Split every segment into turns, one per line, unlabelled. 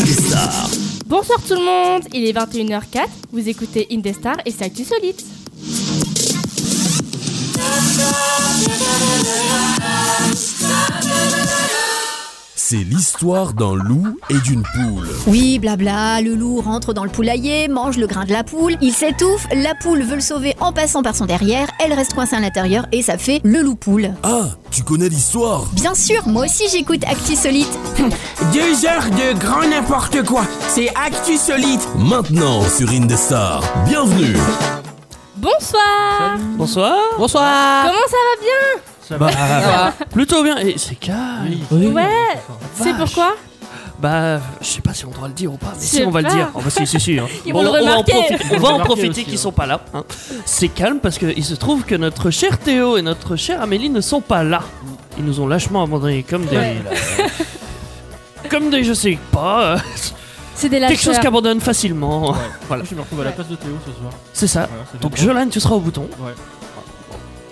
Indestar.
Bonsoir tout le monde, il est 21h04, vous écoutez Indestar et c'est Actu Solite.
C'est l'histoire d'un loup et d'une poule.
Oui, blabla, le loup rentre dans le poulailler, mange le grain de la poule, il s'étouffe, la poule veut le sauver en passant par son derrière, elle reste coincée à l'intérieur et ça fait le loup-poule.
Ah, tu connais l'histoire
Bien sûr, moi aussi j'écoute Actu Solite.
Deux heures de grand n'importe quoi, c'est Actu Solite.
Maintenant sur Indestar. Bienvenue
Bonsoir
Bonsoir.
Comment
Bonsoir.
ça va bien
Bah, plutôt bien. Et c'est calme. Oui.
Ouais, c'est
Vache.
pourquoi
Bah, je sais pas si on doit le dire ou pas, mais
Je
si
sais
on va
pas.
le dire. Oh, bah, si, si, si, hein.
Ils
Bon,
vont le
on va en
remarquer.
profiter, on va en profiter
aussi,
qu'ils
hein.
sont pas là. hein. C'est calme parce qu'il se trouve que notre cher Théo et notre chère Amélie ne sont pas là. Ils nous ont lâchement abandonnés comme des.
Ouais.
comme des je sais pas. euh,
C'est des lâcheurs.
quelque chose qu'abandonne facilement. Voilà.
Moi, je me retrouve à la place de Théo ce soir.
C'est ça.
Voilà, ça fait
Donc,
drôle.
Jolan, tu seras au bouton.
Ouais.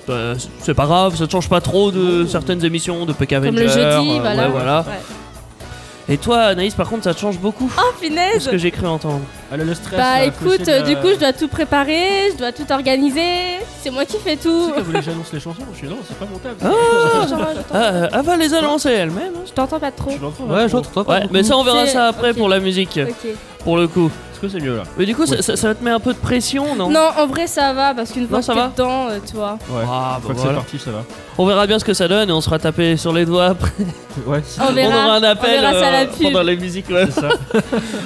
Euh, c'est pas grave, ça ne change pas trop de certaines émissions de PK
Comme le
Avenger,
jeudi,
euh,
voilà.
ouais, voilà.
Ouais.
Et toi, Anaïs, par contre, ça te change beaucoup
Oh
de ce
punaise
que j'ai cru entendre.
Elle a le stress.
Bah
là,
écoute,
faut essayer
euh,
de-
du coup je dois tout préparer, je dois tout organiser, c'est moi qui fais
Tu
tout. Oh,
sais, quand vous voulez que j'annonce les chansons, je suis non, c'est pas mon table.
Ah,
Genre,
Ah, euh, ah, va les annoncer elle-même.
Je t'entends pas trop.
Je l'entends.
Ouais,
je
j'entends hein, Ouais, mais ça, on verra
C'est-
ça après
ok.
pour la musique,
Ok.
pour le coup.
Est-ce que c'est mieux là
Mais du coup, ça, ça- ça te met un peu de pression, non
Non, en vrai ça va parce qu'une fois
Non,
que
ça
t'es
va
dedans, euh, tu vois.
Ouais.
Ah,
Une
bah
fois que c'est
voilà.
parti, ça va.
On verra bien ce que ça donne et on sera tapé sur les doigts après.
Ouais,
On verra,
on aura un appel
on verra ça à la
euh,
pub.
pendant la musique. ouais.
c'est ça.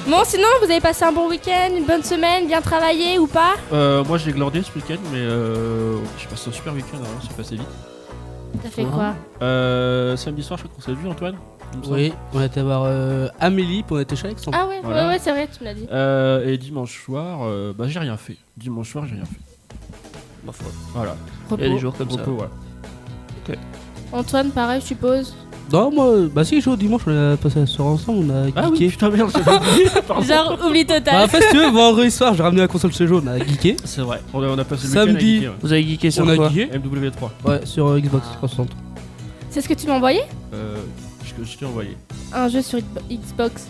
Bon, sinon, vous avez passé un bon week-end, une bonne semaine, bien travaillé ou pas
Euh, moi, j'ai glandé ce week-end, mais euh, j'ai passé un super week-end, hein, c'est passé vite.
T'as fait quoi
Euh, samedi soir, je crois qu'on s'est vu, Antoine il me semble.
Oui, on était voir euh, Amélie pour notre échec. son-
Ah ouais,
Voilà.
ouais, ouais, c'est vrai, tu me l'as dit.
Euh, et dimanche soir, euh, bah j'ai rien fait. Dimanche soir, j'ai rien fait.
Ma foi.
Voilà.
Il y a des
Repos.
jours comme ça.
Repos, ouais.
Antoine, pareil, je suppose.
Non, moi, bah si, je au dimanche, on a passé la soirée ensemble, on a geeké.
Ah oui, putain, merde, j'ai pas oublié. Pardon.
Genre, oublie
Bah,
total.
en fait, si tu veux, vendredi soir, j'ai ramené la console chez Jo, on a geeké.
C'est vrai. On a, on a passé le
Samedi.
week-end à
Vous avez geeké sur
on a
quoi
geeké.
geeker, ouais. MW3.
Ouais, sur euh, Xbox 360.
C'est ce que tu m'as envoyé
Euh, je, je t'ai envoyé.
Un jeu sur Xbo- Xbox.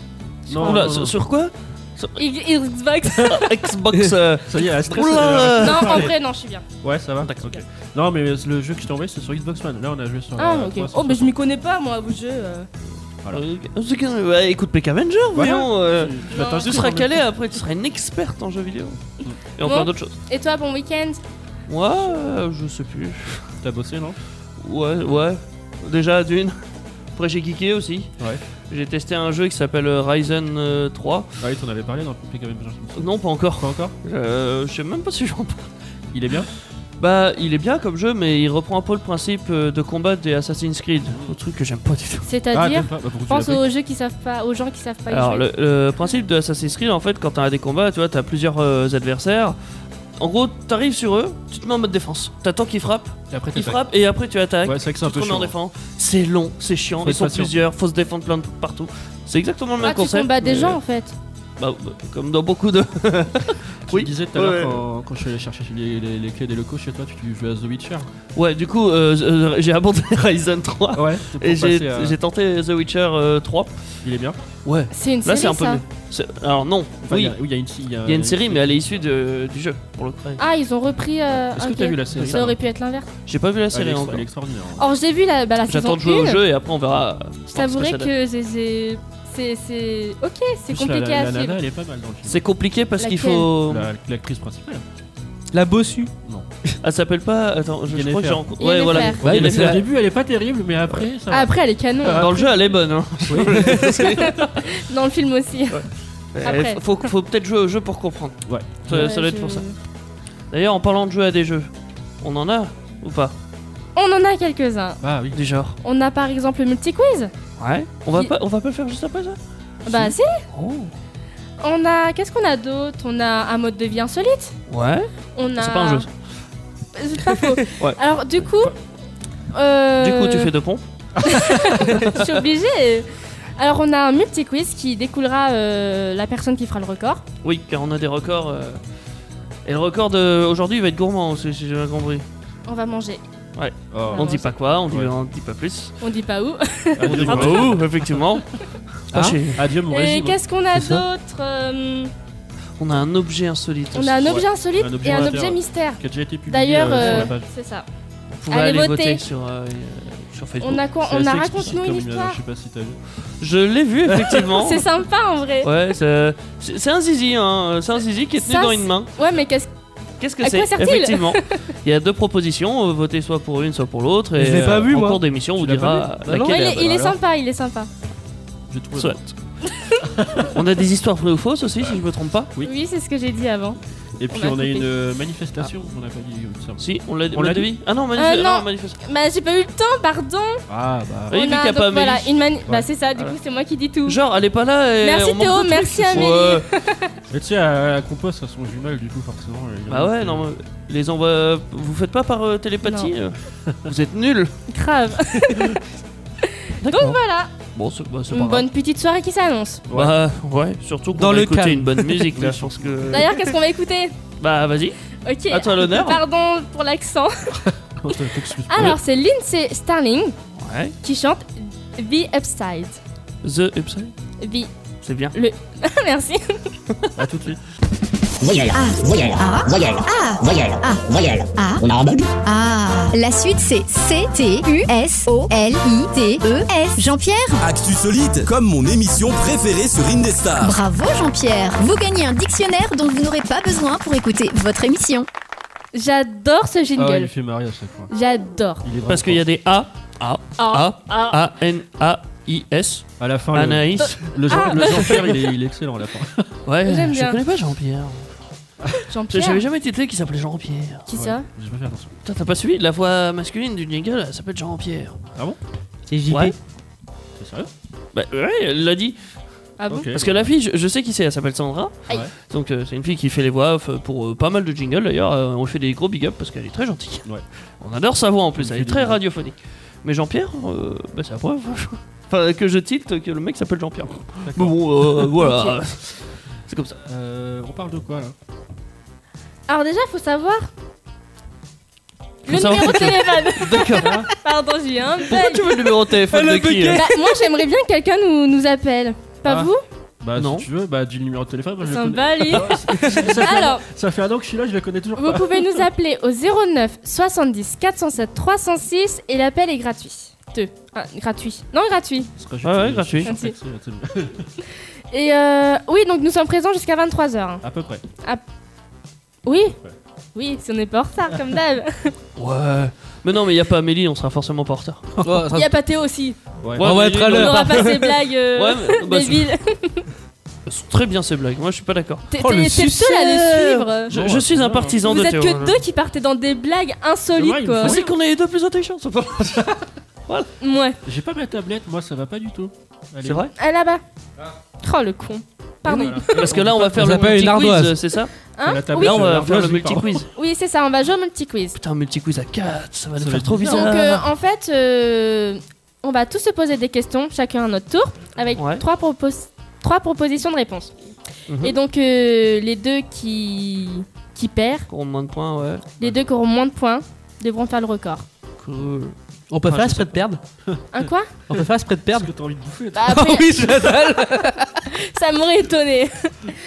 Non,
Oula,
non, non.
sur- Sur quoi
I- Xbox
Xbox. euh,
Ça y est, elle a stressé.
Oula.
elle
Non,
a-
en vrai, non, je suis bien.
Ouais, ça va.
D'accord.
Ok. Non, mais le jeu que je t'ai envoyé, c'est sur Xbox One. Là, on a joué sur.
Ah,
euh,
ok.
360.
Oh, mais je m'y connais pas, moi, au jeu. euh.
Voilà.
euh, ouais, écoute, Peck Avenger,
Voilà.
voyons. euh,
Tu- tu
Non.
vas hein. t'inscrire
Tu seras
dans le-
calé après, tu seras une experte en jeux vidéo. Et
Bon.
encore d'autres choses.
Et toi, bon week-end
Moi, euh, je sais plus.
T'as bossé, non
Ouais, ouais. Déjà d'une. Après j'ai geeké aussi.
Ouais.
J'ai testé un jeu qui s'appelle euh, Ryzen euh, 3.
Ah oui, t'en avais parlé dans le public avec Benjamin.
Non, pas encore.
Pas encore
Euh, je sais même pas si j'en parle.
Il est bien
Bah, il est bien comme jeu, mais il reprend un peu le principe euh, de combat des Assassin's Creed. Un truc que j'aime pas du tout.
Ah,
C'est-à-dire
t'aimes pas Bah, pourquoi tu
Pense
l'as pris
aux jeux qui savent pas, aux gens qui savent pas y
Alors,
jouer. Ah,
le, le principe de Assassin's Creed, en fait, quand t'as des combats, tu vois, t'as plusieurs euh, adversaires. En gros, t'arrives sur eux, tu te mets en mode défense. T'attends qu'ils frappent,
Et après,
ils
t'attaques.
frappent et après tu attaques.
Ouais, c'est vrai que c'est un
Tu te
peu
remets en
chiant.
défense. C'est long, c'est chiant,
Faut
ils
être
sont
patient.
plusieurs, faut se défendre plein de partout. C'est exactement le même
Ah, tu
concept.
combats des
mais-
gens, en fait.
Bah, bah, comme dans beaucoup de.
Tu
Oui.
disais tout à l'heure
Ouais.
quand, quand je suis allé chercher les, les- les clés des locaux chez toi, tu, tu jouais à The Witcher.
Ouais, du coup, euh, euh, j'ai abandonné Ryzen 3
Ouais.
et j'ai j'ai tenté The Witcher euh, 3.
Il est bien.
Ouais,
C'est une
là c'est
série,
un peu
ça.
mieux. C'est- Alors, non,
Enfin,
oui,
il y a- il y a une- il y a
il y a une série, mais elle est issue de- du jeu pour le coup.
Ah, ils ont repris. euh,
Est-ce que
ok.
t'as vu la série
Ça aurait pu être l'inverse.
J'ai pas vu la
Ah, elle est
série
extra-
encore.
Elle est extraordinaire. hein.
Or, j'ai vu la, bah, la saison
J'attends de jouer au
1.
jeu et après on verra. euh,
Je
voir ce
t'avouerai
ça donne.
que c'est- c'est. c'est- C'est. Ok, c'est
Plus, la-
compliqué
la,
à
la
suivre.
nana, elle est pas mal dans le film.
C'est compliqué parce qu'il
Laquelle
faut.
La- L'actrice principale.
La bossu.
Elle Ah, s'appelle pas. Attends, je, je crois que j'ai.
Yennefer.
rencontré- Ouais, voilà.
Yennefer.
Ouais, mais
Yennefer.
c'est
Au début, elle est pas terrible, mais après, ça
Ah,
va.
après, elle est canon.
Dans le jeu, elle est bonne. Hein.
Dans le film aussi. Après.
Eh, Faut, faut peut-être jouer au jeu pour comprendre.
Ouais.
Ça, ça doit être pour ça. D'ailleurs, en parlant de jeu à des jeux, on en a ou pas
On en a quelques-uns.
Ah oui.
Du genre
On a par exemple le multi-quiz.
Ouais. On va,
Si.
pas, on va pas le faire juste après ça
Bah, si.
Oh.
On a. Qu'est-ce qu'on a d'autre On a un mode de vie insolite.
Ouais.
On a. Euh,
C'est pas un jeu. ça.
C'est pas faux.
Ouais.
Alors, du coup. euh,
Du coup, tu fais deux pompes.
Je suis obligée. Alors, on a un multi-quiz qui découlera euh, la personne qui fera le record.
Oui, car on a des records. euh, Et le record de- aujourd'hui il va être gourmand, si si j'ai bien compris.
On va manger.
Oh.
On dit pas quoi, on dit,
Ouais.
on dit pas plus.
On dit pas où.
Ah,
On dit
désolé.
pas où, effectivement. Pas chez-
Adieu, mon
Et
régime.
qu'est-ce qu'on a
C'est ça
d'autre Euh,
On a un objet insolite.
On a un
Ouais.
objet insolite
Un
et
objet
un
mystère.
objet mystère.
Qui a déjà été publié
D'ailleurs,
euh, sur
euh,
la page.
c'est ça.
Vous pouvez
Allez
aller
voter.
voter, sur, euh, sur Facebook.
On a quoi
C'est
bah, On a
assez
raconte-nous
explicite
une
comme, euh,
histoire.
Je sais pas si t'as vu.
Je l'ai vu effectivement.
C'est sympa en vrai.
Ouais, c'est c'est- c'est un zizi, hein. c'est un zizi qui est tenu
Ça,
dans une main.
Ouais, mais qu'est-ce
Qu'est-ce que
À
c'est
quoi sert-il
Effectivement, il y a deux propositions, euh, votez soit pour une, soit pour l'autre. Et
Je l'ai pas
euh,
vu,
en
moi.
cours d'émission, on
Tu
vous
l'as
dira
pas vu Bah
laquelle
non.
Ouais, il
est la
est, il est
bonne.
sympa, il est sympa.
J'ai trouvé.
Soit. on a des histoires vraies ou fausses aussi, si je me trompe pas.
Oui,
Oui.
c'est ce que j'ai dit avant.
Et puis
On a
on a
coupé.
une euh, manifestation, on n'a pas dit il me
Ah.
semble.
Si, on l'a
On l'a
dit. Ah non,
Euh,
manifeste.
non.
non, manifeste.
Bah, j'ai pas eu le temps, pardon.
Ah bah.
Oui,
On
vu
a,
qu'il y a
donc,
pas Amélie.
voilà, une mani- Bah,
Ouais.
c'est ça, du coup, c'est moi qui dis tout.
Genre, elle est pas là. Et
Merci
on manque
Théo,
de trucs.
merci Amélie.
Ouais.
Mais tu sais, à, à Compos, elles sont jumelles du coup, forcément. euh, il y en a
Bah ouais,
qui-
non, mais les envoie. Vous faites pas par euh, télépathie euh Vous êtes nuls.
Grave.
D'accord.
voilà,
Bon, c'est bah, c'est pas
une bonne petite soirée qui s'annonce.
grave. Bah ouais, surtout qu'on
Dans
va
le
écouter
calme.
une bonne musique là, je pense que.
D'ailleurs, qu'est-ce qu'on va écouter
Bah vas-y.
Ok.
À toi l'honneur.
Pardon pour l'accent.
Oh, t'as- t'excuses pas.
Alors, c'est Lindsay Starling
Ouais.
qui chante The Upside.
The Upside.
The.
C'est bien.
Merci.
À tout de suite.
Voyelle, voyelle,
Ah.
voyelle,
Ah,
voyelle,
Ah.
voyelle.
ah,
On a un bug
ah. La suite, c'est C-T-U-S-O-L-I-T-E-S. E, Jean-Pierre
Actu Solide, comme mon émission préférée sur Indestar.
Bravo, Jean-Pierre Vous gagnez un dictionnaire dont vous n'aurez pas besoin pour écouter votre émission.
J'adore ce
Ah ouais, il
jingle.
fait marier à chaque fois.
J'adore.
Il est
Parce
vraiment
qu'il y a des A, A,
Ah,
A, Oh
ah.
A, N, A, I, S.
fort. À la fin, le-
Anaïs.
le
Ah.
Jean- le Jean-Pierre, il est- il est excellent à la fin.
Ouais,
Bah, J'aime
je
bien.
connais pas Jean-Pierre. Je-
Jean-Pierre.
J'avais jamais titré qu'il s'appelait Jean-Pierre.
Qui ça
J'ai Ah. pas fait attention.
Putain, t'as pas suivi La voix masculine du jingle, elle s'appelle Jean-Pierre.
C'est JP.
Ouais.
T'es sérieux
Bah ouais, elle l'a dit.
Ah bon
Ok.
Parce que la fille, je, je sais qui c'est, elle s'appelle Sandra.
Aïe.
Donc euh, c'est une fille qui fait les voix off pour euh, pas mal de jingles d'ailleurs. Euh, on lui fait des gros big up parce qu'elle est très gentille.
Ouais.
On adore sa voix en plus, elle
Elle fait
est
des
très
voix.
radiophonique. Mais Jean-Pierre, euh, bah, c'est la preuve. enfin, que je tilte que le mec s'appelle Jean-Pierre. Mais bon, euh, voilà. C'est comme ça.
Euh, on parle de quoi là
Alors déjà, faut savoir le
savoir
numéro de
que-
téléphone.
D'accord.
Pardon, j'ai eu un
Pourquoi
bug.
tu veux le numéro de téléphone de qui euh
Bah, moi, j'aimerais bien que quelqu'un nous, nous appelle. Pas
Ah,
vous
Bah
Non.
si tu veux, bah dis le numéro de téléphone, moi je le
Ça me
connais. Ah,
bat, lui. Alors,
Ça fait un an que je suis là, je le connais toujours
vous
pas.
pouvez nous appeler au 09 70 407 306 et l'appel est gratuit. Deux. Ah, gratuit. Non, gratuit.
Ce serait juste-
Ouais, ouais,
euh,
gratuit.
juste un accès, c'est le-
Et euh, oui, donc nous sommes présents jusqu'à 23h.
À peu près.
Oui Oui, si on n'est pas en retard, comme d'hab.
Ah.
Ouais. Mais non, mais il a pas Amélie, on sera forcément pas en retard.
Il n'y a pas Théo aussi.
Ah Ouais.
Ouais,
On va
mais-
être à
On
l'heure.
n'aura pas ces blagues euh,
Ouais, mais- bah,
débiles.
Elles sont très bien ces blagues, moi je suis pas d'accord.
T'es
Oh,
t'es-
le
t'es le seul à les suivre.
Je,
Non,
je suis
ouais, c'est
un
bien,
partisan
Vous
de
êtes
Théo.
que deux qui partaient dans des blagues insolites,
C'est vrai, il me
quoi.
C'est qu'on est les deux plus intelligents, c'est pas
Ouais.
J'ai pas ma tablette, moi ça va pas du tout. Allez.
C'est vrai
Ah, là-bas. Oh, le con. Pardon.
Voilà.
Parce que là, on va faire
Ça
le
s'appelle
multi
une ardoise.
quiz, c'est ça
Hein
la tablette,
oui,
Là, on va
Oui.
faire le
Ardoise,
multi
pardon.
quiz.
oui c'est ça, on va jouer au multi quiz.
Putain, multi quiz à 4, ça va nous
Ça
faire
va
trop
être
bizarre.
Donc euh, en fait, euh, on va tous se poser des questions, chacun à notre tour, avec
Ouais.
trois, propos- trois propositions de réponse.
Mhm.
Et donc euh, les deux qui, qui perdent,
Qu'on demande point, ouais.
les deux qui auront moins de points, devront faire le record.
Cool.
On peut
Ah,
faire
je
exprès de perdre.
Un
Euh.
quoi
On peut faire exprès de
Qu'est-ce
perdre.
que t'as envie de bouffer
Bah, après,
oui, je la dalle.
Ça m'aurait étonné.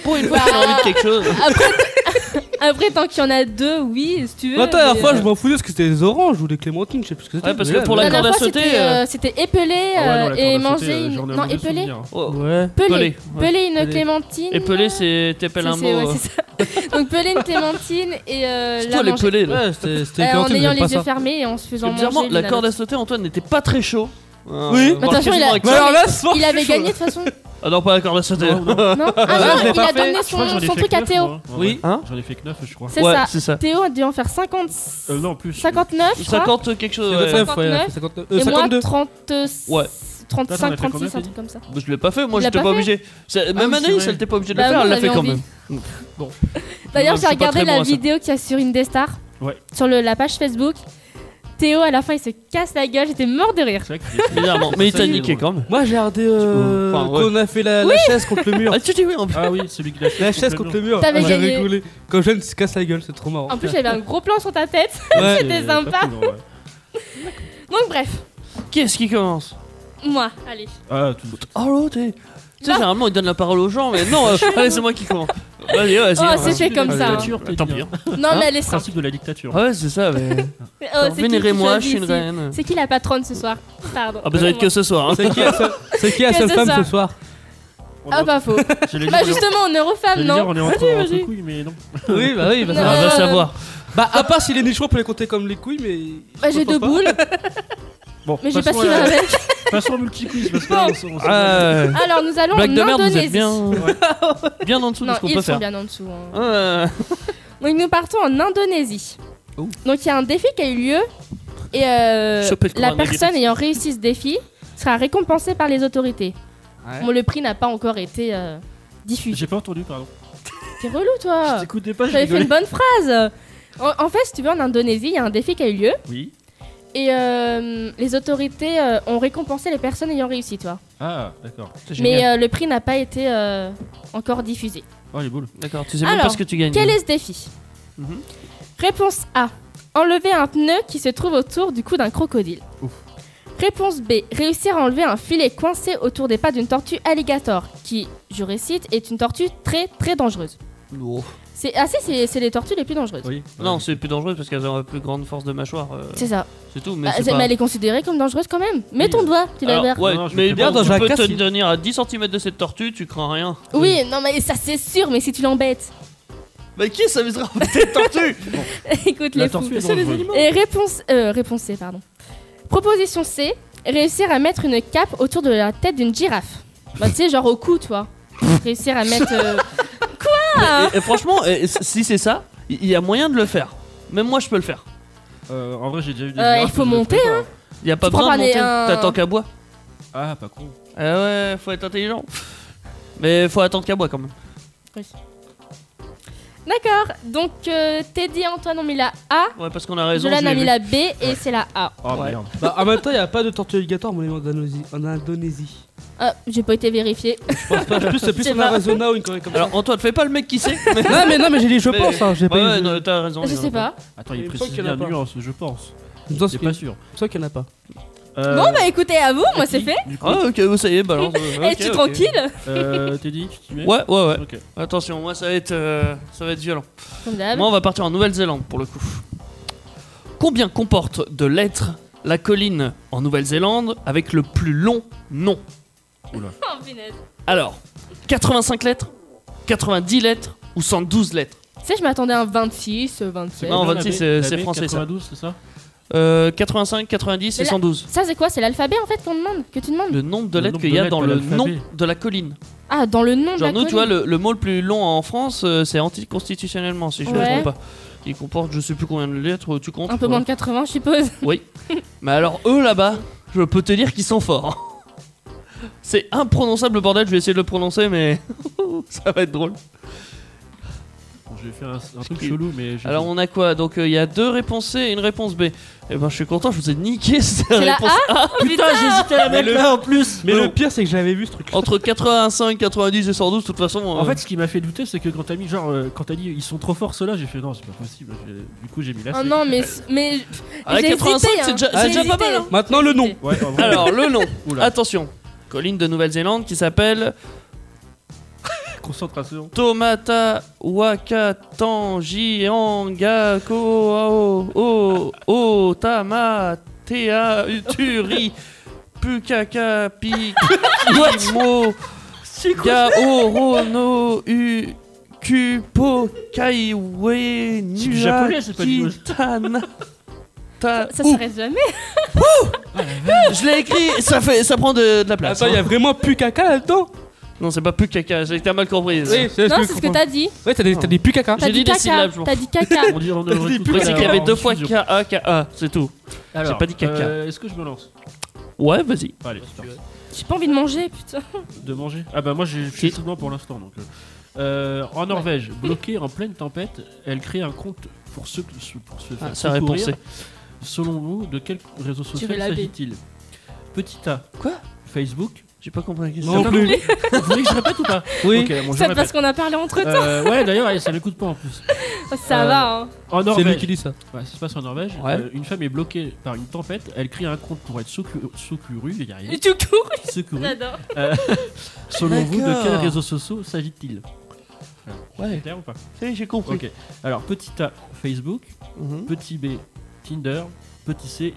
Pour une fois, j'ai envie de quelque chose.
Après, tant qu'il y en a deux, oui, si tu veux.
Attends, la dernière
mais- euh,
fois, je m'en foutais parce que c'était des oranges ou des clémentines, je sais plus ce que c'était.
Ouais, parce
mais
que
là,
pour
La
la
là-
corde
dernière
à
fois,
sauter.
c'était, euh, c'était épeler
Ah
euh, et
ouais, non, la corde à sauter,
manger
euh,
une...
j'en ai un
Non,
mauvais
épeler.
souvenir.
Oh.
Ouais.
Peler.
Peler, ouais.
Peler une
Peler.
clémentine.
Et pelé, c'est t'appelles un
C'est-
mot.
c'est- ouais,
euh,
c'est ça.
hein.
Donc peler une clémentine et euh,
c'est
la
Toi, les
manger.
pelés, là.
Ouais, c'était c'était
Euh, en
clémentine,
ayant
j'aime
les
pas
yeux
ça.
fermés et en se faisant
Parce que bizarrement,
manger.
la
l'une à
corde à
l'autre.
sauter, Antoine, n'était pas très chaud. Euh,
Oui.
voire
Mais
de toute façon,
quasiment
il a-
avec
Mais
ça.
alors là, ce soir,
Il
je
avait
suis chaud,
gagné
là.
de toute façon.
Ah non, pas la corde à sauter.
Non, non.
Non Ah
je
non,
l'ai
il
pas
a
fait.
donné
Je crois que
son,
j'en ai
son
fait
truc à
neuf,
Théo.
moi. Ouais,
Oui.
ouais.
Hein
J'en ai fait que 9, je crois.
C'est
Ouais,
ça.
c'est ça.
Théo a dû en faire 50...
Euh, non, en plus.
59, je crois.
50 quelque chose.
C'est
ouais.
neuf, ouais, il a fait 59. Euh,
Et moi,
52.
30...
Ouais.
35,
Attends, on a fait combien,
36, un
t'as
truc comme ça.
Bah, Je l'ai pas fait, moi
Il l'a
j'étais
pas
pas,
fait
obligé. C'est- Même
oui, c'est
Anaïs,
vrai.
elle était pas obligée de
Bah
le faire,
oui,
elle
on
l'a fait
avait
quand
envie.
même.
D'ailleurs,
Non, je
j'ai
suis pas
regardé
très
la
bon à ça.
vidéo qu'il y a sur Indestar.
Ouais.
Sur le- la page Facebook. Théo, à la fin, il se casse la gueule. J'étais mort de rire.
C'est vrai que j'ai-
Bizarrement, mais il t'a
c'est
niqué
drôle.
quand même.
Moi, j'ai regardé euh,
Enfin, ouais.
quand on a fait la, la chaise contre le mur.
Ah, tu dis oui en plus.
Ah oui, celui qui l'a
La chaise contre le mur.
T'avais
Ah,
gagné.
J'avais rigolé. Quand jeune, il se casse la gueule, c'est trop marrant.
En plus, j'avais un gros plan sur ta tête.
Ouais,
C'était
Ah, c'est pas
sympa.
très drôle, ouais.
Donc, bref.
Qui est-ce qui commence
Moi, allez.
Ah, tout de suite.
Oh là, t'es. Tu sais, généralement, ils donnent la parole aux gens, mais non, euh, allez, c'est moi qui commence. Vas-y, vas-y.
Oh,
hein.
c'est fait comme
Ah,
ça.
la
hein.
dictature, t'es
Tant
dit,
pis.
hein.
Non, mais elle est
Le
simple.
principe de la dictature.
Ah ouais, c'est ça, mais.
Oh, c'est qui qui
Vénérez-moi, je suis une
choisit ici
reine.
C'est qui la patronne ce soir Pardon.
Ah, bah, ça va être que ce soir. hein.
C'est qui la seule, c'est qui la
Que
seule
ce
femme
soir.
ce soir
Ah, pas faux.
J'allais dire,
bah,
on est-
justement, on est
j'allais
refemme,
dire,
non
on est entre,
Vas-y,
entre
vas-y.
couilles, mais non.
Oui, bah oui, bah
On
Non.
ça
va
Euh,
savoir.
Bah, à part si les nichons, on peut les compter comme les couilles, mais.
Bah, j'ai deux boules,
Bon,
mais j'ai pas
passons
suivi
euh,
à-
avec.
Passons au multi-quiz parce que là, on s- on s'en va.
Ah, ouais.
Alors, nous allons
Blague de
en
merde, vous êtes
Indonésie.
bien. euh, Bien en dessous de
Non,
ce qu'on
ils
peut
sont
faire.
bien en dessous. hein.
Euh,
Donc nous partons en Indonésie.
Oh.
Donc il y a un défi qui a eu lieu et euh,
Choper le
la
coronavirus.
personne ayant réussi ce défi sera récompensée par les autorités.
Ouais.
Bon, le prix n'a pas encore été euh, diffusé.
J'ai pas entendu, pardon.
T'es relou toi
Je t'écoutais pas, j'ai
Ah. J'avais fait
rigolé.
une bonne phrase en, en fait, si tu veux, en Indonésie, il y a un défi qui a eu lieu
Oui.
et euh, les autorités euh, ont récompensé les personnes ayant réussi, toi.
Ah, d'accord.
c'est
Mais
génial.
euh, le prix n'a pas été euh, encore diffusé.
Oh, les boules.
D'accord, tu sais même
alors,
pas ce que tu gagnes.
Quel est ce défi
Mhm.
Réponse A. Enlever un pneu qui se trouve autour du cou d'un crocodile.
Ouf.
Réponse B. Réussir à enlever un filet coincé autour des pattes d'une tortue alligator, qui, je récite, est une tortue très très dangereuse.
Oh.
C'est assez, c'est c'est les tortues les plus dangereuses.
Oui.
Non, c'est plus dangereux parce qu'elles ont une plus grande force de mâchoire. euh,
C'est ça.
C'est tout, mais
Bah,
c'est
c'est-
pas- euh,
mais elle est considérée comme dangereuse quand même. Mets
Oui.
ton doigt, tu l'as
Alors,
ouvert.
ouais,
Non, je
mais
me
bien,
prépare.
tu
Dans un
peux
cas,
te
si-
tenir à 10 cm de cette tortue, tu crains rien.
Oui, non mais ça c'est sûr, mais si tu l'embêtes.
Mais qui s'amusera en cette tortue
Écoute
La
les fous.
tortue est dangereuse.
Et réponse, euh, réponse C, pardon. Proposition C, réussir à mettre une cape autour de la tête d'une girafe. Bah, tu sais, genre au cou, toi. réussir à mettre. euh, Ah.
et, et franchement, et- et si c'est ça, il y a moyen de le faire. Même moi, je peux le faire.
Euh, en vrai, j'ai déjà vu des.
Euh,
girafes,
il faut
je les
monter,
ferai pas.
Il y a pas
Tu prends
besoin de
pas
monter.
des- un-
T'attends qu'à bois.
Ah, pas con.
Ah ouais, faut être intelligent. Mais faut attendre qu'à bois quand même.
D'accord, donc euh, Teddy et Antoine ont mis la A,
Ouais, parce qu'on a raison.
Jolan
je l'ai
a mis
vu.
la B et c'est la A.
Oh
Ouais.
merde.
Bah, en même temps, il a pas de tortue alligator, mon ami, en Indonésie. En Indonésie.
Ah, j'ai pas été vérifié.
Je pense pas. Plus, c'est plus
C'est
en
pas-
Arizona ou une connerie comme ça.
Alors Antoine, fais pas le mec qui sait. mais-
Non, mais non, mais j'ai dit je
Mais-
pense, hein, j'ai
Ouais,
pas
ouais,
eu.
non, t'as raison.
je
il y en
sais
a
pas.
Attends, il
Il me semble
précise
qu'il y en
bien
a pas.
nuance, je pense.
Je pense
C'est
qu'il y en
pas
a-
sûr.
je pense qu'il y en a pas.
Euh,
Bon, bah écoutez, à vous, moi c'est
qui
fait.
Du coup,
Ah ok, ça y est, balance.
Et
ouais,
Eh, tu
ok, ok.
tranquille
euh, Teddy, tu t'y mets
Ouais, ouais, ouais.
Ok.
Attention, moi ça va être, euh, ça va être violent.
Comme d'hab.
Moi, on va partir en Nouvelle-Zélande pour le coup. Combien comporte de lettres la colline en Nouvelle-Zélande avec le plus long nom
Oh, punaise.
Alors, 85 lettres, 90 lettres ou 112 lettres
Tu sais, je m'attendais à un 26, euh, 27.
Non,
combien,
26,
la
c'est-
B- la
c'est
B,
français, ça.
92, c'est ça
Euh, 85, 90 et
Mais là-
112.
Ça, c'est quoi C'est l'alphabet en fait qu'on demande Que tu demandes
Le nombre de
Le
lettres
nombre
qu'il
de
y a
lettres,
dans
pas
le
l'alphabet.
nom de la colline.
Ah, dans le nom de
Genre,
la
nous, tu vois,
colline.
le, le mot le plus long en France, euh, c'est anticonstitutionnellement, si je ne me
Ouais.
trompe pas. Il comporte je sais plus combien de lettres, tu comptes euh,
Un peu
ouais.
moins de 80, je suppose.
Oui. Mais alors, eux là-bas, je peux te dire qu'ils sont forts. hein. C'est imprononçable le bordel, je vais essayer de le prononcer, mais ça va être drôle.
Bon, Je vais faire un, un truc
qui-
chelou, mais je-
Alors, on a quoi Donc, euh, il y a deux réponses C et une réponse B. Eh ben, je suis content, je vous ai niqué cette
C'est la
réponse A.
Putain,
j'hésitais
Ah,
à la mettre là en plus.
Mais le pire, c'est que j'avais vu ce truc.
Entre 85, 90 et 112, de toute façon.
En
euh,
fait, ce qui m'a fait douter, c'est que quand t'as mis genre, euh, quand t'as dit ils sont trop forts ceux-là, j'ai fait non, c'est pas possible. j'ai- Du coup, j'ai mis là.
Oh
c'est-
non, mais. mais
avec
j'ai
85,
hésité,
ah, c'est
hein.
déjà,
J'ai
c'est déjà pas
hésité.
mal. hein.
Ah, Maintenant, le nom.
Ouais, en vrai,
Alors, le nom.
Oula.
Attention. Colline de Nouvelle-Zélande qui s'appelle
concentration.
Tomata Wakatangianga Koao O Otama Tea Uturi Pukaka Pikimo Yaoro no U Kupo Kaiwe
C'est du japonais, c'est pas du-
Kitana
Ah,
Ta-
Ça
Ouh,
s'arrête jamais.
Je l'ai écrit, ça, fait, ça prend de, de la place.
Attends, il y
hein.
a vraiment plus caca là-dedans
Non, c'est pas Pukaka, j'ai été mal compris.
c'est
Non, c'est ce que t'as dit.
Ouais, t'as des, t'as des plus caca.
T'as
J'ai
dit
dit des
caca.
syllabes, je pense.
T'as dit caca.
On dit on ne le retrouve
Je
pas,
sais qu'il y
alors,
avait
en
deux fois
studio.
K.A. K.A., c'est tout.
Alors,
pas dit caca.
euh, Est-ce que je me lance
Ouais, vas-y.
Allez, c'est parti.
J'ai pas envie de manger, putain.
de manger. Ah bah moi, j'ai- je suis
Si.
sous blanc pour l'instant. Donc, euh, euh, en Norvège, bloquée en pleine tempête, elle crée un compte pour ceux que- pour se faire
Ah, sa réponse,
secourir. Selon vous, de quel réseau social
la baie.
s'agit-il Petit A.
Quoi
Facebook.
J'ai pas compris la question.
Non plus.
Vous voulez que je répète ou pas
Oui.
Ok, bon, je
Ça parce
répète.
qu'on a parlé entre temps.
Euh, ouais, d'ailleurs, ouais, ça m'écoute pas en plus.
Ça
Euh,
va, hein.
En
C'est lui
Norvège,
qui dit ça.
Ouais, ça se passe en Norvège.
Ouais.
Euh, une femme est bloquée par une tempête. Elle crée un compte pour être soucu- secourue. Il y a rien.
Et tout court,
Secourue.
j'adore.
Selon vous, de
D'accord.
quels réseaux sociaux s'agit-il
Ouais,
Clair ou pas
ça y est, j'ai compris.
Ok. Alors, petit A, Facebook.
Mhm.
Petit B, Tinder. Petit C,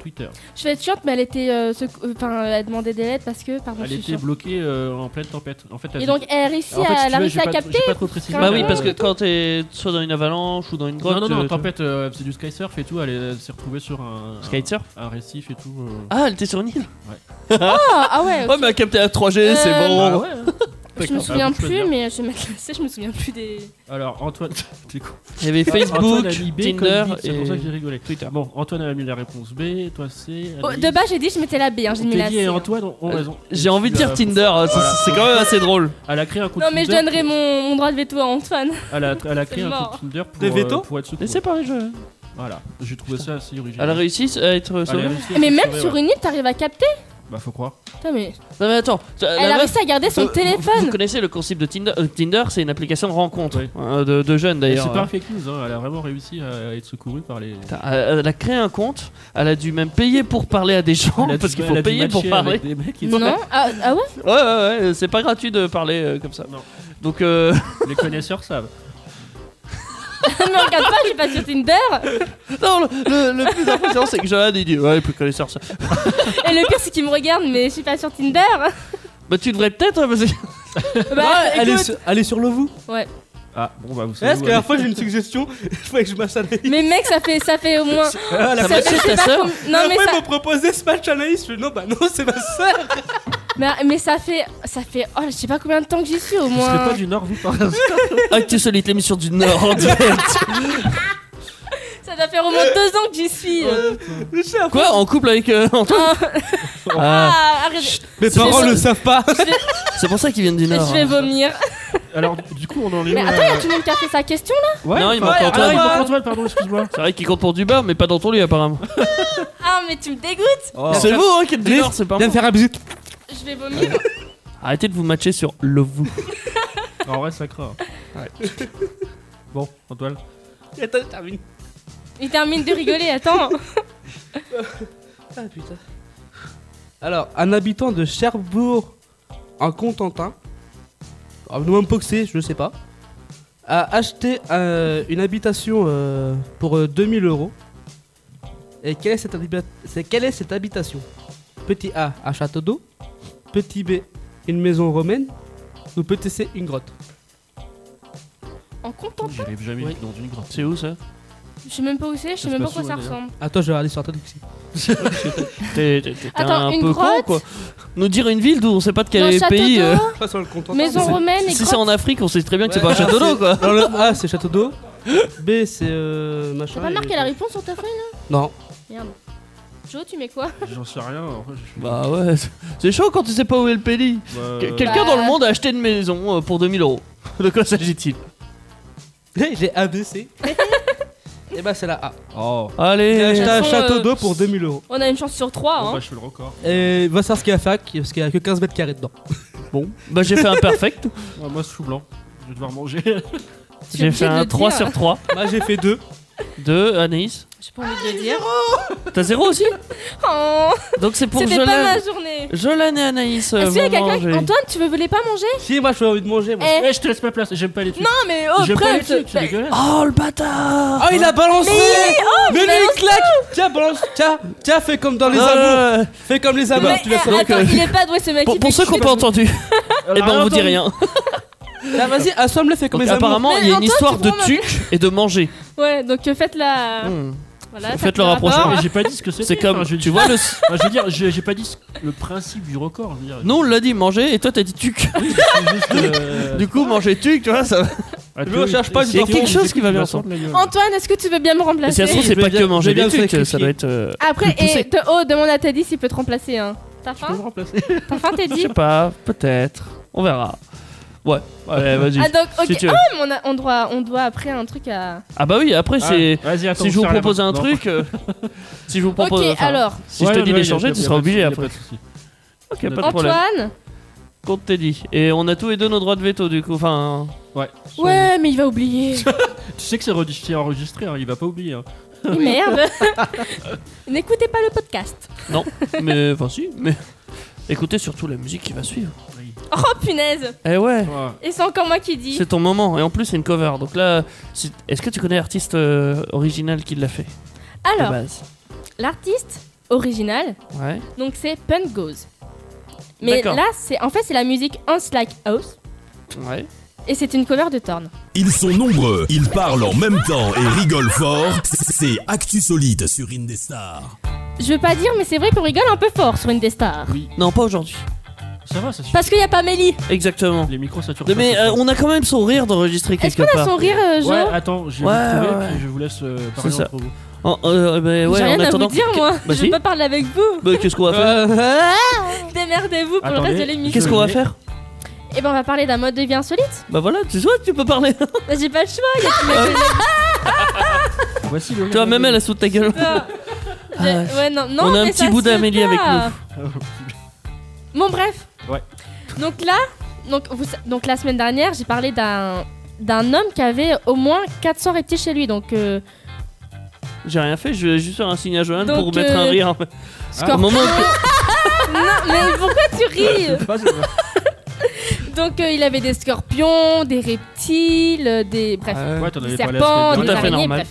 Twitter.
Je vais être chiante, mais elle était. euh, secou- Enfin, elle demandait des lettres parce que, pardon,
elle
je suis
était
chiante.
bloquée euh, en pleine tempête. En fait, elle
Et donc, elle a réussi
Alors, en fait, si
à,
tu
elle a
veux,
réussi
j'ai
à
pas-
capter.
j'ai pas trop précisé.
Bah oui,
Ah,
parce que
ouais.
quand t'es soit dans une avalanche ou dans une grotte.
Non, non, non,
tu-
en tempête, euh, c'est du skysurf et tout. Elle est- elle s'est retrouvée sur un,
tu- Kitesurf
un, un récif et tout. euh.
Ah, elle était sur une île
Ah, ah ouais,
Ouais, mais elle captait la 3G, c'est
Euh,
bon.
Bah ouais, hein.
je me
d'accord. Ah,
souviens
vous choisissez.
plus, mais je vais me classer, je me souviens plus des.
Alors, Antoine, t'es con.
Il y avait Facebook,
Antoine a mis B comme
Tinder
dit, C'est pour ça que j'ai
et.
rigolé.
Twitter.
Bon, Antoine a mis la réponse B, toi C.
Oh,
Anaïs.
de bas, j'ai dit, je mettais la B, hein, j'ai mis la
Teddy
C.
et
hein.
Antoine ont ont
Euh,
raison.
J'ai envie de
Tu
dire
l'as-
Tinder, hein, c'est-
Voilà.
c'est quand même assez drôle.
Elle a créé un compte
Non, mais je
Tinder
donnerai mon, mon droit de veto à Antoine.
pour- Elle a, elle a créé
C'est
un
mort.
compte Tinder pour,
Des vétos
euh, pour être
Mais c'est
secourue.
pareil, je.
Voilà, j'ai trouvé ça assez original.
Elle a réussi à être
Elle a
sauvée
réussi à
Ah, Mais
se
même
sauver,
sur
ouais.
une île, t'arrives à capter
Bah, faut croire.
Putain, mais.
Non, mais attends. la
Elle a
meuf-
réussi à garder son
vous- Vous,
téléphone
connaissez le concept de Tinder euh, Tinder, c'est une application de rencontre
Oui.
hein, de, de jeunes
Et
d'ailleurs.
C'est pas un fake news, hein, elle a vraiment réussi à être secourue par les.
Putain, Elle elle a créé un compte, elle a dû même payer pour parler à des gens,
Elle a dû-
parce qu'il
elle
faut
a dû
payer pour
matcher avec
parler.
des mecs et tout.
Non ah, ah ouais
Ouais, ouais, ouais, c'est pas gratuit de parler euh, comme ça.
Non.
Donc, euh,
Les connaisseurs savent.
Mais regarde pas, j'ai pas sur Tinder
non, le, le- le plus impressionnant, c'est que Johan, il dit Ouais, plus connaisseur ça.
Et le pire, c'est qu'il me regarde, mais je suis pas sur Tinder
Bah, tu devrais peut-être, hein, parce que.
Bah,
Elle est,
écoute.
sur, elle est sur le vous.
Ouais.
Ah, bon, bah, vous
Est-ce
savez.
que
où
la dernière
aller.
fois j'ai une suggestion Il faudrait que je masse Anaïs.
Mais mec, ça fait, ça fait au moins.
Ah, la
Ça
fois-
m'a
fait, je sais
ta
pas
sœur
combien-
la
Non, mais
fois,
ça,
ils m'ont proposé ce match Anaïs. Je fais non, bah non, c'est ma sœur.
mais, mais ça fait, ça fait, oh, je sais pas combien de temps que j'y suis au
Vous serez pas
moins.
du Nord, vous, par hasard
Actu Solide, l'émission du Nord en direct.
Ça doit faire au moins deux ans que j'y suis.
Quoi En couple avec euh, Antoine
Ah,
Ah,
ah, arrête,
Mes
C'est
parents
ça.
le savent pas.
C'est pour ça qu'ils viennent du Nord. hein.
je vais vomir.
Alors, du coup, on en est.
Mais
où,
attends, y a
là
tout le monde qui a fait sa question
Ouais,
Non, il
enfin,
manque
ah,
Antoine.
il manque Antoine, pardon, excuse-moi.
C'est vrai qu'ils comptent pour du beurre, mais pas dans ton lit apparemment.
Ah, mais tu me dégoûtes
Ah.
C'est vous hein, qui êtes du
Allez,
Nord, c'est pas
Viens
moi.
me faire un bisou.
Je vais vomir.
Arrêtez de vous matcher sur le vous.
En vrai, ça craint. Bon, Antoine.
Attends, termine.
Il termine de rigoler, attends.
Ah putain. Alors, un habitant de Cherbourg en Contentin, ah, je ne sais même pas que c'est, je ne sais pas, a acheté euh, une habitation euh, pour euh, 2000 euros. Et quelle est cette, habiba- c'est- quelle est cette habitation Petit A, un château d'eau. Petit B, une maison romaine. Ou petit C, une grotte.
En comptant.
J'arrive jamais
Oui.
dans une grotte.
C'est où ça
Je sais même pas où c'est, je sais même pas à quoi ça ressemble.
Attends, je vais aller sur Internet.
T'es t'es- t'es
Attends,
un
une
peu
grotte
con quoi. Nous dire une ville d'où on sait pas de
Dans
quel
le château
pays.
d'eau,
euh,
Je sur le Contentin.
maison romaine et
si c'est en
grotte.
Afrique, on sait très bien que c'est pas un
Ouais,
château d'eau quoi.
Dans le A, Ah, c'est château d'eau. B, c'est euh, machin.
T'as pas
et-
marqué la réponse sur ta feuille là
Non.
Merde. Joe, tu mets quoi
J'en sais rien. en vrai, je-
Bah ouais, c'est- c'est chaud quand tu sais pas où est le pays.
bah,
Que- Quelqu'un
Bah.
dans le monde a acheté une maison euh, pour 2000 euros. De quoi s'agit-il
J'ai ABC. Et bah c'est la A.
Oh.
Ah,
Il a
Allez,
acheté un
façon,
château
euh,
d'eau pour 2000 euros.
On a une chance sur trois,
Bon, bah,
hein.
je fais le record.
Et va savoir ce qu'il a fait parce qu'il y a que 15 mètres carrés dedans.
bon, bah j'ai fait un perfect.
Ouais, moi, je suis blanc. Je vais devoir manger.
Tu es
J'ai
obligé
fait
de
un
le
3
dire.
sur 3
Moi j'ai fait deux.
de Anaïs.
J'ai pas envie de Ah, le dire.
T'as zéro aussi
Oh,
Donc c'est pour
C'était pas
Jolan.
ma journée.
Jolan et Anaïs. euh,
Est-ce qu'il y a
vont
quelqu'un
manger.
Antoine, tu veux voulais pas manger
Si moi j'ai envie de manger. Moi.
Eh.
Eh, je te laisse ma place. J'aime pas les trucs.
Non, mais oh,
J'aime pas les
prête
trucs, c'est
Bah,
dégueulasse.
Oh le bâtard
Oh il a balancé Mais lui
balance
il claque Tiens balance Tiens Tiens fais comme dans les
Non,
amours
non, non,
Fais comme les amours
mais,
tu l'as
eh,
fait.
attends, il est pas doué ce mec.
Pour,
il
pour
fait
ceux qui n'ont
chier.
pas entendu,
Alors,
eh ben on vous dit
attends,
rien.
Là vas-y assomme-le fais comme
Donc,
les amours
apparemment, il y a une
Mais Antoine,
histoire
tu
de
prends ma-
tuc et de manger.
Ouais, donc euh, faites la.
Hmm.
Voilà,
Faites
faites
le rapprochement.
rapport.
mais J'ai pas dit ce que c'était.
C'est comme,
enfin, je,
tu vois, le... s-
enfin, je veux dire, je- j'ai pas dit ce- le principe du record. Je veux dire,
nous on l'a dit manger et toi t'as dit tuc.
c'est juste, euh,
Du coup, manger tuc, tu vois, ça va.
ah, tu
je
vois,
cherche pas
c'est
du temps.
quelqu'un
Quelque chose qui va bien
m'assemble la gueule.
Antoine, est-ce que tu veux bien me
Mais si
remplacer
ça se trouve, c'est
Je
pas
vais
que
bien-
manger
je vais
des
bien
tucs,
sacrifier.
ça doit être. euh,
Après,
Plus
et
poussé.
de oh, demande à Teddy s'il peut te remplacer. Hein. T'as
Je peux me
faim
remplacer.
T'as faim,
Je
Teddy
sais pas, peut-être. On verra. Ouais, ouais, vas-y.
Ah, donc, ok.
Si tu veux.
Ah, mais on, a- on doit, on doit après un truc à.
Ah bah oui, après, c'est.
Ah, vas-y, attends,
Si je vous
serre la
propose
main.
un
Non.
truc. euh, Si je vous propose.
ok,
enfin,
alors,
Si je
Ouais,
te
ouais,
dis
ouais, y a- y
d'échanger,
a
tu
pas
seras
de souci, y
obligé
a
après.
pas de souci.
Ok, pas de problème.
Antoine,
Compte Teddy. Et on a tous les deux nos droits de veto, du coup. Enfin.
Ouais.
Ouais, mais il va oublier.
Tu sais que c'est redi- c'est enregistré, hein, il va pas oublier. hein.
Et Merde. N'écoutez pas le podcast.
mais enfin si, mais écoutez surtout la musique qui va suivre.
Oh punaise.
Eh ouais,
Ouais.
Et c'est encore moi qui dis.
c'est ton moment et en plus c'est une cover. Donc là, si- est-ce que tu connais l'artiste euh, original qui l'a fait de
Alors,
base
l'artiste original,
Ouais.
donc c'est Punk Goes. Mais
D'accord.
là, c'est en fait c'est la musique Hans Like House
Ouais.
et c'est une cover de Thorn.
Ils sont nombreux, ils parlent en même temps et rigolent fort. C'est Actu Solide sur Indestar.
Je veux pas dire, mais c'est vrai qu'on rigole un peu fort sur une des stars.
Non, pas aujourd'hui.
Ça va, ça suffit.
Parce qu'il y a pas Mélie.
Exactement.
Les micros saturés.
Mais, euh, on a quand même son rire d'enregistrer
Est-ce
quelque
qu'on a
part.
son rire, euh, Jo
Ouais, attends, j'ai
Ouais,
trouvé,
ouais,
puis je vous laisse euh, parler
ça.
entre vous.
Oh, euh, ben, ouais,
J'ai rien
en
à
attendant.
vous dire, moi.
Bah,
je
si.
vais pas parler avec vous.
Bah, qu'est-ce qu'on va faire
Euh,
Démerdez-vous pour le
Attendez.
reste de l'émission.
Qu'est-ce qu'on va faire
Et ben, on va parler d'un mode de vie insolite.
Bah voilà, tu vois, tu peux parler.
Bah, J'ai pas le choix. il y a tous mes
Voici le.
tu vois, même elle a sous ta gueule.
connards. J'ai- ouais, non, non,
Ah. on a un
mais
petit
ça
bout
se
d'Amélie
fait
avec
pas. Bon, bref.
Ouais.
Donc là, donc, vous, donc la semaine dernière, j'ai parlé d'un d'un homme qui avait au moins 400 reptiles chez lui. Donc, euh,
J'ai rien fait, je vais juste faire un signe à Johan
Donc,
pour mettre un
euh,
rire. Ah,
scorpion.
Au moment que-
Non, mais pourquoi tu ris Donc, euh, il avait des scorpions, des reptiles, euh, des. Bref.
Ouais, t'en
des
avais parlé
serpents,
la
des
semaine
Tout à fait
araignées,
normal.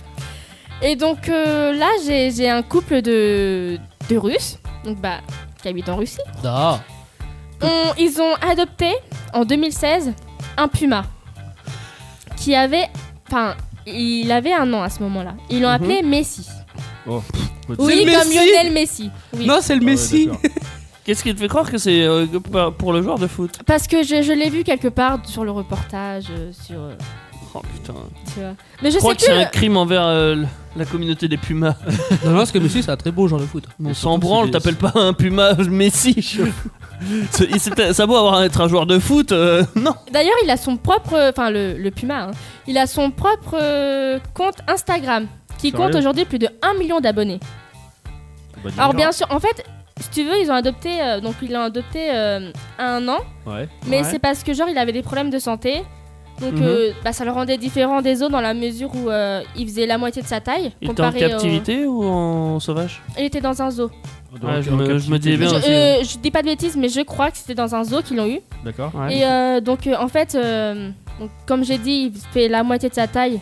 bref. Et donc euh, là, j'ai j'ai un couple de, de Russes, donc bah, qui habitent en Russie. On- ils ont adopté en 2016 un puma qui avait, enfin, il avait un nom à ce moment-là. Ils
Mhm.
l'ont appelé Messi.
Oh, pff,
Oui,
C'est
comme
Messi
Lionel Messi. Oui.
Non, c'est le Messi.
dernière. Ah ouais,
Qu'est-ce qui te fait croire que c'est euh, pour- pour le joueur de foot
Parce que je, je l'ai vu quelque part sur le reportage, euh, sur, euh,
Oh putain.
tu vois. Mais je
Je crois
sais
que c'est
plus.
un crime envers euh, l- la communauté des pumas.
non, non, parce que Messi, c'est un très beau genre de foot.
On
Et
s'en
Ah, surtout,
branle,
c'est des-
t'appelles pas un puma Messi. je- C'est- il- c'est un- ça doit avoir être un joueur de foot, euh, non.
D'ailleurs, il a son propre, enfin le, le Puma, hein. il a son propre euh, compte Instagram qui
Sérieux
compte aujourd'hui plus de 1 million d'abonnés.
d'accord. Bah, dis
Alors
donc.
bien sûr, en fait, si tu veux, ils ont adopté, euh, donc ils l'ont adopté euh, à un an,
Ouais.
mais
Ouais.
c'est parce que genre il avait des problèmes de santé. Donc
Mhm.
euh, bah, ça le rendait différent des autres dans la mesure où euh, il faisait la moitié de sa taille.
Il était en
comparé au-
captivité ou en sauvage
Il était dans un zoo.
Donc,
Ouais, Ah, je
en
me- je me
captivité,
disais bien.
Je,
aussi,
euh, je dis pas de bêtises, mais je crois que c'était dans un zoo qu'ils l'ont eu.
D'accord.
Ouais.
Et euh, donc euh, en fait, euh, donc, comme j'ai dit, il fait la moitié de sa taille.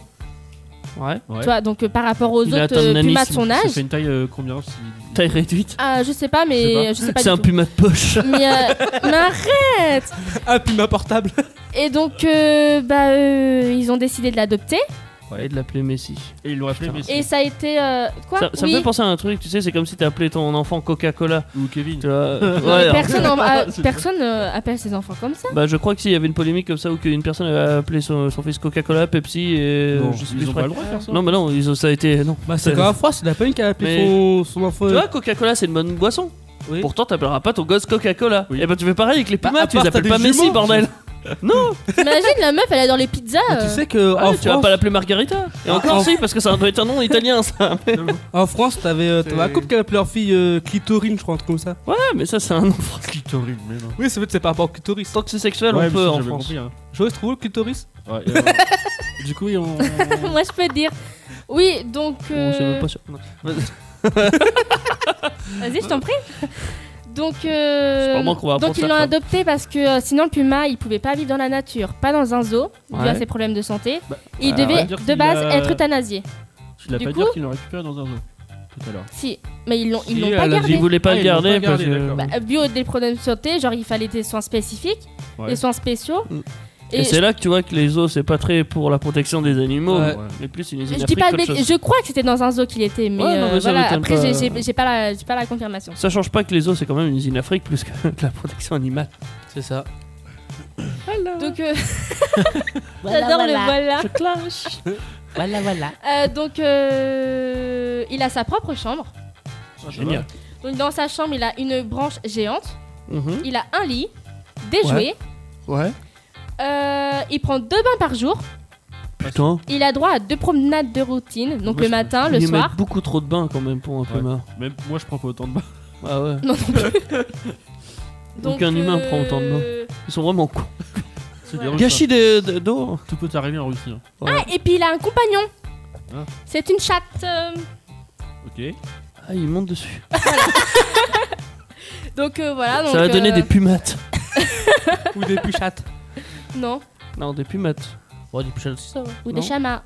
Ouais.
Ouais.
Tu vois, donc euh, par rapport aux
Il a
autres
atteint le
euh, pumas de
nanisme,
son
Ça
âge.
fait une taille euh, combien si-
Taille réduite.
Ah, je sais pas, mais je sais pas,
C'est un
du tout.
puma de poche.
Mais, euh, mais arrête
Un puma portable.
Et donc, euh, bah, euh, ils ont décidé de l'adopter.
Ouais, de l'appeler Messi.
Et ils l'ont appelé
Putain.
Messi.
Et ça a été. euh, quoi
Ça, ça me
Oui.
fait penser à un truc, tu sais, c'est comme si t'appelais ton enfant Coca-Cola.
Ou Kevin.
Tu vois euh,
Non,
Ouais,
mais
alors,
personne en- ah, personne euh, appelle ses enfants comme ça.
Bah, je crois que s'il y avait une polémique comme ça où qu'une personne avait appelé son, son fils Coca-Cola, Pepsi et. euh,
Non,
je sais plus
ils ont
quoi.
pas le droit de faire ça.
Non, mais non, ils ont, ça a été. Non.
Bah, c'est
Ça-
quand même froid, c'est la peine qui a appelé
Mais-
son, son enfant.
Tu vois, Coca-Cola, c'est une bonne boisson.
Oui.
Pourtant, t'appelleras pas ton gosse Coca-Cola.
Oui.
Et bah, tu fais pareil avec les
Bah,
pumas,
à
tu les
part,
appelles
t'as
pas
des
Messi,
juments.
bordel. non
T'imagines, la meuf, elle adore les pizzas.
Mais
euh.
tu sais que
Ah,
en,
Tu vas
France,
pas l'appeler Margarita. Et
Ah,
encore
en-
si, parce que ça doit être un nom italien, ça. Mais-
en France, t'avais euh, t'avais un couple qui appelait leur fille euh, Clitorine, je crois, un truc comme ça.
Ouais, mais ça, c'est un nom. français.
Clitorine, mais non.
Oui, c'est c'est par rapport au clitoris.
Tant que c'est sexuel,
Ouais,
on
mais
peut
ça,
en
j'avais
France.
compris, hein.
J'aurais trouvé le clitoris.
Ouais, et alors- du coup, ils ont.
Moi, je peux te dire. Oui, donc.
On sait
euh,
même pas sûr. Non.
Vas-y, je t'en prie. Donc, euh,
C'est pas moi qu'on va apprendre
donc ils
ça,
l'ont
quoi.
adopté parce que euh, sinon le puma il pouvait pas vivre dans la nature, pas dans un zoo, dû
Ouais.
à ses problèmes de santé.
Bah,
il
bah,
devait
ouais. Dire
de
qu'il
base
a-
être euthanasié.
Tu l'as
Du
pas
coup-
dire qu'ils l'ont récupéré dans un zoo tout à l'heure.
Si, mais ils l'ont ils
Si,
l'ont
elle
pas
a dit
gardé.
Ils voulaient pas
Ah,
le
ils l'ont
garder
pas
parce
gardé,
que.
d'accord.
Bah, vu des problèmes de santé, genre il fallait des soins spécifiques,
Ouais.
des soins spéciaux.
Mm. Et,
Et,
c'est là que tu vois que les zoos, c'est pas très pour la protection des animaux,
Ouais.
mais plus une
je,
usine
je
à
dis
fric
pas de
qu'autre
bêtises,
chose.
je crois que c'était dans un zoo qu'il était, mais,
Ouais, non,
euh,
mais ça
voilà,
m'étonne
après
pas.
j'ai- j'ai j'ai pas la j'ai pas la confirmation.
Sachant pas que les zoos, c'est quand même une usine à fric plus que de la protection animale.
C'est ça.
Donc euh, j'adore le voilà.
Voilà, voilà.
Euh, donc euh, il a sa propre chambre.
Génial.
Donc dans sa chambre, il a une branche géante,
Mhm.
il a un lit, des
Ouais.
jouets,
Ouais.
euh, il prend deux bains par jour,
Putain,
il a droit à deux promenades de routine, donc
Moi,
le
je-
matin, Ah, le
ils
soir.
mettent beaucoup trop de bains quand même pour un peu
Ouais.
marre.
Même moi, je prends pas autant de bains.
Ah ouais.
Non, non plus.
Aucun humain prend autant de
euh,
Ils sont vraiment cons.
C'est des Russes,
Gâchis de- de- d'eau.
hein. Tout peut arriver en Russie. hein.
Ah, et puis il a un compagnon.
Ah.
C'est une chatte. euh,
Ok.
Ah, il monte dessus.
donc euh, voilà.
Ça va
donc,
donner
euh,
des pumates.
Ou des puchates.
Non,
Non, des pumates. Bon, des pumates aussi, ça va.
ou
Non
des chamas.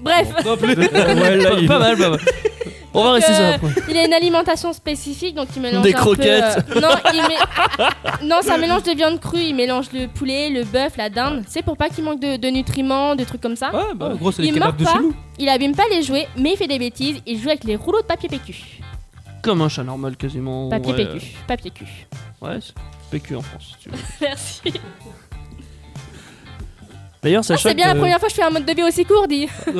Bref,
Non plus.
ouais, là, il- pas, mal, pas mal. On va rester
euh,
ça après.
il a une alimentation spécifique, donc il mélange
Des
un peu,
croquettes.
euh, non, il mé- non, c'est un mélange de viande crue. Il mélange le poulet, le bœuf, la dinde. C'est pour pas qu'il manque de, de nutriments, de trucs comme
Ah.
ça.
Ouais, bah, en gros, c'est les
Il
kebabs
meurt
de
pas,
chez nous.
il abîme pas les jouets, mais il fait des bêtises. Il joue avec les rouleaux de papier PQ.
Comme un chat normal, quasiment.
Papier
ouais,
PQ. Papier PQ.
euh, Ouais, c'est PQ en France. si tu veux.
Merci.
D'ailleurs,
Ah,
sachant
c'est bien
que...
la première fois que je fais un mode de vie aussi court, dit.
Ouais.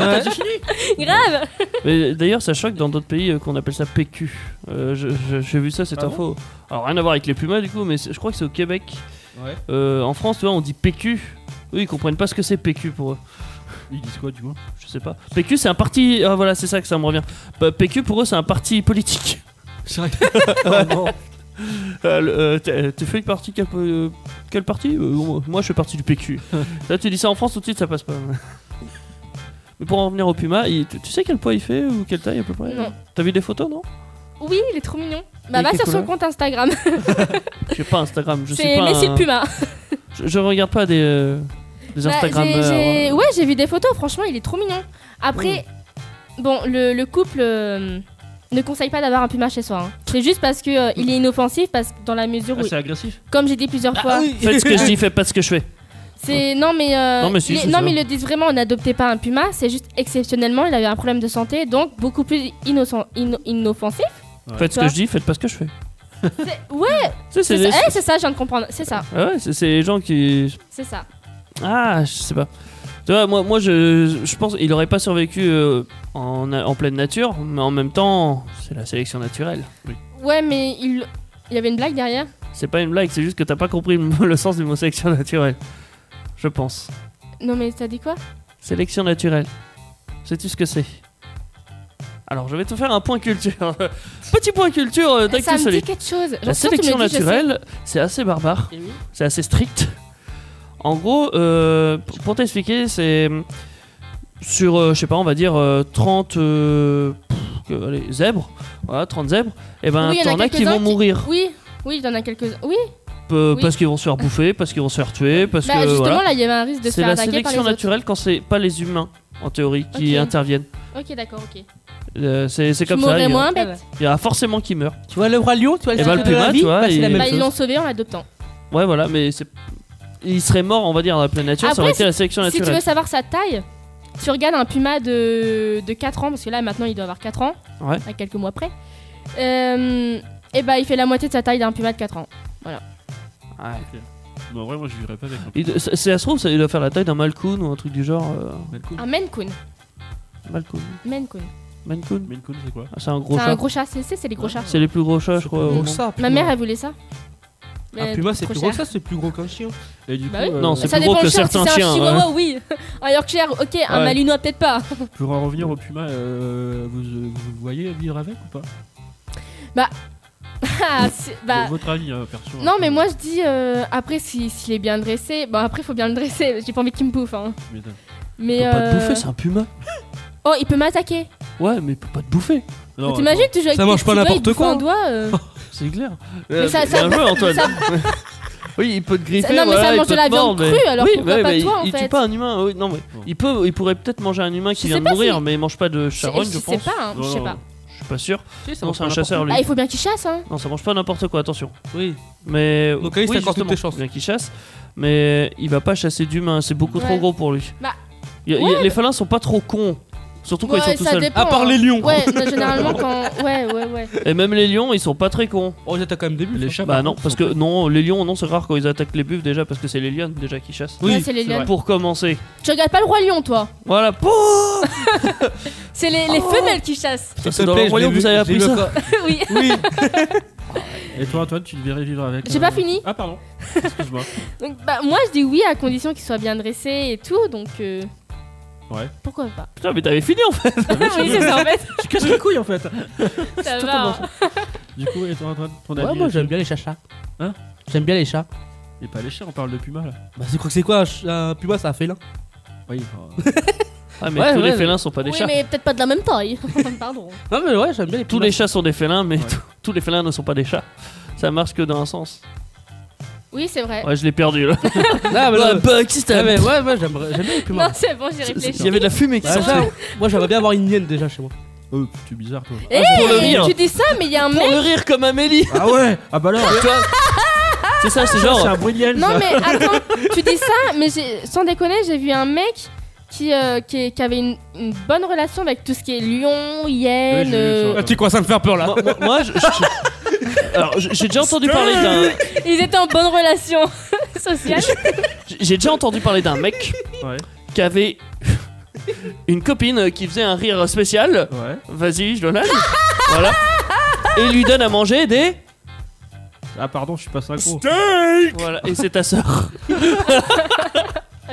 Grave.
Mais d'ailleurs, ça choque dans d'autres pays euh, qu'on appelle ça PQ. Euh, je- je- J'ai vu ça, cette info. Alors, rien à voir avec les pumas, du coup, mais c'est- je crois que c'est au Québec.
Ouais.
Euh, en France, tu vois, on dit PQ. Eux, ils comprennent pas ce que c'est PQ pour eux.
Ils disent quoi, du coup
Je sais pas. PQ, c'est un parti. Ah, voilà, c'est ça que ça me revient. Bah, PQ, pour eux, c'est un parti politique.
C'est vrai.
Oh,
Euh, le- euh, t'as- euh, tu fais partie quel, euh, quel parti Euh, moi- Moi, je fais partie du PQ. Là, tu dis ça en France, tout de suite, ça passe pas. Mais pour en revenir au puma, il- tu, tu sais quel poids il fait ou quelle taille à peu près
Non.
T'as vu des photos, non
Oui, il est trop mignon. Bah,
Et
va
quelle
sur son
couleur
compte Instagram.
J'ai pas Instagram, je sais
C'est
pas. hein.
Messi
un-
le Puma.
Je, je regarde pas des, euh, des
Bah,
Instagrammeurs.
j'ai-
euh,
j'ai- Ouais, j'ai vu des photos. Franchement, il est trop mignon. Après, bon, le, le couple euh, ne conseille pas d'avoir un Puma chez soi. hein. C'est juste parce que euh, il est inoffensif, parce que dans la mesure où,
Ah, c'est agressif
comme j'ai dit plusieurs
Ah,
fois,
Ah
Faites ce que je dis, faites pas ce que je fais.
c'est non mais euh,
Non, mais si,
les-
c'est
non,
ça.
mais ils le disent vraiment. N'adoptez pas un Puma. C'est juste exceptionnellement, il avait un problème de santé, donc beaucoup plus innocent, inno- inoffensif.
Faites ce
Toi.
que je dis, faites pas ce que je fais.
C'est- Ouais,
Tu
c'est
sais, C'est des-
ça. Eh, c'est ça. Je viens de comprendre. C'est ça.
Ah ouais, c'est- c'est les gens qui.
C'est ça.
Ah, je sais pas. Tu vois, moi, moi je, je pense qu'il aurait pas survécu euh, en, en pleine nature, mais en même temps, c'est la sélection naturelle.
Ouais, mais il... il y avait une blague derrière.
C'est pas une blague, c'est juste que t'as pas compris le, le sens du mot sélection naturelle. Je pense.
Non, mais t'as dit quoi
Sélection naturelle. Sais-tu ce que c'est Alors, je vais te faire un point culture. Petit point culture
Ça
euh,
me
d'Actu
dit
Solide.
quelque chose. J'en
La
suis sûre que tu
sélection
me dis, Eh je sais.
naturelle, c'est assez barbare, c'est assez strict. En gros, euh, p- pour t'expliquer, c'est euh, sur, euh, je sais pas, on va dire euh, 30 euh, pff, que- allez, zèbres, voilà, 30 zèbres, et ben
Oui, il y en a
t'en as qui
quelques-uns
vont
qui-
mourir
Oui, oui, t'en as quelques. Oui,
euh,
Oui.
parce qu'ils vont se faire bouffer, parce qu'ils vont se faire tuer, parce
bah
que
justement,
voilà.
là, il y avait un risque de se
C'est
faire
la
attaquer par les
sélection
autres.
naturelle quand c'est pas les humains en théorie qui
Ok.
interviennent.
Ok, d'accord, ok.
Euh, c'est c'est
Tu
comme ça.
mourrais
il y a-
moins bête.
Il y en a forcément qui meurt.
Tu vois le roi lion, tu vois
Et
le
bah, le
cycle de la
puma,
vie,
tu vois,
bah, c'est la
il-
même
Bah, ils
chose.
l'ont sauvé en l'adoptant.
Ouais, voilà, mais c'est. Il serait mort, on va dire, dans la pleine nature, ça
Après,
aurait été la sélection
Si tu
naturelle.
veux savoir sa taille, tu regardes un puma de, de 4 ans, parce que là, maintenant, il doit avoir 4 ans,
Ouais.
à quelques mois près. et bah, il fait la moitié de sa taille d'un puma de 4 ans.
Ouais.
Bah, ouais, moi, je vivrais pas avec un
Il doit- ça- C'est ça se trouve, ça, il doit faire la taille d'un Malcoon ou un truc du genre. euh,
Maine Coon.
Un Maine-Coon.
Malcoon
Maine-Coon.
Malcoon
Maine Coon, c'est quoi
Ah, C'est un gros
C'est
chat.
un gros chat, c'est c'est- c'est les gros chats.
C'est les plus gros chats, je crois. au
Gros
monde.
Oh, ça,
Ma
puma.
mère, elle voulait ça. Mais
Un puma, Ah, c'est
trop
plus gros que
cher.
ça, c'est plus gros qu'un chien.
Et du coup,
Bah oui.
euh,
Non, c'est
Ça
plus
dépend
gros que
le chien, si
certains
c'est un
chiens. ouais.
chihuahua, oui. Un Yorkshire, ok, un
Ouais.
malinois, peut-être pas.
pour en revenir au puma, euh, vous, euh, vous voyez vivre avec ou pas
Ah, c'est- bah,
Votre avis, hein, perso.
non,
hein.
mais moi je dis, euh, après, si- s'il est bien dressé, bon, après, faut bien le dresser, j'ai pas envie qu'il me bouffe. Hein.
Mais t'as-
Il
Mais.
peut pas te
euh,
bouffer, c'est un puma.
Oh, il peut m'attaquer.
Ouais, mais il peut pas te bouffer.
Non,
T'imagines, tu joues avec
Ça
tes
mange pas
petits doigts,
n'importe
il te bouffe
quoi.
un doigt. euh.
C'est clair. Euh,
Mais ça- ça-
bien joué, Antoine. Oui, il peut te griffer.
Ça- non, mais ça
voilà, il
mange
peut
de la
te mordre,
viande
mais-
crue, alors
oui,
pourquoi
ouais,
pas
mais
toi, en
il, il
fait
tue pas un humain. oui, non, mais il, peut, il pourrait peut-être manger un humain
Je
qui
sais
vient de
pas
mourir,
si-
mais il mange pas de
Je
charogne,
je
je
sais
pense.
pas, hein, je sais
Non,
pas.
Je suis pas sûr.
Tu sais, ça
Non,
mange
c'est un
pas
chasseur, lui.
Ah, il faut bien qu'il chasse, hein.
Non, ça mange pas n'importe quoi, attention.
n'importe- Oui.
Mais
Donc, Alice,
oui,
t'as encore
justement,
toutes tes chances.
Bien qu'il chasse, mais il va pas chasser d'humains. C'est beaucoup
Ouais.
trop gros pour lui.
Bah,
Il y a- il y a- les félins sont pas trop cons, surtout quand
Ouais,
ils sont tout
ça
seuls.
dépend.
À part
hein.
les lions.
Ouais, mais généralement, quand. Ouais, ouais, ouais.
Et même les lions, ils sont pas très cons.
Oh, t'as quand même des buts.
Les
ça.
chats,
Bah
par
non,
contre,
parce
sont-
que non, les lions, non, c'est rare quand ils attaquent les buffles déjà, parce que c'est les lions déjà qui chassent.
Oui, Ouais, c'est les lions. vrai.
Pour commencer,
Tu regardes pas le roi lion, toi.
voilà. Pouh
C'est les, les femelles qui chassent.
S'il te
c'est dans
plaît,
le
je
royaume
l'ai
vous
vu,
avez
je l'ai
appris
vu
ça.
oui.
encore. Oui.
Et toi, Antoine, tu devrais vivre avec.
J'ai
euh,
pas fini.
Ah, pardon. Excuse-moi.
Donc, bah, moi, je dis oui à condition qu'il soit bien dressé et tout, donc. euh,
Ouais.
Pourquoi pas
Putain, mais t'avais fini en fait.
Ah Oui, c'est ça, en fait.
Tu casses les couilles en fait.
Ça va. hein.
Du coup, et toi, Antoine, ton avis
Ouais, moi,
là-dessus
j'aime bien les chats-chats.
Hein
J'aime bien les chats.
Mais pas les chiens, on parle de puma là.
Bah, c'est quoi que c'est quoi un ch- Un puma, ça a fait là.
Oui, euh,
Ah, mais
Ouais,
tous
ouais,
les félins sont pas des
oui,
chats.
mais peut-être pas de la même taille. Pardon.
Non, mais ouais, j'aime bien les
Tous
pumas.
les chats sont des félins, mais
Ouais.
tous- tous les félins ne sont pas des chats. Ça marche que dans un sens.
Oui, c'est vrai.
Ouais, je l'ai perdu là.
Ah,
Ouais,
mais non, mais-
bah, qu'est-ce que t'as-
ah, mais ouais, ouais, j'aimerais- j'aime bien les pumas.
Non, c'est bon, j'ai
Il
réfléchi.
y avait de la fumée qui
Bah,
sortait.
ça, moi, j'aimerais bien avoir une hyène déjà chez moi.
euh, tu es bizarre toi.
Eh,
pour le rire.
tu dis ça, mais il y a un
Pour
mec.
le rire comme Amélie.
Ah ouais Ah bah là
Tu vois
Ah,
C'est ça, c'est
C'est
genre.
un brillant
Non, mais attends, tu dis ça, mais j'ai- sans déconner, j'ai vu un mec qui, euh, qui, est- qui avait une, une bonne relation avec tout ce qui est lion,
Ouais,
hyène.
j'ai vu
euh,
ça.
tu quoi, ça me fait peur là.
Moi, moi- moi, je- je- Alors, je- j'ai déjà entendu parler d'un.
euh, Ils étaient en bonne relation sociale.
J'ai déjà entendu parler d'un mec
Ouais.
qui avait une copine qui faisait un rire spécial.
Ouais.
Vas-y, je le lâche. voilà. Et il lui donne à manger des.
Ah pardon, je suis pas synchro.
Voilà. Et c'est ta sœur.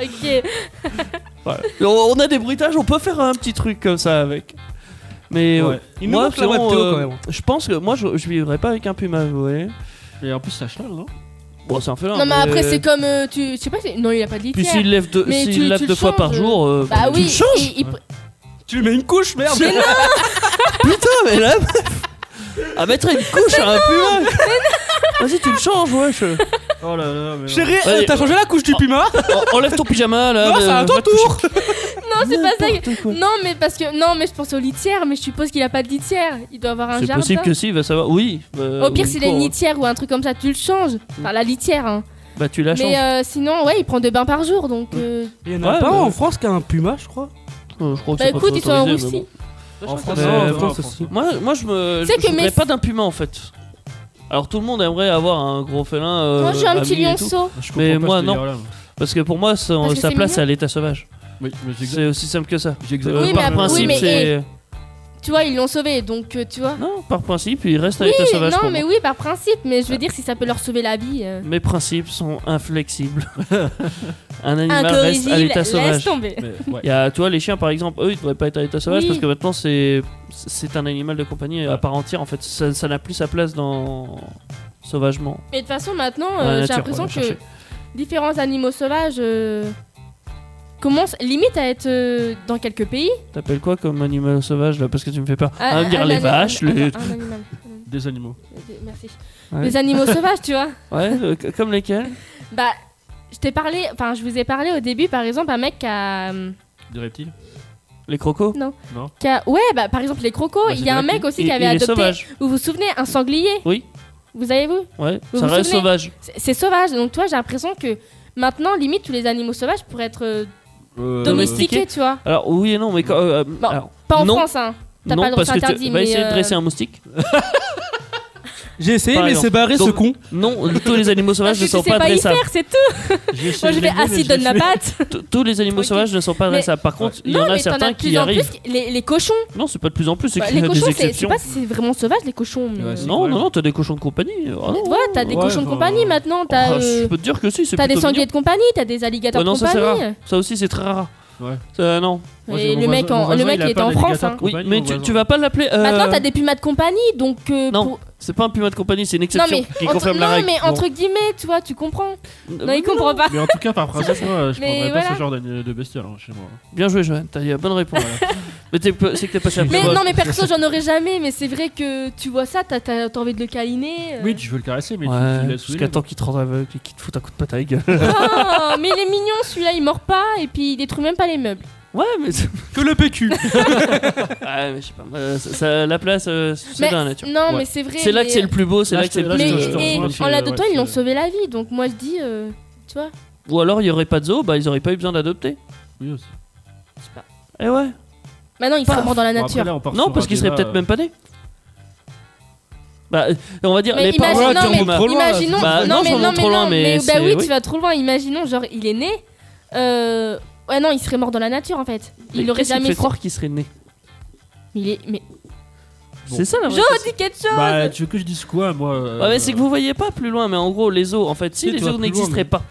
ok.
Voilà. On on a des bruitages, on peut faire un petit truc comme ça avec. Mais
Ouais.
euh,
Il nous
moi,
manque la
sinon,
web théo,
euh,
quand même.
je pense que moi, je, je vivrais pas avec un puma, vous voyez.
Et en plus ça
Ah,
chale, non
Bon, c'est un félin.
Non, mais après, c'est comme. euh, tu... Je sais pas, c'est- non, il a pas de
Puis
litière.
s'il lève deux,
Mais
s'il
tu-
lave
tu le
deux fois par
changes.
jour, euh,
Bah
tu
oui,
le changes.
il- il-
Tu lui mets une couche, merde.
Mais non,
Putain, mais là, à mettre Ah, une couche à un puma. Vas-y, tu le changes, wesh.
Oh là là, mais.
Chérie, euh,
Vas-y.
t'as changé la couche du puma
En- enlève ton pyjama là.
Non,
euh,
c'est
va
à ton
te coucher.
tour
non, c'est pas ça.
N'importe quoi.
Non, mais parce que. Non, mais je pense aux litières, mais je suppose qu'il a pas de litière. Il doit avoir un
C'est
jardin.
possible que si, il va savoir. Oui. euh,
Au pire,
oui,
s'il a une
pour-
litière ou un truc comme ça, tu le changes. Enfin, la litière, hein.
Bah, tu la changes.
Mais euh, sinon, ouais, il prend deux bains par jour, donc. euh,
Il y
en a pas en
France qui a un puma, je crois.
Euh, je crois que
Bah
c'est pas
écoute, ils sont en
autorisé, mais
Russie.
En France,
que ça,
euh,
en
France,
France
aussi.
aussi.
bon. Moi, moi, je me.
C'est
Je
que
voudrais
mes-
pas d'un puma en fait. Alors, tout le monde aimerait avoir un gros félin. euh,
Moi, je suis un
ami
petit
et tout,
lionceau.
Je
Mais
comprends pas
moi,
ce
non.
délire-là, moi.
Parce que pour moi, ça-
Parce que
sa
c'est
place
mignon.
à l'état sauvage.
Oui, mais j'ai
C'est aussi simple que ça. Euh,
J'exagère.
Oui, mais
par
après-
principe,
oui, mais-
c'est.
Tu vois, ils l'ont sauvé, donc euh, tu vois.
Non, par principe, il reste à l'état
Oui,
sauvage.
non,
pour
mais
moi.
oui, par principe, mais je veux dire, si ça peut leur sauver la vie. euh,
Mes principes sont inflexibles. un animal reste
Incorrigible,
à l'état
laisse
sauvage.
tomber.
Mais, ouais.
Il y a, tu vois, les chiens par exemple, eux ils devraient pas être à l'état sauvage
Oui.
parce que maintenant c'est c'est un animal de compagnie à part entière en fait. Ça ça n'a plus sa place dans sauvagement.
Mais de toute façon, maintenant,
Dans la
euh, j'ai
nature,
l'impression
on va
que
chercher.
différents animaux sauvages euh, commencent limite à être euh, dans quelques pays.
T'appelles quoi comme animal sauvage là Parce que tu me fais peur.
Un-
Ah, me dire
un
les
ani-
vaches,
un-
les.
un animal.
Des animaux.
Ok, Merci.
Ouais.
Les animaux sauvages, tu vois.
Ouais, euh, c- comme lesquels
Bah, je t'ai parlé, enfin, je vous ai parlé au début, par exemple, un mec qui a. euh,
Des reptiles
Les crocos
qui a- ouais, bah, par exemple, les crocos.
Bah, c'est
Oh, il y a un
des
mec aussi
Il-
qui avait
il est
adopté.
sauvage.
Vous vous souvenez, un sanglier
Oui.
Vous savez-vous
Ouais,
Vous
ça
vous
reste
souvenez
sauvage.
C'est- C'est sauvage. Donc, toi, j'ai l'impression que maintenant, limite, tous les animaux sauvages pourraient être euh, domestiqués, tu vois.
Alors oui et non, mais quand, euh,
Bon,
alors,
Pas en
non,
France, hein. T'as
non,
pas le droit,
parce
c'est
que tu-
interdit,
va
mais,
essayer de
euh,
dresser un moustique.
J'ai essayé,
Par
mais
exemple.
c'est barré ce
Donc-
con.
Non, tous les animaux sauvages
Parce que
ne
tu
sont
sais
pas
pas y
dressables.
faire, c'est tout. Moi, je vais assis, donne la patte.
Tous- Tous les animaux
Ok.
sauvages ne sont pas
Mais-
dressables. Par contre, il y
Non,
en a
mais t'en as
certains
de plus
qui
en
arrivent.
plus qui- Les les cochons.
Non, c'est pas de plus en plus, c'est
Bah,
qu'il y
Les
a
cochons,
des
c'est- je sais
exceptions.
pas si c'est vraiment sauvage, les cochons. mais,
Ouais,
euh,
si.
Non,
Ouais.
non, non, t'as des cochons de compagnie. Ah non.
Voilà, t'as des
Ouais,
cochons de
enfin,
compagnie maintenant, t'as
Ah, Je
euh,
peux te dire que si, c'est
t'as des
plutôt
sangliers
mignon.
de compagnie, t'as des alligators
Ouais, non,
de
ça c'est rare.
compagnie.
Ça aussi, c'est très rare.
Ouais.
Ça, non.
Moi, j'ai
Et
mon
le
voisin-
mec,
mon
en,
voisin,
le mec
il a
qui est
pas
en France.
d'alligator
hein.
Oui,
Compagnie,
mais
mon
tu,
voisin.
tu vas pas l'appeler. euh,
Maintenant, t'as des pumas de compagnie, donc. euh,
Non,
pour-
c'est pas un puma de compagnie, c'est une
Non,
exception
mais,
qui
entre-
confirme la
non,
règle.
mais
Bon.
entre guillemets, tu vois, tu comprends.
Euh,
non, il comprend pas.
Mais en tout cas, par principe, moi, je
Mais
prendrais pas
voilà.
ce genre de de bestiole hein, chez moi.
Bien joué, Johan, t'as eu la bonne réponse. mais t'es peu- c'est que t'es passé à
Mais
proche.
non, mais perso, j'en aurais jamais, mais c'est vrai que tu vois ça, t'as- t'as t'as envie de le câliner. euh.
Oui, je veux le caresser, mais tu- tu
Ouais,
laisses sous les
jusqu'à temps qu'il te rende aveugle et qu'il te foute un coup de patte à la gueule.
Ah, mais il est mignon celui-là, il mord pas et puis il détruit même pas les meubles.
Ouais, mais.
Que le PQ.
Ouais, mais je sais pas. euh, ça- ça- la place, euh, c'est
Mais-
dans la nature.
Non,
Ouais.
mais c'est vrai.
C'est là
mais- euh,
que c'est le plus beau, c'est
Là,
là
je
que c'est
te-
le
là,
plus.
Mais,
je te-
euh,
et
je te-
en l'adoptant,
ouais,
ils l'ont
c'est-
sauvé la vie, donc moi je dis, euh, tu vois.
Ou alors il y aurait pas de zoo, bah ils auraient pas eu besoin d'adopter.
Oui, aussi.
Eh ouais.
Maintenant, ils
Paf.
sont morts dans la
Bon, après,
nature.
là, on part
Non,
sur
parce
un
qu'ils seraient
débat,
peut-être
euh,
même pas nés. Bah, euh, on va dire
Mais
les parents.
imagine-
Voilà,
non,
tu
mais
remontes trop loin, là.
imaginons,
Bah, non,
non,
je
mais non,
remonte
mais
trop loin,
non,
mais
mais bah
c'est-
oui,
oui.
tu vas trop loin. Imaginons, genre, il est né. euh, Ouais, non, il serait mort dans la nature en fait.
Mais
Il aurait
qu'est-ce qui te
jamais.
fait croire qu'ils seraient nés.
Il est. Mais.
Bon.
C'est ça la vraie
Jo,
question.
dis quelque chose
Bah, tu veux que je dise quoi, moi euh,
euh. Ouais, mais c'est que vous voyez pas plus loin, mais en gros, les zoos, en fait, si
Si,
les
tu vas
zoos
plus loin,
n'existeraient
mais-
pas,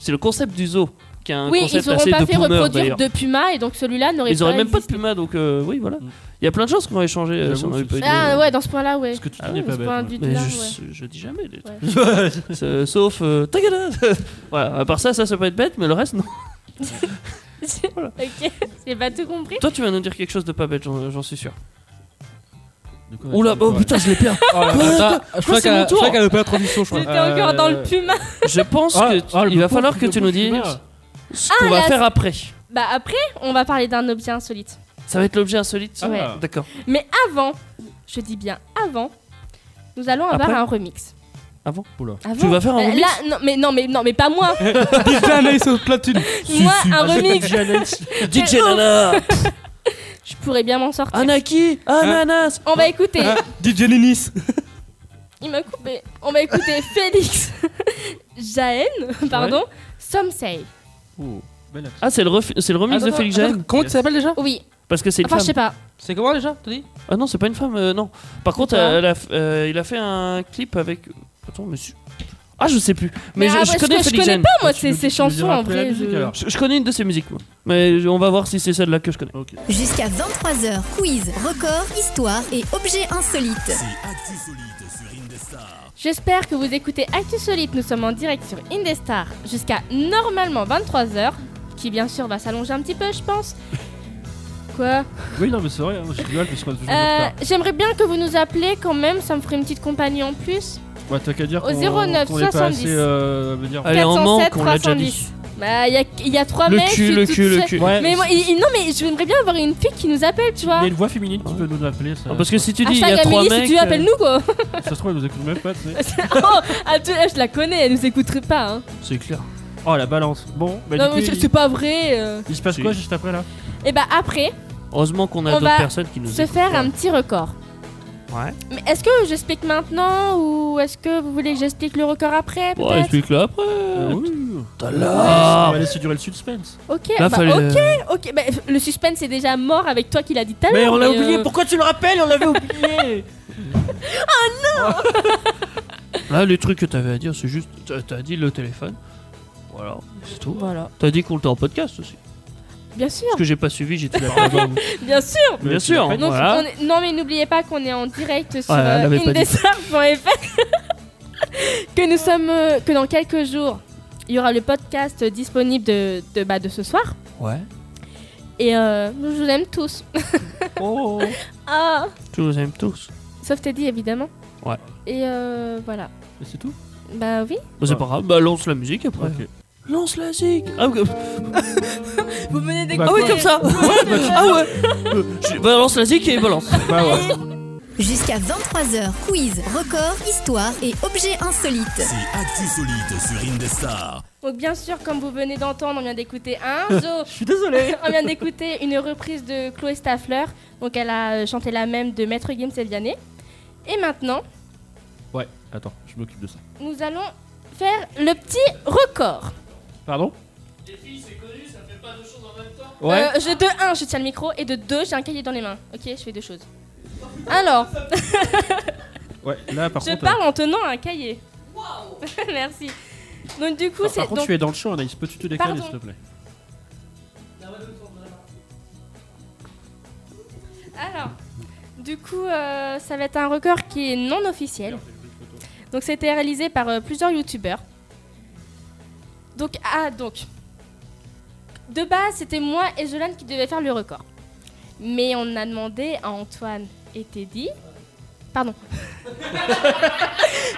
c'est le concept du zoo qui a un
oui,
concept
ils auront
assez
pas
de
fait
poomer,
reproduire
d'ailleurs.
de Puma et donc celui-là n'aurait
Ils
pas.
auraient même pas de
existé.
Puma, donc euh, oui, voilà. Il y a plein de choses qu'on aurait changé euh, si on
Mm. J'avoue,
avait pas eu de-
Ah ouais, dans ce point-là, ouais.
Parce que tu
Ah
dis
ouais,
pas
ce
bête.
point
hein.
de vue-
Mais
Là,
je,
ouais.
je dis jamais des trucs. Euh, Sauf euh, Tagada Voilà, à part ça, ça, ça peut être bête, mais le reste, non.
ok, j'ai pas tout compris.
Toi, tu vas nous dire quelque chose de pas bête, j'en j'en suis sûr.
De quoi
Oula,
tu
oh
parles
putain, je l'ai perdu.
Je crois qu'elle a- je crois qu'elle a pas la transition, je crois.
J'étais
Euh,
encore dans le Puma.
Je pense
Ah,
qu'il
ah, le
va
pauvre
falloir que
de
tu nous dises
Puma.
ce qu'on
Ah,
va
la-
faire après.
Bah après, on va parler d'un objet insolite.
Ça va être l'objet insolite
Ah,
Ouais.
D'accord.
Mais avant, je dis bien avant, nous allons avoir
Après
un remix.
Avant
Oula.
Avant.
Tu vas faire un
Euh,
remix
Là, non, mais non, mais non, mais pas moi.
Déjà, Anaïs au platine.
moi, un remix.
DJ Nana
Je pourrais bien m'en
Ah,
sortir.
Anaki
Ah.
Ananas
On va écouter.
Ah.
DJ Ninis.
Il m'a coupé. On va écouter Félix, Jaen, pardon, Some Say.
Oh, belle action.
Ah, c'est le, ref- c'est le remix de
Attends,
Félix
attends,
Jaime
Ah, Comment tu t'appelles déjà
Oui.
Parce que c'est une
Enfin, je sais
femme.
pas.
Oh. C'est comment déjà T'as dit
Ah non, c'est pas une femme, euh, non. Par contre,
quoi
euh, elle a f- euh, il a fait un clip avec. Attends, monsieur. Ah, je sais plus. Mais, je,
ah,
je
ouais,
connais
je
Félix
connais
Jaime.
pas moi
Tu
ces,
me-
ces
tu me
chansons
diras
en
après la
vrai.
musique,
je-
alors.
Je, je connais une de ses musiques, moi. Mais on va voir si c'est celle-là que je connais.
Ok.
Jusqu'à 23h, quiz, record, histoire et objets insolites.
C'est Actu Solide sur Indestar.
J'espère que vous écoutez Actu Solite. Nous sommes en direct sur Indestar jusqu'à normalement 23h, qui bien sûr va s'allonger un petit peu, je pense. Quoi
Oui, non, mais c'est vrai, hein, je rigole parce qu'on est toujours en
Euh,
retard.
J'aimerais bien que vous nous appelez quand même, ça me ferait une petite compagnie en plus.
Ouais, t'as qu'à dire
au
qu'on-
09
qu'on est pas
70.
assez, euh, veut dire-
Allez, on
407,
manque, on l'a déjà
310.
dit.
Bah, il y a, il y a trois mecs.
Le
je
cul,
suis
le
toute
cul, le
seule.
cul.
Ouais,
Mais moi, il- il- non, mais j'aimerais bien avoir une fille qui nous appelle, tu
Il y
vois.
a une voix féminine qui peut nous appeler. Ça,
Ah, parce que si tu dis il y
Hashtag
a trois
Amélie, si
mecs.
tu veux,
euh,
appelle-nous quoi.
ça se trouve, elle nous écoute même pas, tu sais.
oh, ah, tu- je la connais, elle nous écouterait pas. Hein.
C'est clair.
Oh, la balance. Bon, bah,
non,
du
mais
coup,
c'est
il-
c'est pas vrai. euh.
il se passe
Si.
quoi juste après là
Et bah, après,
Heureusement qu'on a
On
d'autres
va
personnes qui nous
se
écoutent.
faire un petit record.
Ouais.
Mais est-ce que j'explique maintenant ou est-ce que vous voulez que j'explique le record après
Bon,
peut-être
explique-le après.
Euh, oui.
T'as
On
là.
va laisser durer le suspense.
Ok,
Là,
bah,
fallait-
ok, ok. bah, le suspense est déjà mort avec toi qui l'a dit tout à l'heure. mais, euh,
pourquoi tu le rappelles On l'avait oublié Ah non Là, les trucs que t'avais à dire, c'est juste. t'as- T'as dit le téléphone. Voilà, c'est tout. hein.
Voilà.
T'as dit qu'on le était en podcast aussi.
Bien sûr,
Parce que j'ai pas suivi, j'ai tout la
bien sûr.
Bien sûr hein.
Mais tu l'as
Donc,
Voilà.
on est- Bah Non, mais n'oubliez pas qu'on est en direct sur
Ouais, elle
euh,
l'avait pas dit.
indestar.fr. que nous sommes. euh, que dans quelques jours, il y aura le podcast disponible de, de, bah, de ce soir.
Ouais.
Et euh, je vous aime tous.
Oh
Ah
Tu nous aimes tous.
Sauf Teddy, évidemment.
Ouais.
Et euh, voilà.
fait. Et c'est tout
Bah oui.
Bah, c'est pas grave, bah lance la musique après.
Ok.
Lance la musique Ah, ok.
Vous menez des
Bah,
Ah oui, comme ça Ah ouais Euh, je- Bah, lance la musique et balance.
Bah ouais.
Jusqu'à 23h, quiz, record, histoire et objets insolites.
C'est Actu Solide sur Indestar.
Donc, bien sûr, comme vous venez d'entendre, on vient d'écouter un zoo. Je suis désolée. on vient d'écouter une reprise de Chloé Staffler. Donc, elle a euh, chanté la même de Maître Gims et Vianney. Et maintenant.
Ouais, attends, je m'occupe de ça.
nous allons faire le petit record.
Pardon
Euh, je, de 1, je tiens le micro et de 2, j'ai un cahier dans les mains. Ok, je fais deux choses. Alors,
Ouais, là par
je
contre. euh,
parle en tenant un cahier. Merci. Donc du coup,
euh, par-
c'est
Par contre,
donc
tu es dans le champ, Anaïs. Peux-tu te décaler,
Pardon.
s'il te plaît
alors du coup, euh, ça va être un record qui est non officiel. Donc c'était réalisé par euh, plusieurs youtubeurs. Donc ah donc de base, c'était moi et Jolane qui devaient faire le record. Mais on a demandé à Antoine et Teddy pardon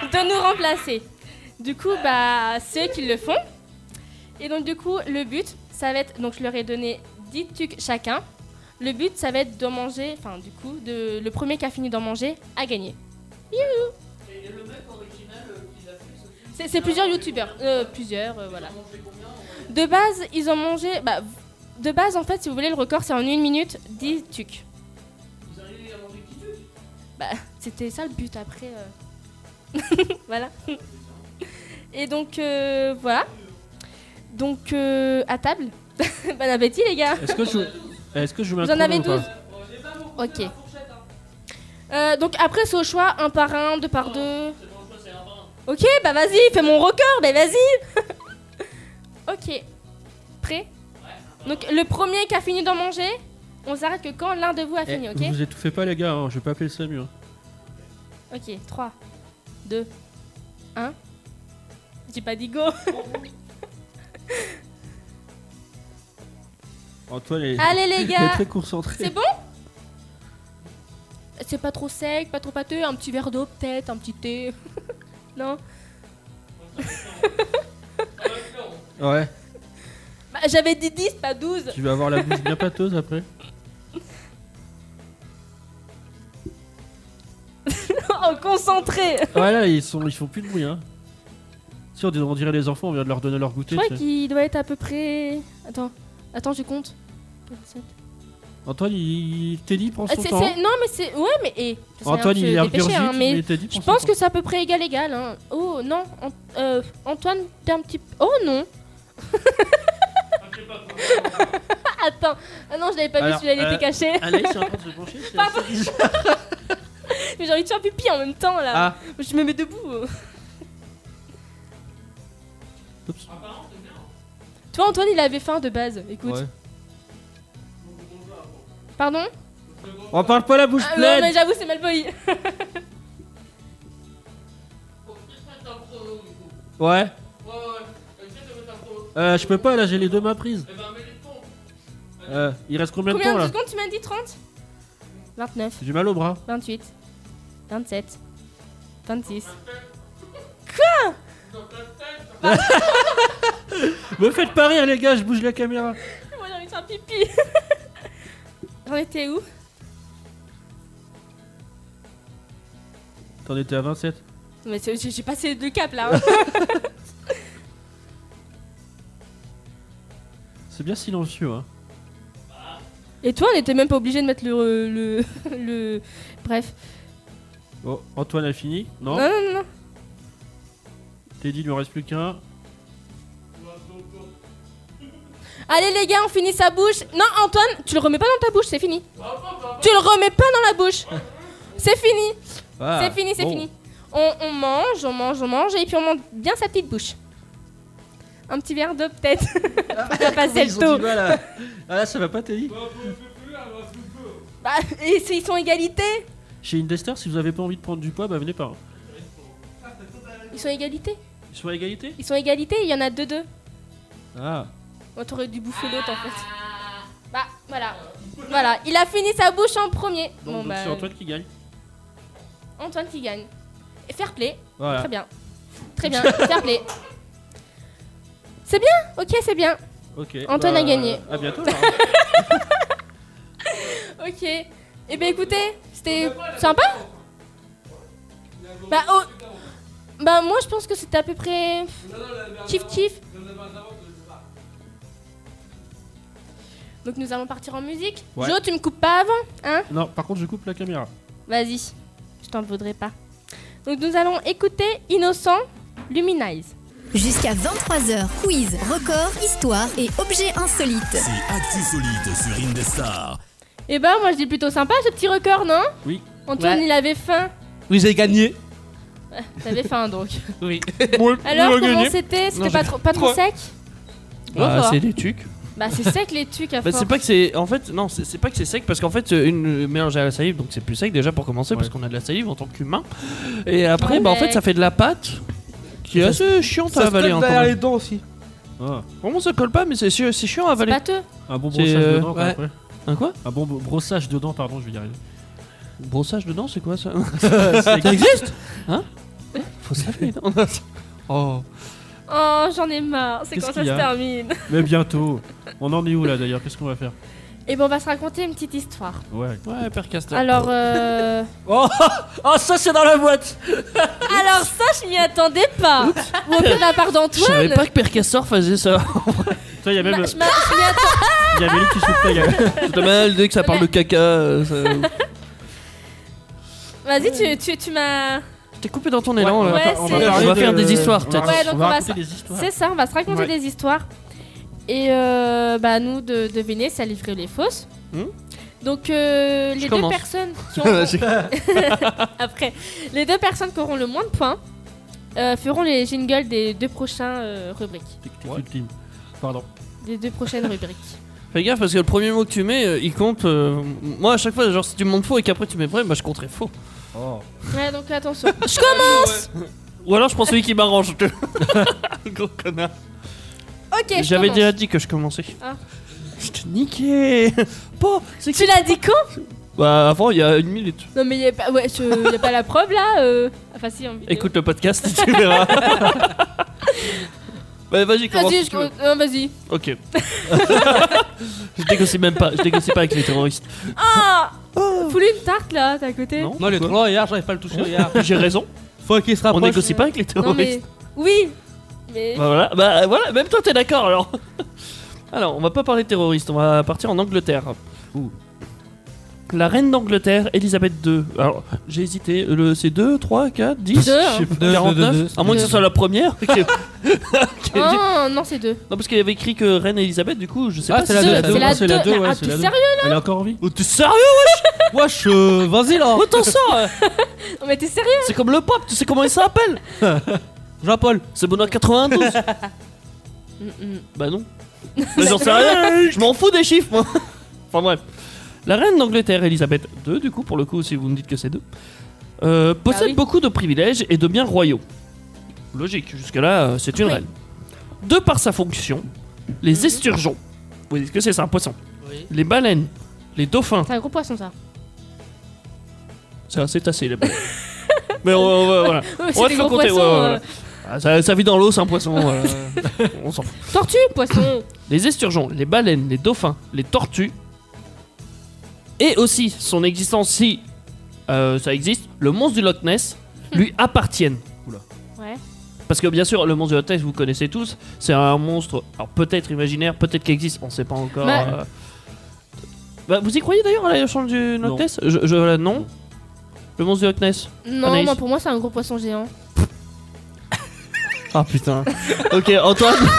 de nous remplacer. Du coup, bah c'est eux qui le font. Et donc du coup, le but, ça va être donc je leur ai donné 10 trucs chacun. Le but, ça va être d'en manger, enfin du coup, de, le premier qui a fini d'en manger a gagné. C'est c'est plusieurs youtubeurs, euh, plusieurs, euh, voilà. De base, ils ont mangé, bah, v- de base en fait, si vous voulez, le record c'est en une minute 10 tucs. Bah, c'était ça le but après. euh. voilà. Et donc, euh, voilà. Donc, euh, à table. bon appétit, les gars.
Est-ce que je. Est-ce que je mets un
Vous en
chrono
avez
ou pas
12 Ok. Euh, donc après, c'est au choix, un par un, deux par deux. Ok, bah vas-y, fais mon record, bah vas-y. ok. Prêt prêts Donc le premier qui a fini d'en manger, on s'arrête que quand l'un de vous a fini, ok
Eh, Vous étouffez pas, les gars, hein, je vais pas appeler le SAMU. hein.
Ok, 3, 2, 1. J'ai pas dit go
Antoine est,
Allez les
est
gars
très concentré.
C'est bon C'est pas trop sec, pas trop pâteux, un petit verre d'eau peut-être, un petit thé. non
Ouais,
Bah, J'avais dit 10, pas 12.
tu vas avoir la bouche bien pâteuse après.
oh, concentré
Ouais, là, ils, sont, ils font plus de bruit. Hein. Si on dirait- on dirait les enfants, on vient de leur donner leur
Je
goûter.
crois
tu sais.
qu'il doit être à peu près. Attends, attends, je compte.
Antoine, il... Teddy prend
Ah,
son
c'est-
temps.
c'est- Non, mais c'est. Ouais, mais. eh, ça sert à
Antoine,
rien de
il
se
est
dépêcher, hein,
regurgite,
mais
mais Teddy
Je
prend son
pense
temps.
que c'est à peu près égal, égal. hein. Oh non, An- euh, Antoine, t'es un petit. p- Oh non Attends, ah non, je l'avais pas
Alors,
vu, celui-là il
euh,
était caché.
Alex est en train de se pencher. c'est assez bizarre.
Mais j'ai envie de faire pipi en même temps là.
Ah,
Je me mets debout.
Oups.
Toi, Antoine, il avait faim de base. Écoute.
ouais.
Pardon
On parle pas la bouche
Ah, Non,
pleine.
mais j'avoue, c'est mal poli.
Ouais. Euh, je peux pas, là, j'ai Eh ben, les deux mains prises. Euh, il reste combien de
Combien
temps
de
là
secondes tu m'as dit 30 29,
J'ai mal au bras.
28, 27, 26.
Me faites pas rire, les gars, je bouge la caméra.
Moi j'ai envie de faire pipi. J'en étais où
T'en étais à 27.
Non, Mais c'est- j'ai j'ai passé le cap là. hein.
C'est bien silencieux, hein.
Et toi, on était même pas obligé de mettre le. le, le... Bref.
Bon, Antoine a fini Non,
Non, non, non, non.
Teddy, il lui en reste plus qu'un.
Allez les gars, on finit sa bouche. Non, Antoine, tu le remets pas dans ta bouche, c'est fini. Tu le remets pas dans la bouche. C'est fini,
Ah,
c'est fini, c'est
bon.
fini. On, on mange, on mange, on mange, et puis on monte bien sa petite bouche. Un petit verre d'eau peut-être. Pour faire passer le
Ils ont
tout.
du mal à- Ah là, ça va pas, Teddy
Bah, et c'est- ils sont égalité.
Chez Indestar, si vous avez pas envie de prendre du poids, bah venez pas. hein.
Ils sont égalité.
Ils sont à égalité
Ils sont égalité, il y en a deux deux.
Ah.
Moi, t'aurais dû bouffer l'autre en fait. Bah, voilà. Voilà, il a fini sa bouche en premier.
Donc,
bon,
donc
bah,
c'est Antoine qui gagne.
Antoine qui gagne. Et fair play.
Voilà.
Très bien. Très bien, fair play. C'est bien Ok, c'est bien.
Ok. Bah,
Antoine a gagné.
À bientôt. alors.
Ok. Eh ben écoutez, c'était sympa Bah, oh... bah moi je pense que c'était à peu près... Kiff kiff Donc nous allons partir en musique.
Ouais.
Joe, tu me coupes pas avant, hein
non, par contre, je coupe la caméra.
Vas-y, je t'en voudrais pas. Donc nous allons écouter Innocent Luminize.
Jusqu'à 23h, quiz, record, histoire et objets insolites.
C'est Actu Solide sur Indestar.
Et bah moi je dis plutôt sympa ce petit record, non
Oui.
Antoine
Ouais.
il avait faim.
Oui, j'ai gagné.
T'avais faim donc.
Oui.
Ah,
Alors comment c'était C'était pas trop, pas trop sec
Bah,
ça va.
c'est des tucs.
Bah c'est sec les trucs à
Bah,
force.
c'est pas que c'est. En fait, non, c'est c'est pas que c'est sec parce qu'en fait, euh, une euh, mélangée à la salive, donc c'est plus sec déjà pour commencer parce qu'on a de la salive en tant qu'humain. Et après,
Ouais,
bah, en
mais-
fait, ça fait de la pâte qui est assez chiante à
Ça se
avaler.
colle
en
derrière
temps.
les dents aussi.
Ah,
Vraiment, ça colle pas, mais c'est c'est- c'est chiant à avaler.
Pâteux.
Un bon
C'est,
brossage
euh,
dedans, quoi,
ouais.
après.
Un quoi
Un bon bo- brossage dedans, pardon, je vais y arriver.
Brossage dedans, c'est quoi ça
C'est-
existe Hein Faut se laver, non Oh.
Oh j'en ai marre, c'est
Qu'est-ce
quand ça
qu'il
se
y a
termine.
Mais bientôt. On en est où là d'ailleurs Qu'est-ce qu'on va faire
Et ben on va se raconter une petite histoire.
Ouais.
Ouais, Père Castor.
Alors euh...
Oh, oh, ça, c'est dans la boîte
Alors ça je m'y attendais pas. Ou un peu de la part
Je savais
d'Antoine.
pas que Père Castor faisait ça.
Toi, il y a
Bah,
même euh,
je m'a- je m'y attendais-
il y a Amélie qui souffle la gueule.
C'est mal dès que ça parle de caca. euh, ça-
Vas-y tu, tu, tu m'as...
Je t'ai coupé dans ton élan, là.
Ouais,
par-
c'est-
On va
de-
faire des histoires,
euh, on va-
peut-être.
Ouais, donc on va
raconter
ça-
des histoires.
C'est ça, on va se raconter
Ouais.
des histoires. Et euh, bah, nous, de deviner si elle est vraie ou les fausses.
Hmm.
Donc, euh, les deux
commence.
personnes qui auront... Après, les deux personnes qui auront le moins de points euh, feront les jingles des deux prochains euh, rubriques.
Tic, tic, tic, tic. Pardon.
Les deux prochaines rubriques.
Fais gaffe parce que le premier mot que tu mets, euh, il compte. euh, moi, à chaque fois, genre si tu me montes faux et qu'après tu mets vrai, bah je compterai faux.
Oh.
Ouais, donc attention.
Je commence Ou alors je prends celui qui m'arrange. Gros connard.
Ok, je
J'avais
commence.
déjà dit que je commençais.
Ah.
Je t'ai niqué Bon, c'est
Tu l'as dit quand
Bah, avant, il y a une minute.
Non, mais il a, pas- ouais, je- y a pas la preuve là euh. Enfin, si, en vidéo.
Écoute le podcast, tu verras. bah, vas-y, commence.
Vas-y,
si
je
tu veux.
compte- non, vas-y.
Ok. je négocie même pas, je négocie pas avec les terroristes.
Ah Fous-lui une tarte là, t'es à côté.
Non,
Non, le
quoi
troll, regarde, j'arrive pas à le toucher, regarde.
J'ai raison,
Faut qu'il se
on
rapproche.
négocie pas avec les
Non,
terroristes.
mais. Oui Mais.
Bah voilà, bah voilà, même toi t'es d'accord alors. Alors, on va pas parler de terroristes, on va partir en Angleterre. La reine d'Angleterre, Elisabeth II. Alors, j'ai hésité, le, c'est 2, 3, 4, 10,
Deux, hein.
49
deux, deux, deux.
À moins que ce soit la première. Ok. Ok.
Ah, non, c'est deux.
Non, parce qu'il y avait écrit que reine Elisabeth, du coup, je sais
Ah,
pas
c'est
si
la
Deux,
deux,
c'est
deux,
la
c'est
deux.
la deux, ouais,
Ah,
c'est
t'es
la deux.
sérieux
Elle est encore en vie
Oh, t'es sérieux
Wesh, euh, vas-y là.
Oh, t'en sors euh.
Non, mais t'es sérieux
C'est comme le pape, tu sais comment il s'appelle
Jean-Paul.
C'est Benoît 92
Mm, mm.
Bah non. Mais j'en sais rien, je m'en fous des chiffres, moi. Enfin bref. La reine d'Angleterre, Elisabeth II, du coup, pour le coup, si vous me dites que c'est deux, euh, possède
Ah oui.
beaucoup de privilèges et de biens royaux. Logique, jusque-là, euh, c'est une
Oui. Mm-hmm.
reine. De par sa fonction, les esturgeons, vous dites que c'est ça, un poisson, les baleines, les dauphins,
C'est un gros poisson ça.
c'est un cétacé, les baleines. Mais on, on va- voilà.
Ouais,
On va
c'est
te
des
faire
gros
compter,
poissons.
ouais, ouais,
euh,
ouais. Ah, ça, ça vit dans l'eau, c'est un poisson. voilà. on s'en fout.
Tortue, poisson.
les esturgeons, les baleines, les dauphins, les tortues, et aussi son existence, si euh, ça existe, le monstre du Loch Ness, lui appartiennent.
Ouais.
Parce que bien sûr, le monstre du Loch Ness, vous connaissez tous, c'est un monstre, alors peut-être imaginaire, peut-être qu'il existe, on sait pas encore.
Ouais.
euh. Bah, vous y croyez d'ailleurs à la légende du
Non.
Loch Ness je, je- euh, Non Le monstre du Loch Ness
Non,
Anaïs.
moi pour moi c'est un gros poisson géant.
Ah putain. ok, Antoine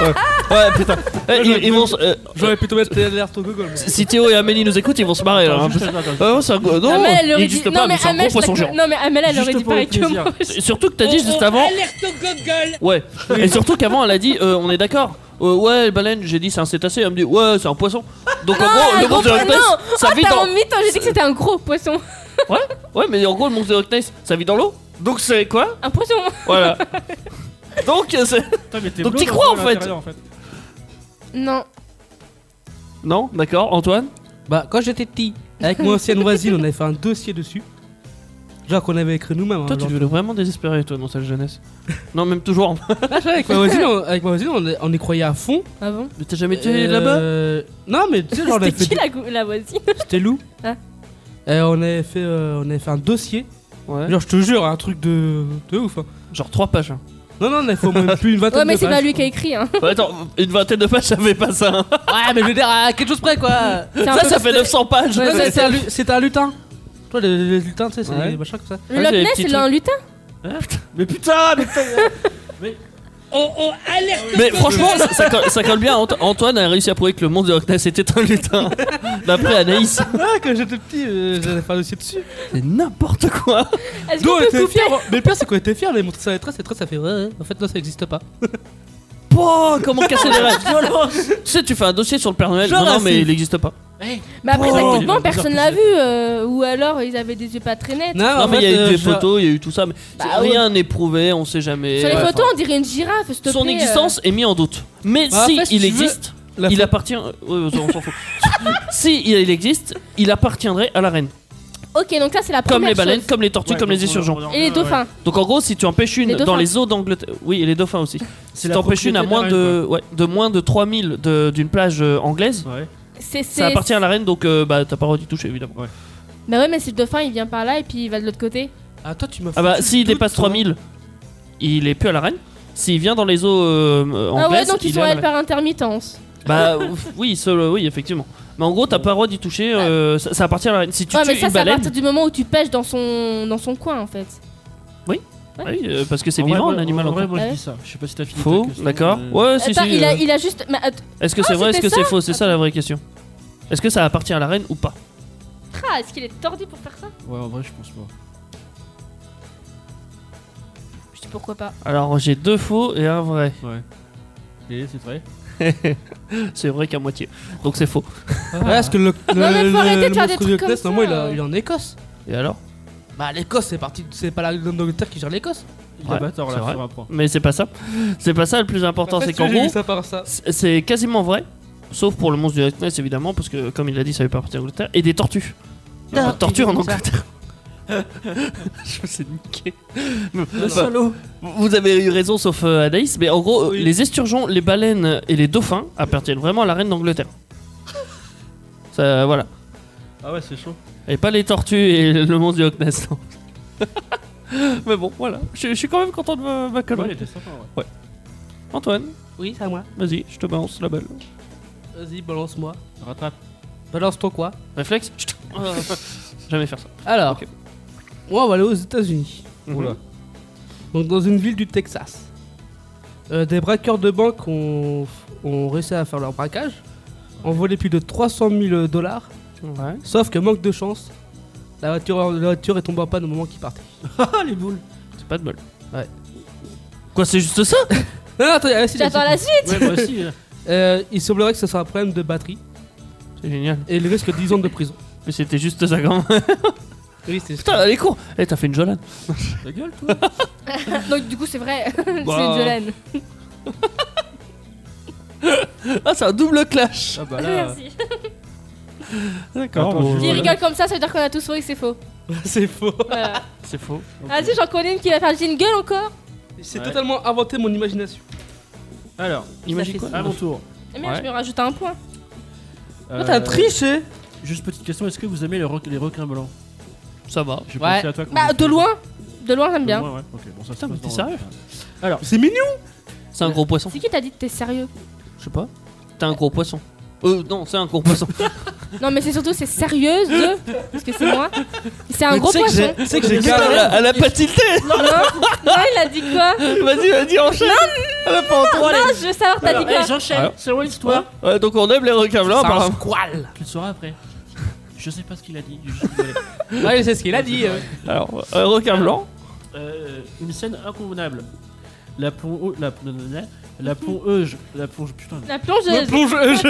Ouais, ouais, putain. Eh, ils- ils vont se- euh,
J'aurais plutôt mettre l'air ton Google.
si Théo et Amélie nous écoutent, ils vont se marrer là. hein, parce- Ah ouais, c'est un gros- Non,
Amel, elle
il
aurait dit.
existe pas, mais c'est un gros
Amel, je
poisson
la-
géant.
Non, mais Amel, elle
Juste
aurait dit
pour
pareil
le
que moi.
Et Surtout que t'as dit juste avant. Ouais. Et surtout qu'avant, elle a dit, euh, on est d'accord. Euh, ouais, baleine, j'ai dit c'est un cétacé. Elle me dit, ouais, c'est un poisson. Donc en gros,
un
le
gros
monstre de Loch
poisson.
Ness, ça
Ah,
vit
t'as
dans.
en mythe, j'ai dit que c'était un gros poisson.
Ouais, mais en gros, le monstre de Loch Ness, ça vit dans l'eau. Donc c'est quoi
Un poisson.
Voilà. Donc euh, c'est. Donc t'y crois, en fait.
Non.
Non, d'accord, Antoine
Bah, quand j'étais petit, avec mon ancienne voisine, on avait fait un dossier dessus. Genre qu'on avait écrit nous-mêmes. hein,
Toi, tu
genre.
devais vraiment désespérer, toi, dans ta jeunesse. Non, même toujours.
Ah, je sais, avec ma voisine, on, avec ma voisine, on, on y croyait à fond.
Ah bon
Mais t'as jamais été
Euh,
là-bas
Non, mais tu sais, genre, on avait
C'était
fait.
qui la, go- la voisine
C'était loup.
Ah.
Et on avait fait, euh, on avait fait un dossier.
Ouais.
Genre, je te jure, un truc de, de ouf. hein.
Genre trois pages. hein.
Non, non, il faut même plus une vingtaine
Ouais, mais
de
c'est
pages.
pas lui qui a écrit. Hein.
Ouais, Attends, une vingtaine de pages, ça fait pas ça. hein.
Ouais, mais je veux dire, à quelque chose près, quoi.
C'est un
Ça,
peu-
ça fait 900 pages.
Ouais, c'est- c'est un lu- C'est un lutin. Toi, les, les lutins, tu sais, c'est
Ouais.
des machins comme ça.
Le
Ah,
Loch
c'est les
Ness,
petits
il a un lutin.
Mais putain, mais Mais franchement, ça, ça colle- ça colle bien. Ant- Antoine a réussi à prouver que le monde de Loch Ness était un lutin. D'après Anaïs,
Ah, quand j'étais petit, euh, j'avais fait un dossier dessus.
c'est n'importe quoi.
Est-ce
Nous, on
qu'on peut
était
couper
fiers. Mais le pire, c'est qu'on était fiers. On avait montré ça à la trace. Et trace, ça fait ouais, ouais. En fait, non, ça existe pas.
Pouah, comment casser les rêves Tu sais, tu fais un dossier sur le Père Noël.
Genre
non, non,
raciste.
mais il n'existe pas.
Mais après,
Oh,
techniquement,
bizarre,
personne l'a vu. euh, Ou alors, ils avaient des yeux pas très nets.
non,
en
mais il
fait,
y a eu
euh,
des
je-
photos, il y a eu tout ça. Mais
Bah
c'est-
ouais.
rien n'est prouvé, on sait jamais.
Sur les
Ouais,
photos,
enfin,
on dirait une girafe, s'il te
son
plaît, euh.
existence est mise en doute. Mais
Bah,
si
après, si
il
tu veux,
existe,
la
il
photo-
appartient. ouais, on s'en fout. si il existe, il appartiendrait à la reine.
Ok, donc ça, c'est la première
Comme les
chose.
baleines, comme les tortues, comme les esturgeons.
Et
Ah,
les dauphins.
Donc en gros, si tu empêches une
Les dauphins.
dans les eaux d'Angleterre, oui, et les dauphins aussi. Si
la
t'empêches une à moins
propriété
de, ouais, de moins de 3000 de- d'une plage euh, anglaise,
Ouais.
C'est, c'est...
ça appartient à la reine, donc euh, bah t'as pas le droit d'y toucher évidemment.
Bah ouais, mais si le dauphin, il vient par là et puis il va de l'autre côté.
Ah, toi, tu m'as
Ah bah s'il dépasse 3000, il est plus à la reine. S'il vient dans les eaux euh, euh,
Ah ouais,
anglaises,
donc ils
il
sont
est à la
à
reine.
par intermittence.
Bah ouf, oui, seul, euh, oui effectivement. Mais en gros, t'as pas le droit d'y toucher. euh, ça, ça appartient à la reine. Si tu
ouais,
tues
mais ça,
une
c'est à
baleine,
partir du moment où tu pêches dans son, dans son coin, en fait.
Ah oui, euh, parce que c'est vivant un animal.
En
encore.
vrai, moi
Ah
je
ouais.
dis ça. Je sais pas si t'as fini.
Faux,
ta question,
d'accord.
mais-
Ouais, si,
Attends,
si,
il,
euh,
a, il a juste. mais att-
Est-ce que c'est
Ah,
vrai, est-ce que
c'était
c'est faux C'est ça la vraie question. Est-ce que ça appartient à la reine ou pas
Ah, est-ce qu'il est tordu pour faire ça
Ouais, en vrai, je pense pas.
Je dis pourquoi pas.
Alors j'ai deux faux et un vrai.
Ouais. Et c'est vrai.
c'est vrai qu'à moitié. Donc c'est faux.
Ouais, parce que le, le,
mais faut
le-
arrêter de faire
le
des
monstre de
trucs comme
Kness,
ça.
normalement, il, est- il est en Écosse.
Et alors
Bah, l'Écosse, c'est parti. C'est pas la l'Angleterre qui gère l'Écosse.
Il
Ouais,
a pas tort
c'est
là,
vrai.
sur un point.
Mais c'est pas ça. C'est pas ça le plus important, c'est qu'en
j'ai
gros,
vu ça par ça.
c'est c'est quasiment vrai. Sauf pour le monstre du Loch Ness, évidemment, parce que comme il l'a dit, ça veut pas partir d'Angleterre. Et des tortues. Il y a pas de tortues en Angleterre. Je me suis niqué.
Bah,
Enfin, Vous avez eu raison, sauf euh, Anaïs, mais en gros, euh,
Oui.
les esturgeons, les baleines et les dauphins appartiennent vraiment à la reine d'Angleterre. Ça, voilà.
Ah ouais, c'est chaud.
Et pas les tortues et le monstre du Loch Ness. non. mais bon, voilà. Je, je suis quand même content de ma, ma
Ouais,
connerie.
il était sympa, ouais.
Antoine,
Oui, c'est à moi.
vas-y, je te balance la balle.
Vas-y, balance-moi.
Rattrape.
Balance-toi quoi
Réflexe chut. Ah, Jamais faire ça.
Alors,
Ok.
moi, on va aller aux États-Unis.
Mhm.
Donc, dans une ville du Texas. Euh, des braqueurs de banque ont, ont réussi à faire leur braquage, ont volé plus de 300 000 dollars,
Mhm. Ouais.
sauf que manque de chance, la voiture, la voiture est tombée en panne au moment qu'ils partaient.
Ah, les boules
C'est pas de bol.
Ouais.
Quoi, c'est juste ça
Non, non, attends, ah, si,
J'attends
si.
la suite.
Ouais, moi aussi. hein.
Euh, il semblerait que ce soit un problème de batterie
C'est génial.
et il risque 10 ans de prison.
Mais c'était juste ça quand même.
Oui, c'est
Putain, elle est con. Eh, t'as fait une jolane.
Ta gueule, toi
Donc du coup c'est vrai, c'est une
Bah.
Jolene.
Ah, c'est un double clash.
Ah bah là.
Merci.
D'accord.
Attends,
bon,
je-
Il
voilà.
rigole comme ça, ça veut dire qu'on a tous souri que c'est faux.
c'est faux.
Voilà.
C'est faux.
Ah si j'en connais une qui va faire jingle encore.
C'est
Ouais.
totalement inventé mon imagination.
Alors,
Imagine quoi
à mon tour.
Eh merde,
Ouais.
je me rajoute un point.
Ah, t'as
Euh,
triché
Juste petite question, est-ce que vous aimez les, requ- les requins blancs
Ça va.
J'ai
Ouais.
pensé à toi quand
Bah
j'ai
de
fait-
loin, de loin j'aime
De
bien.
loin, ouais. Ok, bon, ça se
Putain, mais
passe
t'es
dans-
sérieux
C'est mignon
C'est un gros poisson.
C'est qui t'a dit que t'es sérieux
Je sais pas. T'es un gros poisson. Euh, non, c'est un gros poisson.
Non mais c'est surtout c'est sérieuse de parce que c'est moi. C'est un
Mais
gros
tu sais que
poisson.
j'ai- Tu sais que j'ai
Putain, elle, a- elle a pas tilté.
Non, non, il a dit quoi
Vas-y, vas-y, enchaîne. Elle a pas en trois,
Non, je veux savoir t'as dit quoi
eh, J'enchaîne, c'est une histoire
les- Ouais, donc on aime les requins blancs,
un
apparemment.
squal
Tu le sauras après. Je sais pas ce qu'il a dit. je suis désolé.
Ouais, c'est ce qu'il a dit. euh.
Alors, euh, requin blanc.
Euh, une scène inconvenable. La plonge. La, la plongeuse. La plonge. Putain.
La plongeuse.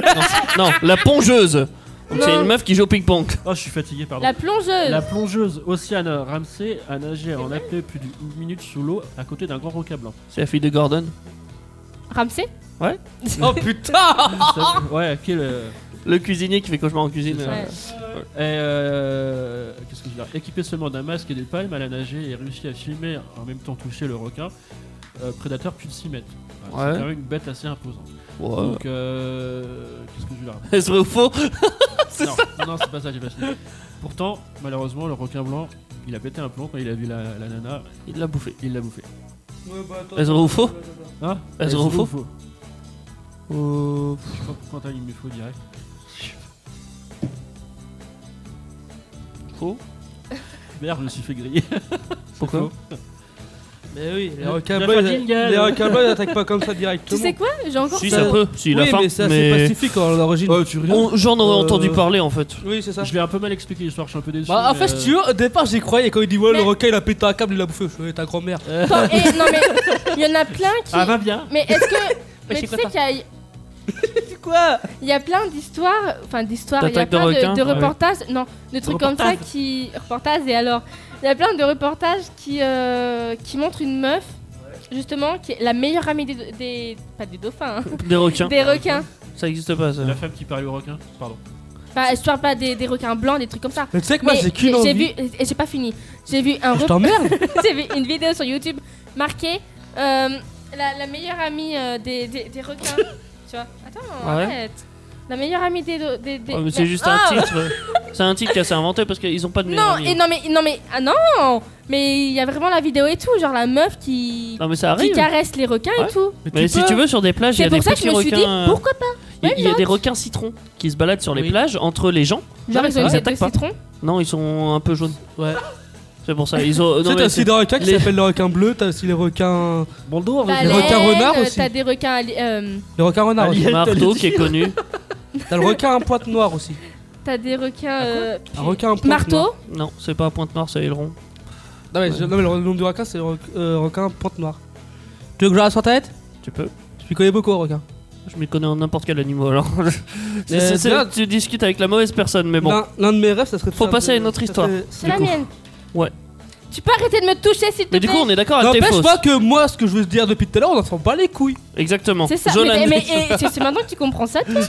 Non, la pongeuse. Donc c'est
Non.
une meuf qui joue au ping-pong.
Oh, je suis fatigué, pardon.
La plongeuse.
La plongeuse Océane Ramsey a nagé en apnée plus d'une minute sous l'eau à côté d'un grand requin blanc.
C'est la fille de Gordon.
Ramsey
Oh putain
Ça- ouais, quel. euh,
Le cuisinier qui fait cauchemar en cuisine.
Ouais.
Et, euh, qu'est-ce que je veux dire Équipée seulement d'un masque et des palmes, elle a nagé et réussi à filmer en même temps toucher le requin, euh, prédateur plus de 6 mètres. Voilà,
Ouais.
C'est quand même une bête assez imposante.
Ouais.
Donc, euh, qu'est-ce que je veux dire
Est-ce vrai ou faux
Non, non, c'est pas ça, j'ai pas fini. Pourtant, malheureusement, le requin blanc, il a pété un plomb quand il a vu la, la nana,
Il l'a bouffé.
il l'a bouffé.
bah,
Est-ce vrai ou faux
Hein
Est-ce vrai ou faux
Euh, Je sais pas pourquoi t'as mis mes faux direct.
Faux.
Merde, je me suis fait griller.
Pourquoi
Mais oui, les
Le-
requins
la
blancs, ils-
fatigale.
les requins blancs, ils attaquent pas comme ça directement.
Tu sais quoi J'ai encore
Si, ça
Ça-
peut. Si, il a
Oui,
faim.
mais ça, c'est
mais-
pacifique hein, en origine.
On- J'en aurais
Euh,
entendu parler en fait.
Oui, c'est ça.
Je l'ai un peu mal expliqué l'histoire, je suis un peu déçu.
Bah, en
mais, euh,
fait, si tu veux, au départ, j'y croyais quand il dit Ouais,
Mais-
le requin il a pété un câble, il l'a bouffé. Je suis ta grand-mère.
Attends, eh, non mais il y en a plein qui.
ben.
Ah, va bien
Mais est-ce que
Mais
mais
c'est
tu
quoi,
sais qu'il y a
Quoi
il y a plein d'histoires, enfin d'histoires, il y a
D'attaques de
plein de,
requins,
de
ouais.
reportages, non, de trucs comme ça
reportages.
qui reportages et alors il y a plein de reportages qui euh, qui montrent une meuf justement qui est la meilleure amie des, des- pas des dauphins, hein,
Des requins.
des requins.
Ça existe pas ça.
La femme qui parlait au requin Pardon.
Enfin, je parle pas des, des requins blancs, des trucs comme ça.
Mais tu sais que moi,
Mais
j'ai qu'une
j'ai
envie.
vu, et j'ai pas fini. J'ai vu un
Je
rep-
t'emmerde.
j'ai vu une vidéo sur YouTube marquée euh, la, la meilleure amie euh, des, des, des requins. tu vois Attends,
Ah Ouais.
arrête. La meilleure amie des. des, des-
Ouais, mais
la-
c'est juste un
Ah
titre. C'est un titre qui a s'est inventé parce qu'ils ont pas de hein. meilleur
Non,
ami.
et non mais non mais ah non, mais il y a vraiment la vidéo et tout, genre la meuf qui
Non, mais ça
qui
arrive.
caresse les requins
Ouais.
et tout.
Mais si tu veux sur des plages, il y
C'est
a des
pour ça que
petits
je me suis dit
requins. euh,
pourquoi pas
Il y a- il y a
Ouais,
des requins citrons qui se baladent sur les
Oui.
plages entre les gens.
Genre ils ont une tête de
attaquent pas.
citron.
Non, ils sont un peu jaunes.
Ouais.
C'est pour ça. Ils ont. non,
Tu sais,
mais
t'as aussi
c'est-
des requins qui
les-
s'appellent les requins bleus, t'as aussi les requins.
Bonjour
les requins
Baleine,
renards
euh,
aussi.
T'as des requins ali- euh,
Les requins renards aussi.
Marteau qui est connu.
T'as le requin à pointe noire aussi.
t'as des requins euh,
Un requin à pointe noire.
marteau.
Non, c'est pas Pointe-Noire, c'est Aileron.
Non, mais, je- non, mais le nom du requin, c'est le requin, euh, requin à pointe noire. Tu veux que je la rase sur ta tête
Tu peux.
Tu m'y connais beaucoup, hein, requin.
Je m'y connais en n'importe quel animal. alors. C'est- c'est- c'est-
bien.
tu discutes avec la mauvaise personne, mais bon.
L'un- L'un de mes rêves, ça serait de
Faut
faire
passer
de-
à une autre
ça
histoire.
serait-
C'est la
coup.
mienne.
Ouais.
Tu peux arrêter de me toucher, s'il te plaît
Mais du coup, on est d'accord, elle était
N'empêche
fausse.
pas que moi, ce que je veux dire depuis tout à l'heure, on en s'en bat les couilles.
Exactement.
C'est ça,
Je
mais,
l'admets.
mais- et- c'est c'est maintenant que tu comprends ça, toi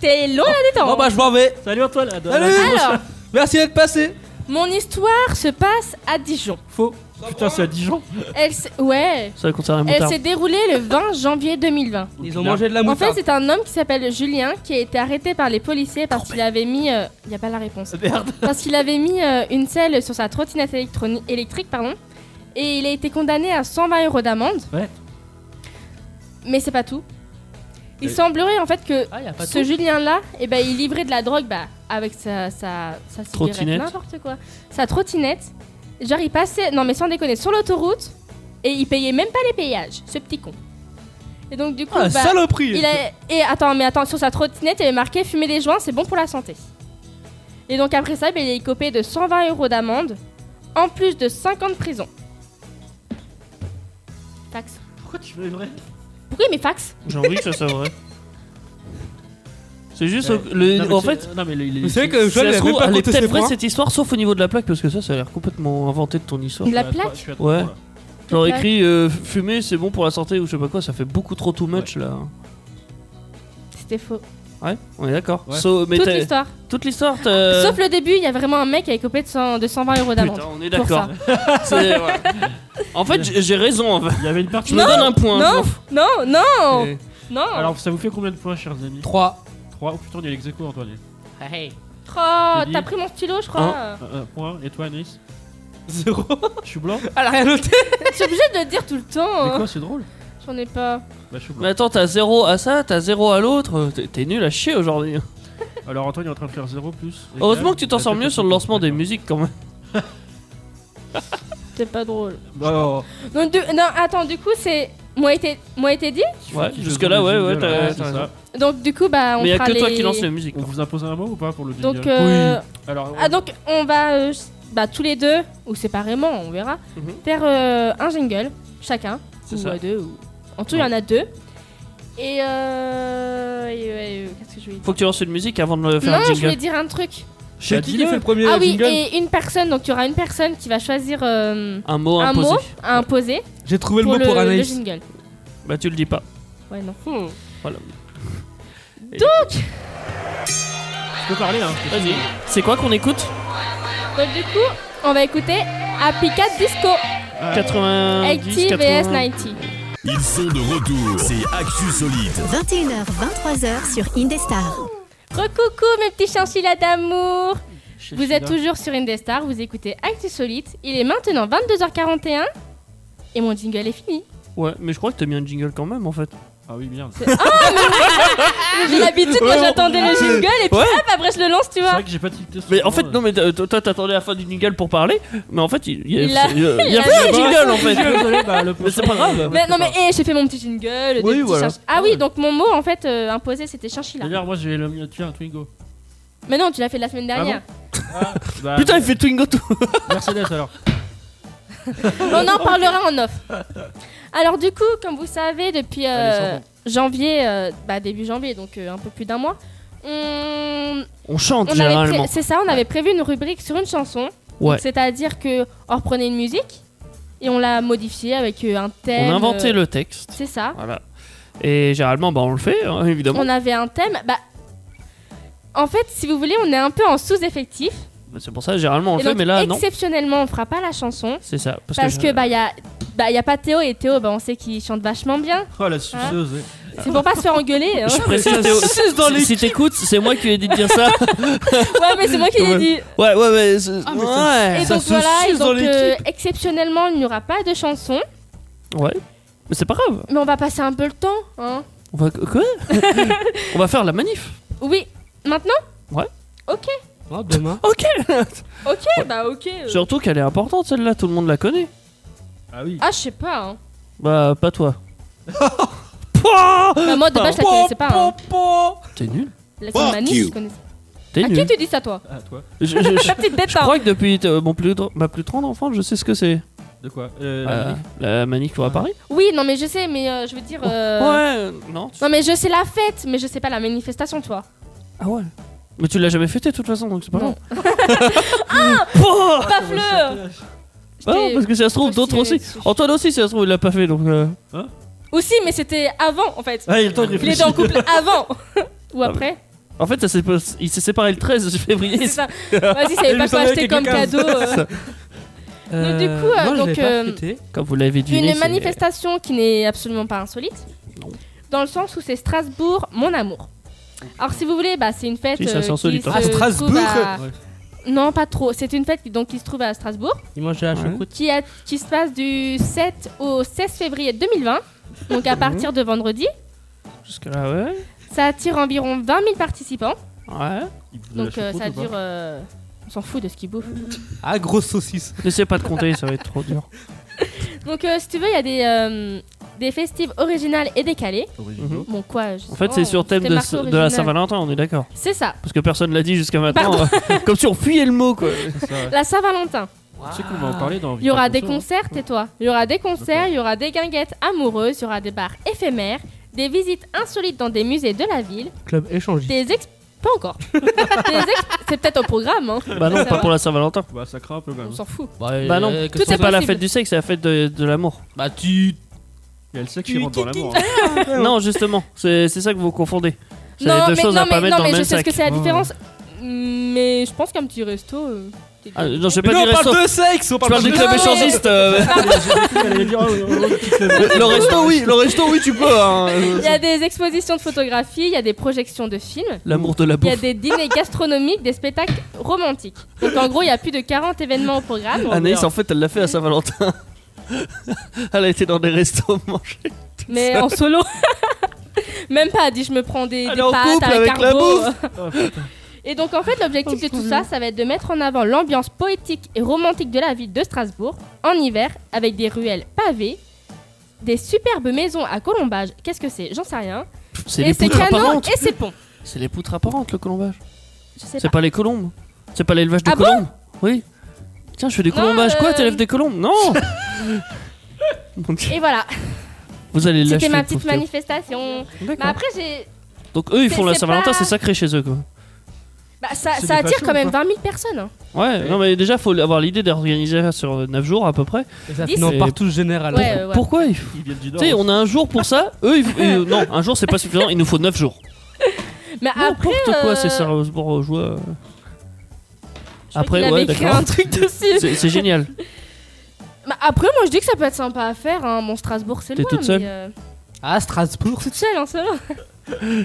T'es long là détente
Oh,
Bon, bah, je m'en vais.
Salut Antoine. Ah, à-
Salut.
Alors,
Merci d'être passé.
mon histoire se passe à Dijon.
Faux. Putain, c'est à Dijon.
Elle s- ouais.
Ça concerne mon
Elle
tard.
s'est déroulée le 20 janvier 2020.
Ils ont mangé de la
En fait,
moutarde.
c'est un homme qui s'appelle Julien qui a été arrêté par les policiers parce qu'il avait mis. euh, Il y a pas la réponse.
Merde.
Parce qu'il avait mis euh, une selle sur sa trottinette électroni- électrique, pardon. Et il a été condamné à 120 euros d'amende.
Ouais.
Mais c'est pas tout. Il
Euh.
semblerait en fait que
Ah, y a pas
ce Julien-là, eh ben, il livrait de la drogue bah, avec sa, sa, sa cigarette,
Trottinette.
n'importe quoi. Sa trottinette. Genre, il passait, non mais sans déconner, sur l'autoroute et il payait même pas les péages, ce petit con. Et donc, du coup,
Ah,
bah,
saloperie.
il a... Et attends, mais attends, sur sa trottinette, il avait marqué fumer des joints, c'est bon pour la santé. Et donc après ça, ben, il est copé de 120 euros d'amende, en plus de 5 ans de prison. Fax.
Pourquoi tu veux vrai
Pourquoi il met fax
J'ai envie que ça soit vrai. C'est juste.
Ouais.
au- le-
Non, mais
en
tu-
fait,
non mais les- les-
Vous savez
les-
que
si ça
Joël, il
se
a même
trouve,
pas
elle est
compté
peut-être
ses
vraie
points.
cette histoire, sauf au niveau de la plaque, parce que ça, ça a l'air complètement inventé de ton histoire.
La
Je suis à-
plaque
je suis à-
Ouais.
voilà.
Genre
plaque.
écrit euh, fumer, c'est bon pour la santé ou je sais pas quoi, ça fait beaucoup trop too much là.
C'était faux.
Ouais, on est d'accord.
Ouais.
So- mais
Toute
t'as-
l'histoire.
toute l'histoire, t'as-
Sauf le début, il y a vraiment un mec qui est copé de, 100 de 120 euros d'amende.
Putain, on est
pour
d'accord. C'est- ouais. En fait, j'ai j'ai raison. En fait.
Il y avait une partie.
Je me donne un point. je
Non,
m'en fous.
non, non,
Et-
non.
Alors ça vous fait combien de points, chers amis
3.
3. Oh putain, il y a lex aequo, Antoine.
Hey.
Oh,
dit-
t'as pris mon stylo, je crois.
Un, un point. Et toi, Anis
0.
Je suis blanc.
Elle a rien noté.
T'es obligé de le dire tout le
Oh.
Mais
temps. hein.
quoi, c'est drôle
J'en ai pas.
Bah, je suis
Mais
blanc.
attends, t'as zéro à ça, t'as zéro à l'autre. euh, T'es- T'es nul à chier aujourd'hui.
Alors Antoine est en train de faire 0 plus.
Heureusement que tu t'en sors mieux sur le lancement des musiques quand même.
C'est pas drôle.
Bah,
Donc, du- non, attends, du coup, c'est. Moi, été... moi, été dit
hein.
Ouais, jusque-là, ouais, ouais, t'as- t'as raison.
Donc du coup bah on
Mais y a
fera
que toi
les-
qui lance les musiques.
On vous impose un mot ou pas pour le jingle
Donc euh,
Alors,
ah donc on va euh, s- bah tous les deux ou séparément on verra
Mhm.
faire euh, un jingle chacun
C'est
ou
ça.
euh, deux ou en tout il y en a deux et euh, et, ouais, euh, qu'est-ce que je voulais dire
Faut que tu lances une musique avant de le faire
non
un
je voulais
jingle.
dire un truc
Bah,
C'est qui qui fait le premier
ah oui
jingle
et une personne donc il y aura une personne qui va choisir euh,
Un mot
un
imposé.
mot à imposer
J'ai trouvé le
pour
mot
le,
pour
le
Anaïs.
jingle
Bah tu le dis pas.
ouais non
Hmm. Voilà.
je peux parler, hein
Vas-y. C'est quoi qu'on écoute
donc du coup on va écouter Happy Cat Disco
Euh,
90
80 vs
80.
90
Ils sont de retour. C'est Actu Solide.
21h, 23h sur Indestar.
Recoucou mes petits chinchillas d'amour
Chez
Vous êtes
Sheila.
toujours sur Indestar, vous écoutez Actu Solite, il est maintenant 22h41 et mon jingle est fini.
Ouais, mais je crois que t'as mis un jingle quand même en fait.
Ah oui, merde. C'est
J'ai l'habitude, moi j'attendais le jingle et puis
Ouais.
hop, après je le lance, tu vois.
vrai que j'ai pas tilté ce
Mais en
moment,
fait,
euh.
non, mais t'as- toi t'attendais la fin du jingle pour parler, mais en fait, il il y a,
Il a-
il y a- il y a
il a
fait un
fait
jingle en fait.
Désolé, bah, le
Mais c'est pas
prochain,
grave.
euh,
Mais non mais hé, j'ai fait mon petit jingle, des
Oui,
petits
voilà.
chinch- Ah oui, donc mon mot en fait euh, imposé c'était chinchilla.
D'ailleurs, moi j'ai le mien, tiens, Twingo.
Mais non, tu l'as fait la semaine dernière.
Bah,
Putain, il fait Twingo tout.
Mercedes alors.
On en parlera en off. Alors du coup, comme vous savez, depuis euh,
Allez, sortons.
janvier, euh, bah, début janvier, donc euh, un peu plus d'un mois, on
On chante
On avait pré-
généralement.
C'est ça, on avait prévu une rubrique sur une chanson. Donc,
Ouais.
C'est-à-dire que on reprenait une musique et on l'a modifiée avec euh, un thème.
On inventait
euh,
le texte.
C'est ça.
Voilà. Et généralement, bah on le fait, hein, évidemment.
On avait un thème. Bah, en fait, si vous voulez, on est un peu en sous-effectif.
Bah, C'est pour ça, généralement on le
Et
fait,
donc,
mais là, non.
exceptionnellement, on fera pas la chanson
C'est ça. Parce,
parce
que,
que bah il y a bah y a pas Théo et Théo, bah on sait qu'il chante vachement bien.
Oh la suceuse.
C'est pour pas se faire engueuler. hein.
je précise, Théo, si- si t'écoutes, c'est moi qui ai dit de dire ça.
Ouais, mais c'est moi qui l'ai dit.
Ouais, Eh, ouais, ouais. c'est-
Ah,
Ah,
ouais.
Et donc voilà, et donc euh, exceptionnellement, il n'y aura pas de chanson,
Ouais. Mais c'est pas grave.
mais on va passer un peu le temps, hein.
On va quoi On va faire la manif.
Oui, maintenant
Oh, demain.
Ok.
Ok, bah ok. euh.
Surtout qu'elle est importante celle-là, tout le monde la connaît.
Ah oui.
Ah, je sais pas. Hein.
Bah pas toi. Pouah
Bah, moi, de base, je la connaissais pas. Hein.
T'es nul.
La Comanie, je connaissais.
T'es
À qui
nul.
tu dis ça, toi
Ah, toi.
Je, je- je-
Ta petite bête,
je crois que depuis euh, mon plus, dr- ma plus grande enfance, je sais ce que c'est.
De quoi Euh,
Euh, la manif pour à Paris
hein. Oui, non, mais je sais, mais euh, je veux dire. euh,
Ouais, euh, non. tu-
Non, mais je sais la fête, mais je sais pas la manifestation, toi.
Ah ouais. Mais tu l'as jamais fêté de toute façon, donc c'est pas
Non.
grave. Ah Pouah
Pas fleur
Ah non, parce que ça se trouve, d'autres aussi. Antoine aussi, ça se trouve, il l'a pas fait donc. euh,
Aussi, mais c'était avant, en fait.
Ah, il a le temps de
Il
réfléchir.
était en couple avant ou après.
En fait, ça s'est pas- il s'est séparé le 13
C'est
février.
ça. Vas-y, savait
Il
pas
me
quoi
semblait
acheter
qu'il y a
comme
quelqu'un.
cadeau. euh.
Euh,
du coup, euh,
moi, je
donc,
l'ai pas
euh,
fêté.
Comme vous l'avez deviné.
Une
c'est-
manifestation qui n'est absolument pas insolite.
Non.
Dans le sens où c'est Strasbourg, mon amour. Alors si vous voulez, bah, c'est une fête
Si, ça,
euh,
c'est insolite,
qui
hein.
se
Ah, Strasbourg
trouve à-
Ouais.
Non, pas trop. C'est une fête qui- donc, qui se trouve à Strasbourg,
Il mangeait la
Ouais.
choucroute.
qui, a- qui se passe du 7 au 16 février 2020, donc
Mmh.
à partir de vendredi.
Jusque-là, ouais.
Ça attire environ 20 000 participants,
Ouais.
Il vous donne la
donc euh,
choucroute
ça
ou pas
dure... euh, On s'en fout de ce qu'ils bouffent.
Ah, grosse saucisse.
N'essaie pas de compter, ça va être trop dur.
Donc euh, si tu veux, il y a des, euh, des festives originales et décalées.
Mhm.
Originaux.
Bon quoi je sais
Oh. En fait,
pas,
c'est sur thème
Oh, c'était
de,
marqué
de la
original.
Saint-Valentin, on est d'accord.
C'est ça.
Parce que personne l'a dit jusqu'à maintenant. euh, Comme si on fuyait le mot, quoi.
C'est ça, ouais.
La Saint-Valentin.
Tu sais qu'on va en parler dans
Il y aura des
Vincent, hein.
concerts, tais-toi. Il y aura des concerts, il y aura des guinguettes amoureuses, il y aura des bars éphémères, des visites insolites dans des musées de la ville,
Club échangiste.
des ex... Pas encore. Des ex- C'est peut-être au programme, hein.
Bah non,
Ça
pas
va
pour la Saint-Valentin.
Bah, ça craint un peu quand
On
même.
s'en fout.
Bah non,
Tout est
C'est pas la
possible.
fête du sexe, c'est la fête de, de l'amour.
Bah tu.
Et elle sait qu'il rentre dans l'amour. hein.
Ah
Non, justement, c'est c'est ça que vous confondez. C'est les
Non,
deux
mais,
choses
non,
à pas
mais,
mettre
non,
dans le
mais je sais ce
même sac.
que c'est la différence. Mais je pense qu'un petit resto. euh, t'es
Ah,
bien.
non, je vais
Mais
pas
non, on
dire resto.
parle de sexe, on
Je
parle
parle
pas
du
de
club
Non, mais-
échangiste. euh,
Elle allait dire, oh, oh, oh, petite lèvre.
le, le resto, oui, le resto, oui, tu peux. hein.
Il y a des expositions de photographie, il y a des projections de films.
L'amour de la
Il y a
bouffe.
des dîners gastronomiques, des spectacles romantiques. Donc en gros, il y a plus de 40 événements au programme.
Anaïs, en fait, elle l'a fait à Saint-Valentin. elle a été dans des restos manger.
Mais en solo. Même pas, dit je me prends des,
Elle
des
est en
pâtes
couple
un
avec la Oh,
carbo.
Oh,
Et donc en fait l'objectif de tout ça, ça va être de mettre en avant l'ambiance poétique et romantique de la ville de Strasbourg en hiver avec des ruelles pavées, des superbes maisons à colombage. Qu'est-ce que c'est J'en sais rien.
C'est
Et
les
ces
poutres
canaux
apparentes.
et ces ponts.
C'est les poutres apparentes, le colombage.
Je sais
C'est
pas.
pas les colombes. C'est pas l'élevage de
Ah bon
colombes. oui. Tiens, je fais des
Non,
colombages. Quoi,
euh,
t'élèves des colombes Non Donc,
Et voilà,
Vous allez lâcher.
c'était ma
le
petite
pauvre Théo.
manifestation.
D'accord.
Bah après j'ai...
Donc eux, ils font
c'est-
la
c'est
Saint-Valentin,
pas-
c'est sacré chez eux, quoi.
Bah, ça,
C'est
ça
des
attire
fachos
quand
ou
même 20 000 personnes. hein.
Ouais, non, mais déjà, faut avoir l'idée d'organiser ça sur 9 jours à peu près.
Dix.
Non,
C'est-
partout général.
Ouais, ouais.
Pourquoi il faut-
Ils viennent du
Tu
Nord.
sais, on a un jour pour ça, eux, ils- ils- non, un jour c'est pas suffisant, il nous faut 9 jours.
Mais après...
N'importe quoi, c'est
euh,
ça, pour jouer.
je crois
Après,
qu'il
ouais,
avait écrit
d'accord.
un truc dessus.
C'est c'est génial.
Bah, après, moi je dis que ça peut être sympa à faire. Hein. Mon Strasbourg, c'est
T'es
loin.
toute seule
mais, euh,
Ah, Strasbourg.
toute seule, hein, seulement.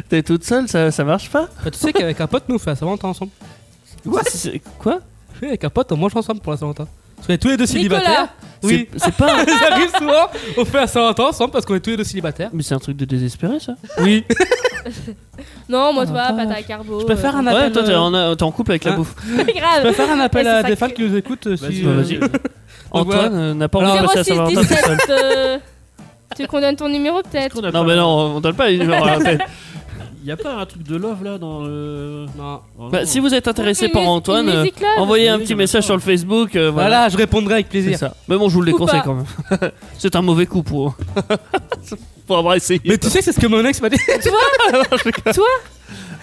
T'es toute seule, ça, ça marche pas
Bah, tu sais qu'avec un pote, nous on fait la Saint-Valentin ensemble.
Quoi C'est- Quoi
Oui, avec un pote, on mange ensemble pour la Saint-Valentin. Parce qu'on est tous les deux
Nicolas,
célibataires. Oui.
C'est- C'est pas.
Ça arrive souvent, on fait la Saint-Valentin ensemble parce qu'on est tous les deux célibataires.
Mais c'est un truc de désespéré ça.
Oui.
Non, moi,
Ah,
toi,
vache.
pâte à carbo.
Je peux faire un
Ouais,
appel.
toi t'es
euh,
en, t'es en couple avec la
Ah.
bouffe.
euh, c'est
Je peux
grave.
faire un appel
Ouais,
à
c'est
des
ça
fans
que-
qui nous écoutent. euh,
Vas-y,
Si,
bah,
euh,
vas-y. Antoine euh, n'a pas
Alors-
envie de passer la
06
Saint-Valentin toute
17.
seule.
euh, Tu condamnes ton numéro peut-être
Qu'on a
Non,
pas-
mais non, on donne pas les numéros à l'antenne.
Y a pas un truc de love là dans le.
Non.
Oh,
Bah,
non.
si vous êtes intéressé
Une
par
mus-
Antoine,
une
euh,
musique ah. club.
envoyez un
Oui,
petit
non, mais
message
ça.
sur le Facebook. euh, voilà.
Voilà, je répondrai avec
C'est
plaisir.
ça. Mais bon, je vous le
Ou
déconseille
pas.
quand même. c'est un mauvais coup pour pour avoir essayé.
Mais tu sais que c'est ce que mon ex m'a dit.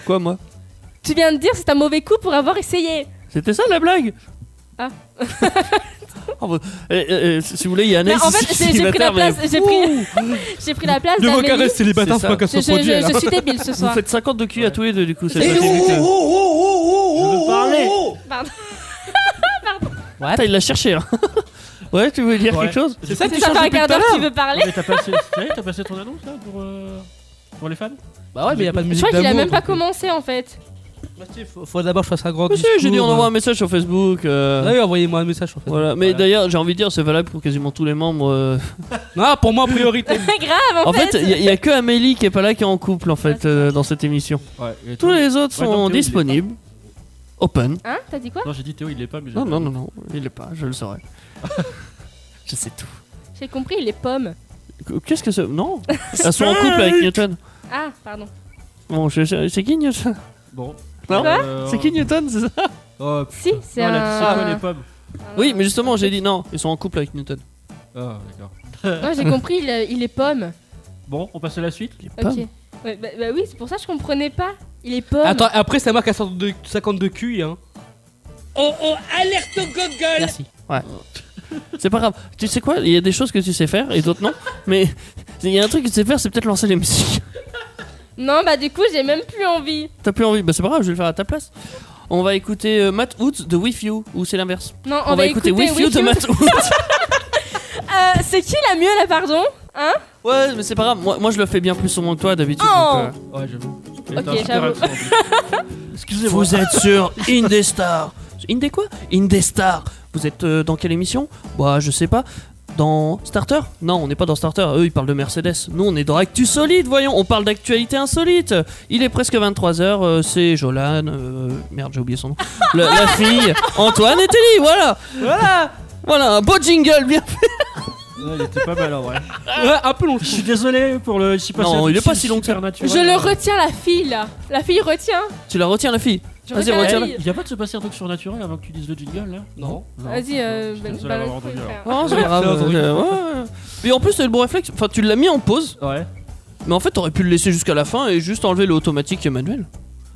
quoi, moi
Tu viens de dire c'est un mauvais coup pour avoir essayé.
C'était ça la blague
Ah.
Oh, bah, euh, euh, si vous voulez, il y a Anaïs
Mais en fait,
ici,
j'ai- j'ai pris la
célibataire, mais
place. J'ai pris, j'ai pris la place
Le
d'Amélie.
vocaliste célibataire,
C'est ça.
c'est pas qu'à
Je,
son
je-
produit.
je-
là.
je suis débile ce
Vous
soir.
faites 50 de cul à tous les deux, du coup. c'est
Et
pas
nous,
compliqué.
Je veux parler
Pardon.
Attends, il l'a cherché. hein. ouais, tu veux dire
Ouais.
quelque chose
C'est ça que
Ça
tu
fait
changes
un
depuis
quart
tout à
d'heure que tu
l'heure.
veux parler
Non, mais t'as passé... ça y est, t'as passé ton annonce là pour, euh, pour les fans
Bah ouais, mais y a pas de
Je
musique.
crois qu'il a
d'amour,
même pas
donc, euh,
commencé en fait.
Bah, Faut faut d'abord que je fasse un grand.
Mais si, j'ai dit on
discours,
envoie
euh.
un message sur Facebook. euh,
Ah oui, envoyez-moi un message sur Facebook.
Voilà. Mais d'ailleurs, j'ai envie de dire, c'est valable pour quasiment tous les membres. euh.
Non, pour moi, priorité.
grave en,
En fait, il n'y a, que Amélie qui est pas là qui est en couple en fait euh, dans cette émission.
Ouais, et
Tous
Théo-
les autres
Ouais, non, Théo,
sont
il est
disponibles, open.
Hein T'as dit quoi
Non, j'ai dit Théo, il l'est pas, mais j'ai
Non,
pas
non,
dit.
non, non, il est pas. Je le saurais. je sais tout.
J'ai compris, il est pomme.
Qu'est-ce que c'est Non, elles sont en couple avec Newton.
Ah, pardon.
Bon, je- je- c'est qui Newton
Bon.
Non.
Euh,
C'est qui Newton c'est ça
Oh,
Si,
c'est
c'est
non, elle a dit, c'est quoi
un.
les pommes
Oui, mais justement, j'ai dit non, ils sont en couple avec Newton.
Ah,
Ah, d'accord.
Moi j'ai compris, il, il est pomme.
Bon, on passe à la suite
Ok. Ouais, bah, bah oui, c'est pour ça que je comprenais pas. Il est pomme.
Attends, après ça marque à 52 52 QI, hein.
Oh oh, alerte Google
Merci. Ouais. C'est pas grave. Tu sais quoi Il y a des choses que tu sais faire et d'autres non. Mais il y a un truc que tu sais faire, c'est peut-être lancer les musiques.
Non, bah du coup j'ai même plus envie.
T'as plus envie Bah c'est pas grave, je vais le faire à ta place. On va écouter euh, Matt Woods de With You, ou c'est l'inverse.
Non, on,
va, écouter, With, You de Matt Woods.
Euh, c'est qui la mieux là, pardon Hein
ouais, mais c'est pas grave. Moi, moi, je le fais bien plus souvent que toi d'habitude.
Oh.
donc,
Ouais, j'avoue.
Ok,
T'as un super
j'avoue.
accent, en plus.
euh,
Excusez-moi.
Vous êtes sur Indestar. Indé quoi Indestar. Vous êtes euh, dans quelle émission Bah, je sais pas. Dans Starter Non, on n'est pas dans Starter. Eux, ils parlent de Mercedes. Nous, on est dans Actu Solide, voyons. On parle d'actualité insolite. Il est presque 23h. c'est Jolan. euh, merde, j'ai oublié son nom. Le- la fille. Antoine et Telly. Voilà. Voilà. Voilà, un beau jingle. Bien
Ouais, il était pas mal en vrai.
Ouais, un peu long.
Je suis désolé pour le. je suis passé
Non,
à-
il est pas si long que ça.
Supernatural.
Je le retiens la fille là. La fille retient.
Tu la retiens, la fille
Je
Vas-y,
retiens la
retiens-la.
fille.
Il y a pas de se passer un truc surnaturel avant que tu dises le jingle là
Non.
Vas-y, euh,
Je suis
bah,
désolé
bah, oui,
d'avoir entendu,
frère.
Non, c'est pas grave.
C'est un truc.
euh, ouais, ouais. Et en plus, t'as eu le bon réflexe. Enfin, tu l'as mis en pause,
Ouais.
mais en fait, t'aurais pu le laisser jusqu'à la fin et juste enlever le automatique et manuel.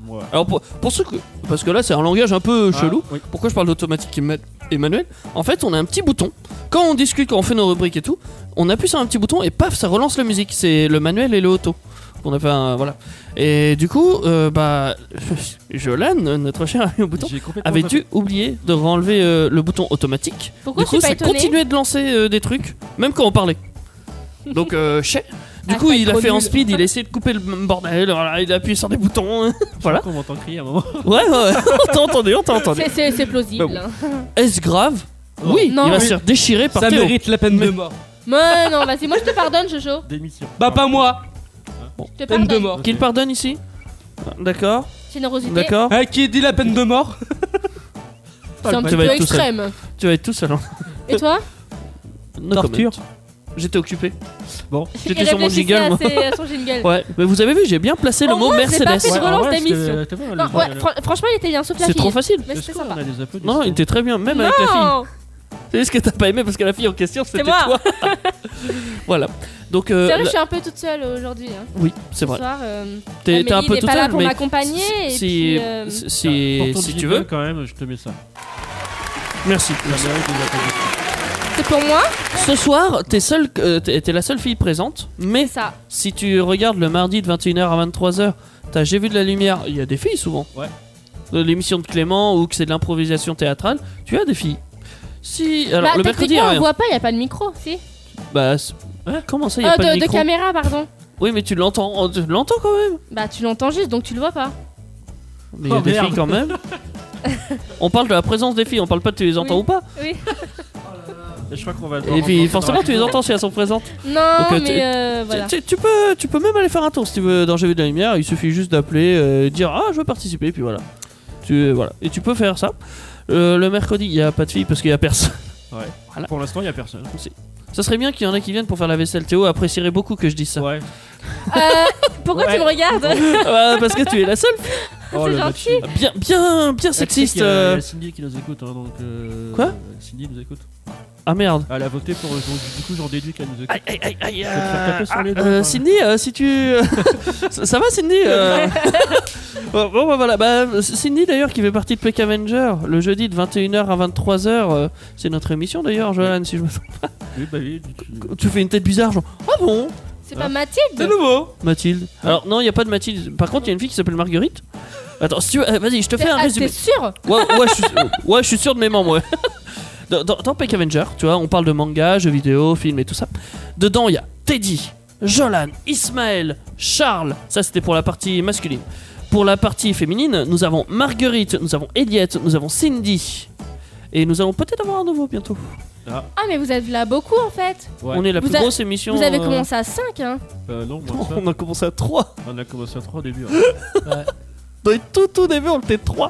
Ouais. Ah,
Alors, pour, pour ceux que. Parce que là, c'est un langage un peu chelou.
oui.
Pourquoi je parle d'automatique et, ma- et manuel En fait, on a un petit bouton. Quand on discute, quand on fait nos rubriques et tout, on appuie sur un petit bouton et paf, ça relance la musique. C'est le manuel et le auto. On a fait un- voilà. Et du coup, euh, bah. Jolan, notre cher ami au bouton,
J'ai complètement pas-
avait-tu oublié de renlever euh, le bouton automatique
Pourquoi
du
je
coup,
suis pas
ça
étonnée
continuait de lancer euh, des trucs, même quand on parlait. Donc, euh, chais. Du
Ah,
coup,
ça,
il a
trop
fait en
nul.
speed, il a essayé de couper le m- bordel, voilà, il a appuyé sur des boutons. voilà.
On m'entend crier à un moment.
Ouais, ouais, ouais, on t'a entendu, on t'a entendu.
C'est- C'est c'est plausible.
Bah,
hein.
Est-ce grave Oui,
Non.
il va
Oui.
se faire déchirer par
Ça
Théo.
mérite la peine de mort.
Mais non, vas-y, moi je te pardonne, Jojo.
Démission.
Bah pas moi,
Je te
peine de
pardonne.
mort.
Qu'il pardonne ici D'accord,
Générosité.
d'accord.
Hein, qui dit la peine de mort
C'est un
Tu
petit
vas
peu
être tout seul.
extrême.
Tu vas être tout seul. hein.
Et toi
No
Torture.
comment. J'étais occupé.
Bon.
J'étais
Il
sur mon
réfléchissait
jingle,
à
moi.
ses- à son jingle.
Ouais, mais vous avez vu, j'ai bien placé le
Au
mot
moins, c'est pas
Mercedes.
fait de relance
parce
d'émission.
que t'as vu,
Non,
le-
ouais,
le-
fran- franchement, il était bien, sauf la
C'est
fille.
trop facile.
Mais
Est-ce
c'était
qu'on
sympa.
a des applaudissements
Non, non, il était très bien, même avec la fille.
Non
C'est juste que t'as pas aimé parce que la fille en question c'était
C'est moi.
toi. voilà. Donc euh,
C'est vrai, je
la-
suis un peu toute seule aujourd'hui. hein.
oui, c'est
Ce
vrai.
soir, euh,
T'es
Amélie
t'es un peu
n'est
tout
pas là
seul,
pour
mais
m'accompagner, et
si
puis, euh,
si,
Pour
si,
ton
si tu
jingle,
veux.
quand même, je te mets ça.
Merci.
Ça mérite des applaudissements.
C'est pour moi
Ce soir, t'es seul, euh, t'es t'es la seule fille présente. Mais
C'est ça.
si tu regardes le mardi de 21h à 23h, t'as j'ai vu de la lumière. Il y a des filles souvent.
Ouais.
De L'émission de Clément ou que c'est de l'improvisation théâtrale, tu as des filles. Si alors
bah,
le mercredi, hein. il y a
techniquement, on
rien.
voit pas, il n'y a pas de micro, si.
Bah c'est- hein, comment ça, il y a
Euh,
pas
de,
de,
de
micro
caméra, pardon.
Oui, mais tu l'entends, on- tu l'entends quand même.
Bah, tu l'entends juste, donc tu le vois pas.
Mais il y a
Oh,
des
merde.
filles quand même. on parle de la présence des filles, on parle pas de tu les entends
Oui.
ou pas.
Je crois qu'on va.
Et puis forcément tu les entends si elles sont présentes.
Non,
Donc, euh, tu-
mais euh, voilà.
Tu, tu- tu peux, tu peux même aller faire un tour si tu veux dans GV de la lumière. Il suffit juste d'appeler, euh, dire ah je veux participer, puis voilà. Tu euh, voilà et tu peux faire ça. Euh, le mercredi il y a pas de filles parce qu'il y a personne.
Pour l'instant, il y a personne.
Ça serait bien qu'il y en ait qui viennent pour faire la vaisselle. Théo apprécierait beaucoup que je dise ça.
Ouais. Oh,
Euh, pourquoi tu me regardes
Ah, parce que tu es la seule.
C'est
le
gentil.
mec-
Bien, bien, bien sexiste.
Il y a- il y
euh.
a Cindy qui nous écoute, hein, donc. euh,
Quoi
Cindy nous écoute.
Ah merde.
Elle a voté pour. euh, donc, Du coup, j'en déduis qu'elle nous écoute.
Aïe, aïe, aïe, aïe,
te faire
euh,
taper sur
ah,
les doigts,
euh,
quand
Cindy, euh, si tu. euh, ça, ça va, Cindy euh, Bon, bon, bah, voilà. Bah, Cindy, d'ailleurs, qui fait partie de Peck Avenger, le jeudi de 21h à 23h. euh, c'est notre émission, d'ailleurs, Johan, si je me trompe.
Oui, bah oui. tu- tu-
Tu fais une tête bizarre, genre. Ah bon
C'est pas Mathilde
nouveau Mathilde.
Ah.
Alors, non, il n'y a pas de Mathilde. Par contre, il y a une fille qui s'appelle Marguerite. Attends, si tu veux, euh, vas-y, je te fais un
Ah, T'es
résumé.
sûr
Ouais, ouais, je suis, ouais, je suis sûr de mes membres. ouais. Dans, dans, dans Peck Avenger, tu vois, on parle de manga, jeux vidéo, films et tout ça. Dedans, il y a Teddy, Jolan, Ismaël, Charles. Ça, c'était pour la partie masculine. Pour la partie féminine, nous avons Marguerite, nous avons Eliette, nous avons Cindy. Et nous allons peut-être avoir un nouveau bientôt.
Ah, mais vous êtes là beaucoup en fait.
Ouais.
On est la
Vous
plus
a-
grosse émission.
Vous avez
euh,
commencé à 5, hein.
Euh, non, moi, ça.
On a commencé à 3.
On a commencé à 3 au début. hein.
Dans les tout, tout début, on était 3.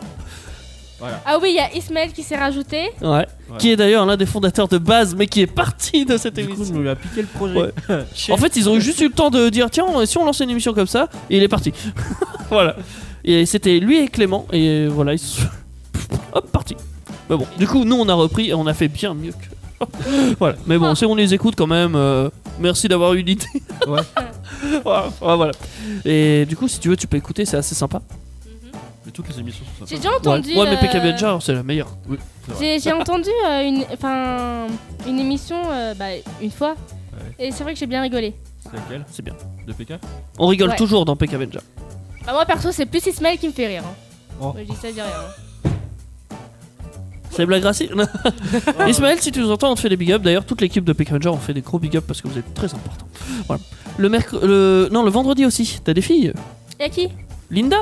Ah oui, il y a Ismaël qui s'est rajouté.
Ouais. Qui est d'ailleurs l'un des fondateurs de base, mais qui est parti de cette
Du
émission.
coup, il nous a piqué le projet.
Ouais. En fait, ils ont juste eu le temps de dire tiens, si on lançait une émission comme ça, et il est parti. voilà. Et c'était lui et Clément, et voilà, ils sont... Hop, parti. Mais bon, du coup, nous on a repris et on a fait bien mieux que. voilà. Mais bon, si on les écoute quand même, euh, merci d'avoir eu l'idée.
Ouais.
voilà, ouais, voilà. Et du coup, si tu veux, tu peux écouter, c'est assez sympa.
Mais toutes les émissions sont
J'ai
sympas.
déjà entendu.
ouais, ouais, mais PK
euh,
Avenger, c'est la meilleure.
Oui, c'est vrai.
J'ai j'ai entendu euh, une, enfin, une émission euh, bah, une fois. Et c'est vrai que j'ai bien rigolé.
C'est laquelle
C'est bien.
De PK
On rigole
Ouais.
toujours dans PK Avenger.
Bah, moi perso, c'est plus Ismaël qui me fait rire. hein.
Oh.
Moi, je dis ça, je dis rien. hein.
C'est une blague raciste. Ismaël, si tu nous entends, on te fait des big ups. D'ailleurs, toute l'équipe de PK Avenger, on fait des gros big ups parce que vous êtes très importants. Voilà. Le merc... le... Non, le vendredi aussi, t'as des filles.
Y'a qui
Linda,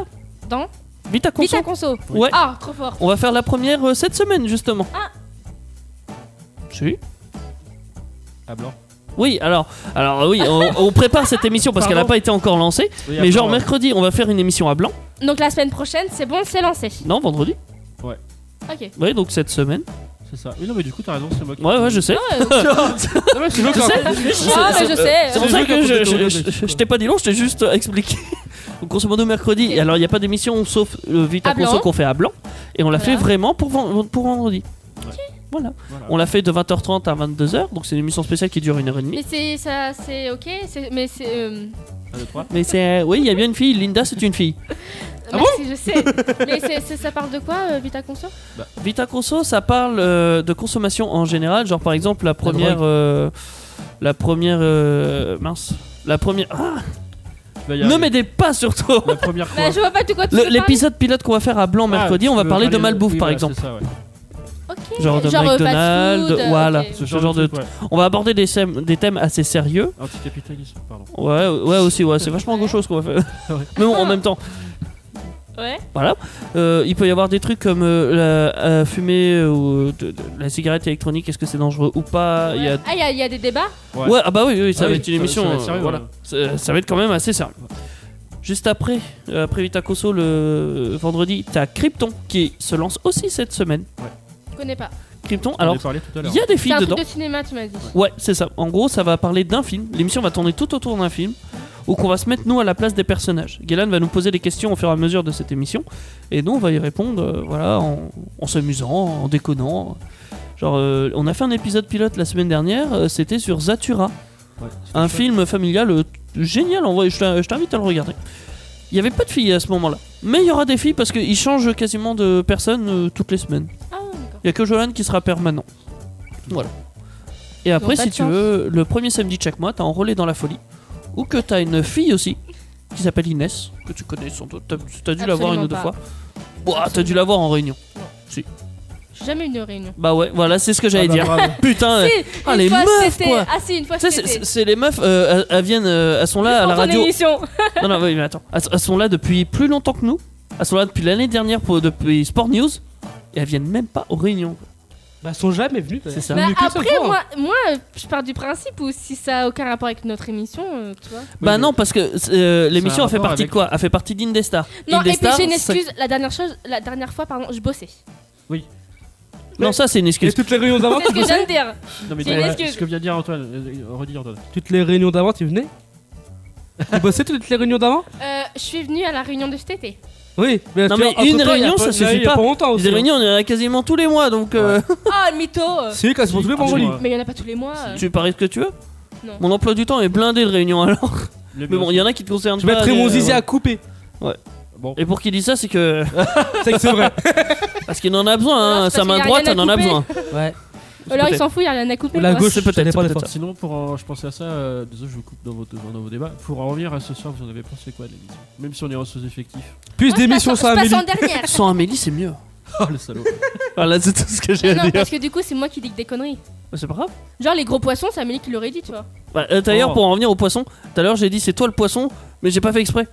Dans
vite à
Vite à conso.
Ouais.
Ah, trop fort.
On va faire la première euh, cette semaine, justement.
Ah.
Si.
À blanc.
Oui, alors, alors oui, on, on prépare cette émission parce qu'elle n'a
Pardon.
pas été encore lancée.
Oui, à
Mais genre
blanc, ouais.
mercredi, on va faire une émission à blanc.
Donc la semaine prochaine, c'est bon, c'est lancé.
Non, vendredi.
Ok.
Oui, donc cette semaine.
C'est ça. Oui, non, mais du coup, t'as raison, c'est moi qui.
Ouais, ouais, je sais.
Ah ouais, c'est
Je
moi qui-
sais.
Ah, mais je sais.
C'est pour
C'est
ça
le
que
jeu
je,
qu'on peut
je,
tourner,
je- je t'ai pas dit long, je t'ai juste expliqué. Donc, grosso modo, mercredi. Et alors, il n'y a pas d'émission sauf le Vita
À blanc.
Conso qu'on fait à blanc. Et on l'a
Voilà.
fait vraiment pour, ven- pour vendredi. Voilà.
Voilà.
On l'a fait de 20h30 à 22h. Donc, c'est une émission spéciale qui dure une heure et demie.
Mais c'est ça, c'est ok. c'est- Mais c'est. euh,
Un, deux, trois.
Mais c'est. euh, Oui, il y a bien une fille. Linda, c'est une fille. Ah
merci, je sais. Mais c'est- c'est- ça parle de quoi, euh, Vita Conso
Vita Conso, ça parle euh, de consommation en général. Genre, par exemple, la première. euh, la première. euh, mince. La première. Ah,
Tu vas y
ne
arriver.
m'aidez pas surtout!
La première fois.
Bah, je vois pas de quoi tu
Le-
veux
L'épisode pilote qu'on va faire à Blanc
Ah,
mercredi,
tu
on va
veux
parler de
oui,
malbouffe par
voilà,
exemple.
c'est ça, ouais.
parler. Ok.
Genre de
euh, fast
McDonald's,
food, euh,
voilà.
ok.
Ce genre de
truc, ouais.
On va aborder des, sèmes- des thèmes assez sérieux.
Anticapitalisme, pardon.
Ouais, ouais aussi, ouais, c'est vachement gaucho ce qu'on va faire.
Ouais.
Mais bon, en même temps,
Ouais.
voilà. Euh, il peut y avoir des trucs comme euh, la euh, fumée euh, ou de- de- la cigarette électronique, est-ce que c'est dangereux ou pas Il y a-
Ah, il y, a- il y a des débats
ouais. ah bah oui, oui, ça
Ah
va
oui,
être
ça
une
va-
émission.
ça va être
euh,
sérieux, hein.
voilà. Ça,
ouais.
ça va être quand même assez sérieux. Juste après, euh, après Vitacoso le vendredi, t'as Krypton qui se lance aussi cette semaine.
Je connais pas.
Krypton, alors
Alors, on en a parlé tout à l'heure.
il y a des
C'est
filles
un
dedans.
truc de cinéma, tu m'as dit.
Ouais, c'est ça. En gros, ça va parler d'un film. L'émission va tourner tout autour d'un film où qu'on va se mettre nous à la place des personnages. Guélan va nous poser des questions au fur et à mesure de cette émission et nous on va y répondre euh, voilà en, en s'amusant, en déconnant. Genre euh, on a fait un épisode pilote la semaine dernière, euh, c'était sur Zatura,
Ouais,
un film familial euh, génial en vrai, je t'in- je t'invite à le regarder. Il y avait pas de filles à ce moment-là, mais il y aura des filles parce qu'ils changent quasiment de personne euh, toutes les semaines.
Ah, ouais, d'accord.
Il y a que Jolan qui sera permanent. Voilà. Et après,
pas
si
de
tu
chance.
veux, le premier samedi de chaque mois, t'as Enrôlé dans la folie. Ou que t'as une fille aussi, qui s'appelle Inès, que tu connais sans doute. T'as t'as dû la voir une
Absolument
ou deux
pas.
fois. Ouah, t'as dû la voir en réunion.
J'ai jamais eu de réunion.
Bah ouais, voilà, c'est ce que j'allais
bah,
dire.
bravo.
Putain,
Si,
euh, ah,
une
les
fois,
meufs,
c'était-
quoi.
Ah, si, une fois,
tu sais,
c'était.
c'est c'est les meufs, euh, elles elles viennent, euh, elles sont là à la
Dans ton
radio.
émission.
Non, non, oui, mais attends, elles elles sont là depuis plus longtemps que nous. Elles sont là depuis l'année dernière, pour, depuis Sport News. Et elles viennent même pas aux réunions.
Bah, ils sont jamais venus.
C'est ça.
Bah,
Mais que ça
après,
soit.
moi, moi, je pars du principe où si ça a aucun rapport avec notre émission, euh, tu vois.
Bah
Oui,
non, parce que euh, l'émission
un
a fait
rapport
partie
avec-
de quoi A fait partie d'Indestar.
Non, et puis
Indestar,
j'ai une
ça-
excuse. La dernière chose, la dernière fois, pardon, je bossais.
Non, ça c'est une excuse.
hein. Et toutes les réunions d'avant,
C'est ce que je viens de dire.
Non, mais
C'est une
ouais,
excuse.
ce que vient de dire Antoine. euh, euh, Redis, Antoine.
toutes les réunions d'avant, tu venais Tu bossais toutes les réunions d'avant
Euh, je suis venue à la réunion de cet été.
Oui.
Non,
tu
mais
vois, entre
une
temps, il y a
réunion,
pas-
ça
il y a-
suffit
il y a
pas.
longtemps aussi. hein.
Des réunions, on en a quasiment tous les mois, donc euh,
Ah, le mytho euh.
C'est quand c'est pour tous les
Ah,
vendredis.
moi.
Mais il y en a pas tous les mois. euh.
tu paries ce que tu veux.
Non.
Mon emploi du temps est blindé de réunions alors.
Le
Mais bon,
mieux,
il y en a qui te concernent
Je
pas.
mettrai
mais,
mon
euh,
zizi
voilà.
à couper.
Bon,
Et pour qu'il dise ça, c'est que
C'est que c'est vrai.
parce qu'il en a besoin.
Non,
Hein.
c'est
Sa
parce
main
qu'il y a
droite,
rien à
elle en a
couper.
besoin.
Ouais.
Ou alors il
peut-être.
s'en fout, il y a rien à couper.
Ou la
quoi.
gauche,
c'est peut-être,
ça dépend
c'est
des
peut-être
fois.
Sinon, pour en- je pensais à ça, euh, désolé, je vous coupe dans, votre, dans vos débats. Pour en revenir à ce soir, vous en avez pensé quoi de l'émission Même si on est en sous-effectif.
Plus
Moi, je
d'émissions
passe
sur
en- Je
Amélie.
passe en dernière.
Sans Amélie, c'est mieux.
Oh le salaud
Voilà, Ah, c'est tout ce que j'ai
Mais
à
non,
dire.
parce que du coup, c'est moi qui dis que des conneries.
Bah, C'est pas grave.
Genre les gros poissons, c'est Amélie qui l'aurait dit, tu vois.
Bah, euh, D'ailleurs,
Oh.
pour en revenir au poisson, tout à l'heure j'ai dit c'est toi le poisson, mais j'ai pas fait exprès.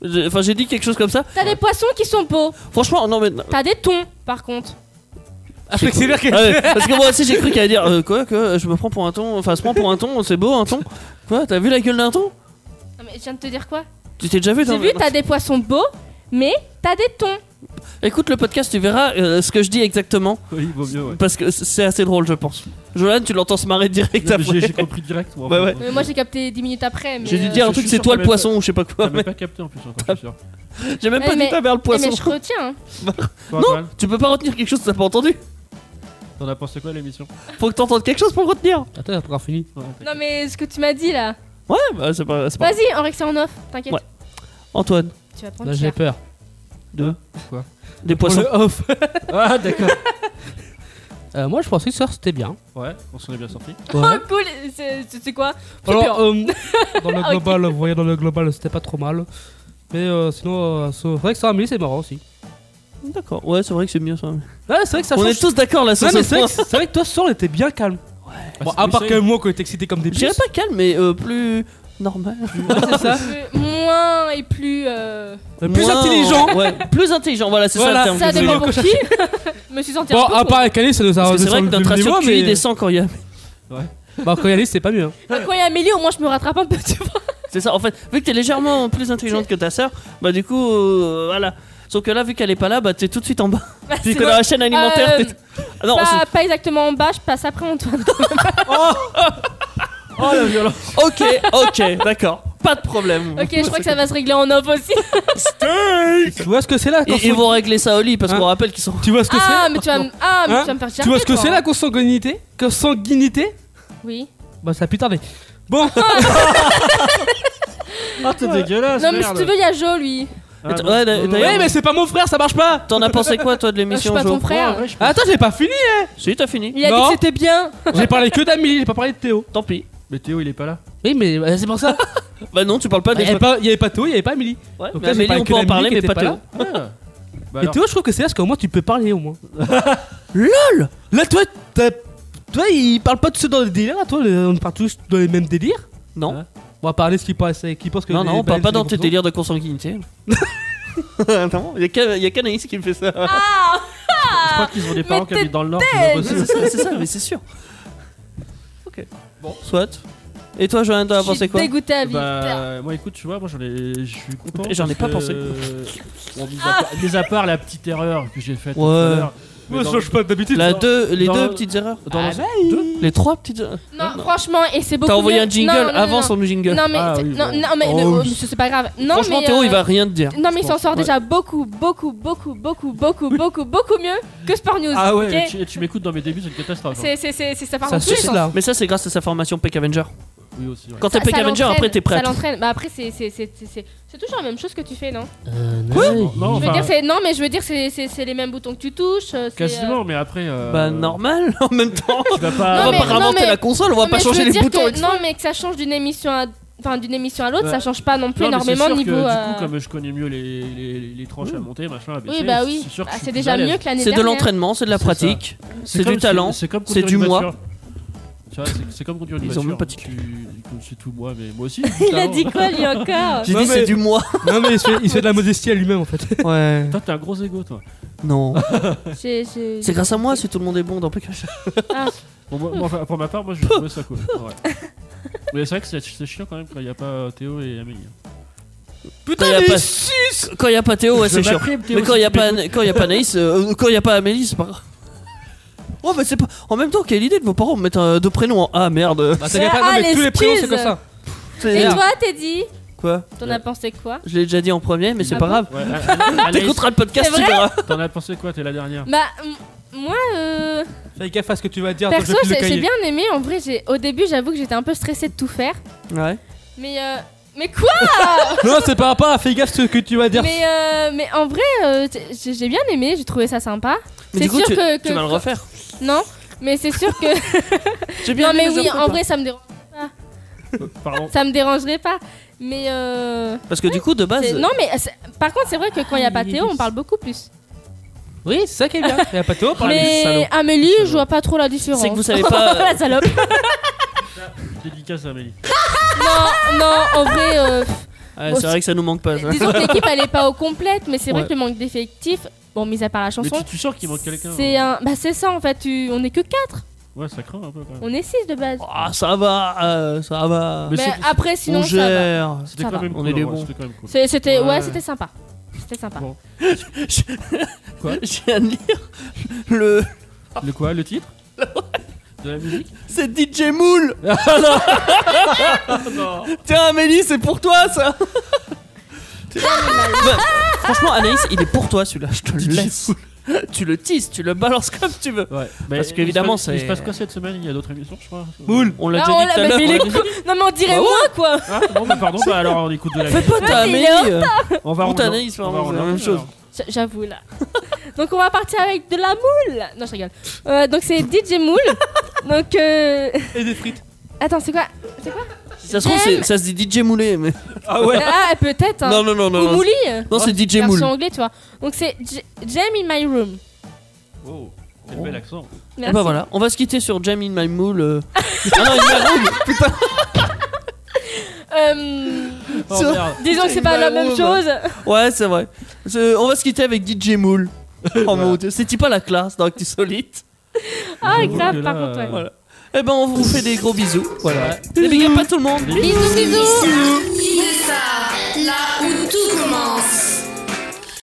J'ai- Enfin, j'ai dit quelque chose comme ça.
T'as des poissons qui sont beaux.
Franchement, non mais
T'as des thons, par contre.
Après, c'est vrai que-
Ah ouais, parce que moi aussi j'ai cru qu'elle allait dire euh, quoi que je me prends pour un ton, enfin se prend pour un ton, c'est beau un ton. Quoi, t'as vu la gueule d'un ton
Non, mais je viens de te dire quoi
Tu t'es déjà vu
J'ai
dans-
vu, t'as des poissons beaux, mais t'as des thons.
Écoute le podcast, tu verras euh, ce que je dis exactement
Oui, vaut mieux, ouais.
parce que c'est assez drôle, je pense. Jolan, tu l'entends se marrer direct
Non, mais J'ai
après.
j'ai compris direct. Moi,
Bah Ouais, ouais.
Mais Euh, moi j'ai capté 10 minutes après. mais,
J'ai dû
euh,
dire un
je
truc,
suis
c'est
sûr
toi
qu'on
le
l'a
poisson ou je sais pas quoi.
T'as même pas capté en plus, encore, je suis sûr.
mais J'ai même pas
Eh,
dit
mais-
ta mère le
eh, Mais
poisson.
je retiens. hein.
Toi, Antoine
Tu peux pas retenir quelque chose que t'as pas entendu
T'en as pensé quoi l'émission
Faut que t'entendes quelque chose pour le retenir.
Attends, t'as pas fini.
Non, mais ce que tu m'as dit là.
Ouais, bah, c'est pas, c'est pas.
Vas-y, Henrik, c'est en off, t'inquiète.
Ouais. Antoine,
Tu vas prendre
Là, j'ai
cher.
peur.
des
Pour
poissons.
le off.
Ah d'accord
Euh, moi, je pensais que ça, c'était bien.
Ouais, on s'en est bien sorti.
Oh, cool, c'est c'est- c'est quoi C'est
Alors,
bien.
euh, dans le global, vous voyez, dans le global, c'était pas trop mal. Mais euh, sinon, euh, c'est vrai que ça a mis, c'est marrant aussi.
D'accord. Ouais, c'est vrai que c'est mieux ça.
Ouais, c'est vrai que ça
On
change.
est tous d'accord là
Ouais,
sur ce
mais c'est vrai,
point.
que- c'est vrai que toi, ce soir, on était bien calme. Bon, à part que moi, quand t'es excité comme des
Je dirais
puces.
pas calme, mais euh, plus normal.
c'est ça.
Euh, Moins et plus. euh,
Plus
Moins-
intelligent.
Ouais, plus intelligent. Voilà, c'est
Voilà. Ah,
ça le terme.
Ça
que je voulais
dépend
dire.
pour qui Je me suis senti
Bon,
un peu.
à
con.
part Cali, ça nous a
Parce que c'est vrai que
redescendu de
notre ratio
niveau,
QI
mais-
descend quand il y a.
Bah, quand Yannis, c'est pas mieux. hein.
Bah, Quand il y a Amélie, au moins je me rattrape un peu, tu vois.
C'est ça. En fait, vu que t'es légèrement plus intelligente que ta sœur, bah du coup, euh, voilà. Sauf que là, vu qu'elle est pas là, bah t'es tout de suite en bas.
Bah,
Puis
c'est
que dans
vrai.
la chaîne alimentaire,
Euh,
t'es- Ah non,
pas, pas exactement en bas, je passe après Antoine.
Oh la violence
c'est- ok, ok, d'accord, pas de problème.
ok, je crois que ça va se régler en off aussi.
Tu vois ce que c'est là quand
Ils, ils vont régler ça au lit
Hein
parce qu'on rappelle qu'ils sont.
Tu vois ce que
Ah,
c'est
mais tu vas me, ah, mais
Hein
tu vas me faire
Tu vois
gerber,
ce que
toi. hein.
c'est la consanguinité Consanguinité
Oui.
Bah, ça a pu tarder. Bon,
Ah t'es dégueulasse Ah,
Non, mais si tu veux, il y a Jo, lui. Ah,
Ouais, d'a- d'ailleurs,
ouais, Ah mais c'est pas mon frère, ça marche pas
t'en as pensé quoi toi de
Je suis
l'émission
pas
Jo
ton frère.
Attends, j'ai pas fini
Si, t'as fini.
Il a dit
Non.
que c'était bien.
Ah,
J'ai parlé que d'Amélie, j'ai pas parlé de Théo.
Tant pis.
Mais Théo il est pas là.
Oui, mais euh, c'est pour ça.
Bah non, tu parles pas
Il
des.
y avait pas, il y avait pas Théo, il y avait pas Amélie.
Ouais,
Eh, bah,
mais
Donc là, j'ai
Amélie,
parlé
on
que
peut en
d'Amélie
parler,
qui
mais
était
pas
pas
Théo.
là.
Ah. Bah
Et
alors,
Théo, je trouve que c'est là parce qu'au moins tu peux parler au moins. LOL Là, toi, t'as- toi, il parle pas de ceux dans les délires, là, toi, on parle tous dans les mêmes délires.
Non,
On va parler de ce qu'il pense, qu'il pense que.
non,
les
non, on parle
baleines,
pas
c'est
dans
des
tes
gros
délires de consanguinité. non, il y a qu'à- il y a qu'Anaïs qui me fait ça.
Ah
je crois qu'ils ont des parents qui
t'es
habitent dans le nord, c'est pas
c'est
possible.
ça, c'est ça, mais c'est sûr. Ok. Bon. Soit. Et toi, Joanne, t'en as
Je suis
pensé quoi
dégoûtée à vie.
Bah, moi écoute, tu vois, moi j'en ai. Je suis content.
J'en ai
parce
pas
que-
pensé.
Bon, mis, à part, mis à part la petite erreur que j'ai faite. tout
Ouais.
à l'heure, mais
Ouais,
dans-
ça, je pas d'habitude.
La
dans-
deux, les
dans-
deux petites erreurs.
dans
Ah,
l'ensemble-
Les trois petites erreurs.
Non, franchement, et c'est Ah beaucoup.
T'as envoyé
mieux.
un jingle
Non, non, non,
avant
non.
son jingle.
Non, mais,
Ah,
c'est-
oui,
non,
bon.
non, mais
Oh,
non,
oui.
c'est pas grave. Non,
Franchement,
mais,
Théo,
euh,
il va rien te dire.
Non, mais il
je
s'en
pense.
sort
Ouais.
déjà beaucoup, beaucoup, beaucoup, beaucoup, beaucoup, beaucoup, beaucoup mieux que Sport News.
Ah ouais,
ok
et tu, et tu m'écoutes dans mes débuts, c'est une catastrophe. hein.
C'est, c'est, c'est, c'est- ça part
Ça
dans tous les
suffit
sens.
là.
Mais ça, c'est grâce à sa formation Peck Avenger.
Oui, aussi. ouais.
Quand t'es
Ça-
Peck
ça
Avenger,
l'entraîne,
après t'es prêt.
Ça l'entraîne. Bah après, c'est, c'est, c'est, c'est, c'est- c'est toujours la même chose que tu fais, non
Non,
Euh,
non,
Je veux
enfin,
dire, c'est non, mais je veux dire, c'est, c'est, c'est les mêmes boutons que tu touches. euh, c'est,
Quasiment,
euh,
mais après. euh,
Bah, normal, en même temps.
Tu vas
On
pas.
Non,
va
mais-
pas réinventer
mais-
la console, on
non,
va pas
mais je
changer
veux
les
dire
boutons.
que-
et tout.
Non, mais que ça change d'une émission à, enfin, d'une émission à l'autre,
Ouais.
ça change pas non plus
Non, mais c'est
énormément
sûr que,
niveau.
Du
euh,
coup, comme je connais mieux les, les, les- les tranches à monter, machin, à baisser,
Oui, bah oui.
c'est sûr que
Ah,
je suis
c'est
plus
déjà
à l'aise.
mieux que l'année
C'est de
dernière.
l'entraînement, c'est de la
C'est ça.
pratique, c'est
comme
du
si-
talent.
c'est comme
c'est
conduire
du
une
moi.
voiture. Tu vois, c'est- C'est comme conduire une
Ils ont
voiture.
même pas de cul.
Tu- C'est tout moi, mais moi aussi.
Il a dit quoi, lui encore
J'ai
Non,
dit
mais-
c'est du moi.
Non, mais il se fait, il se fait de la modestie à lui-même en fait.
Ouais.
Toi, t'es un gros égo, toi.
Non.
J'ai- j'ai-
C'est grâce à moi si tout le monde est bon dans Peck Avenger.
Bon, moi- moi, enfin, pour ma part, moi, je trouve ça cool. Ouais. Mais c'est vrai que c'est c'est chiant quand même quand il n'y a pas euh, Théo et Amélie.
Quand y a pas-
Bah,
Quand il n'y a pas Théo, ouais, c'est chiant. Mais quand il n'y a, pas- quand y a pas Anaïs, euh, quand il n'y a pas Amélie, c'est pas grave. Ouais, Oh, mais c'est pas. En même temps, quelle idée de vos parents de mettre euh, deux prénoms en Ah merde.
Bah,
t'as bien pas- non,
non,
Ah, mais
mais
les
tous les prénoms, c'est
skis.
comme
comme
ça.
ça.
C'est-
Et toi, Teddy
Quoi
T'en as pensé quoi
Je l'ai déjà dit en premier, mais c'est
Ah
pas
bon
grave.
Ouais, Anaïs,
T'écouteras le podcast,
C'est
tu
vrai
verras.
T'en as pensé quoi T'es la dernière.
Bah, m- moi, euh,
Fais gaffe à ce que tu vas dire.
perso,
attends, je vais
j'ai
plus le
j'ai
cahier.
bien aimé. En vrai, j'ai- au début, j'avoue que j'étais un peu stressée de tout faire.
Ouais.
Mais, euh, mais quoi
Non, c'est par rapport à fais gaffe à ce que tu vas dire.
mais, euh, mais en vrai, euh, t- j'ai j'ai bien aimé. J'ai trouvé ça sympa. C'est
Mais du coup,
sûr
tu,
que-
tu
que-
vas le refaire.
Non, mais c'est sûr que.
J'ai bien
non,
aimé
mais
les
oui,
autres,
en
quoi.
vrai, ça me dérange.
Pardon.
Ça me dérangerait pas. Mais euh,
Parce que du coup, de base.
c'est- non, mais euh, c'est- par contre, c'est vrai que quand il y a pas Théo, on parle beaucoup plus.
Oui, c'est ça qui est bien. Il y a pas Théo,
Oh,
par
Mais Amélie, je vois pas trop la différence.
C'est que vous savez pas- euh,
la salope.
Dédicace à Amélie.
non, non, en vrai, euh,
Ouais, c'est vrai que ça nous manque pas. ça.
disons que l'équipe elle est pas au complète, mais c'est
Ouais.
vrai que le manque d'effectifs, bon, mis à part la
Mais
chanson,
tu, tu sens qu'il manque quelqu'un. hein.
c'est
hein.
un, bah c'est ça en fait. tu- On est que 4
Ouais, ça craint un peu quand même.
on est 6 de base.
Ah, ça va, euh, ça va.
Mais
Mais,
c'est-
après, sinon
on
ça va.
gère.
C'était
ça
quand
va.
même
On
cool.
est des
en vrai,
bons.
C'était quand même cool.
C'est- C'était, ouais,
Ouais.
c'était sympa. C'était sympa.
Bon.
Je viens de lire le.
Le quoi Le titre De la musique
C'est DJ Moule Ah Tiens Amélie, c'est pour toi ça Bah, Franchement, Anaïs, il est pour toi celui-là, je te le laisse. tu le tises, tu le balances comme tu veux.
Ouais.
Parce qu'évidemment,
il se passe- Il
c'est-
se passe quoi cette semaine Il y a d'autres émissions, je crois.
Moule, on l'a
Ah,
déjà
on
dit tout à
l'a- mais il est
l'heure.
con. Non, mais on dirait
Bah ouais.
moi, quoi.
Ah, bon, bah, pardon, bah alors on écoute de la
Fais pas ta
Ouais, mais il est en
Amélie. euh,
On va
Pour
rouler-
t'analyse,
on va
vraiment,
rouler
c'est la
un
même
peu,
chose.
alors.
J- J'avoue là. donc on va partir avec de la moule. Non, je rigole. Euh, donc c'est DJ Moule. donc euh...
Et des frites.
attends, c'est quoi
Si ça se trouve, c'est- ça se dit DJ Moulé, mais. Ah ouais
Ah, peut-être. Hein.
Non, non, non, non.
Ou
non.
Mouli.
Non, c'est DJ Moule.
Version anglais, tu vois. Donc c'est J- Jam in my room.
Oh, quel bel accent.
Et
Merci.
bah voilà, on va se quitter sur Jam in my moule. euh. ah non, in my room, putain.
Euh,
Oh
Sur-
merde.
disons que c'est pas la même chose.
Ouais, c'est vrai. C'est- On va se quitter avec DJ Moule. Oh mon dieu, c'était pas la classe dans Solite.
Ah,
Oh,
J'avoue que
grave, par
là, euh,
contre, ouais.
Eh ben, Voilà. Eh ben, on vous fait des gros bisous. Voilà. Des big up à tout le monde.
Bisous, bisous.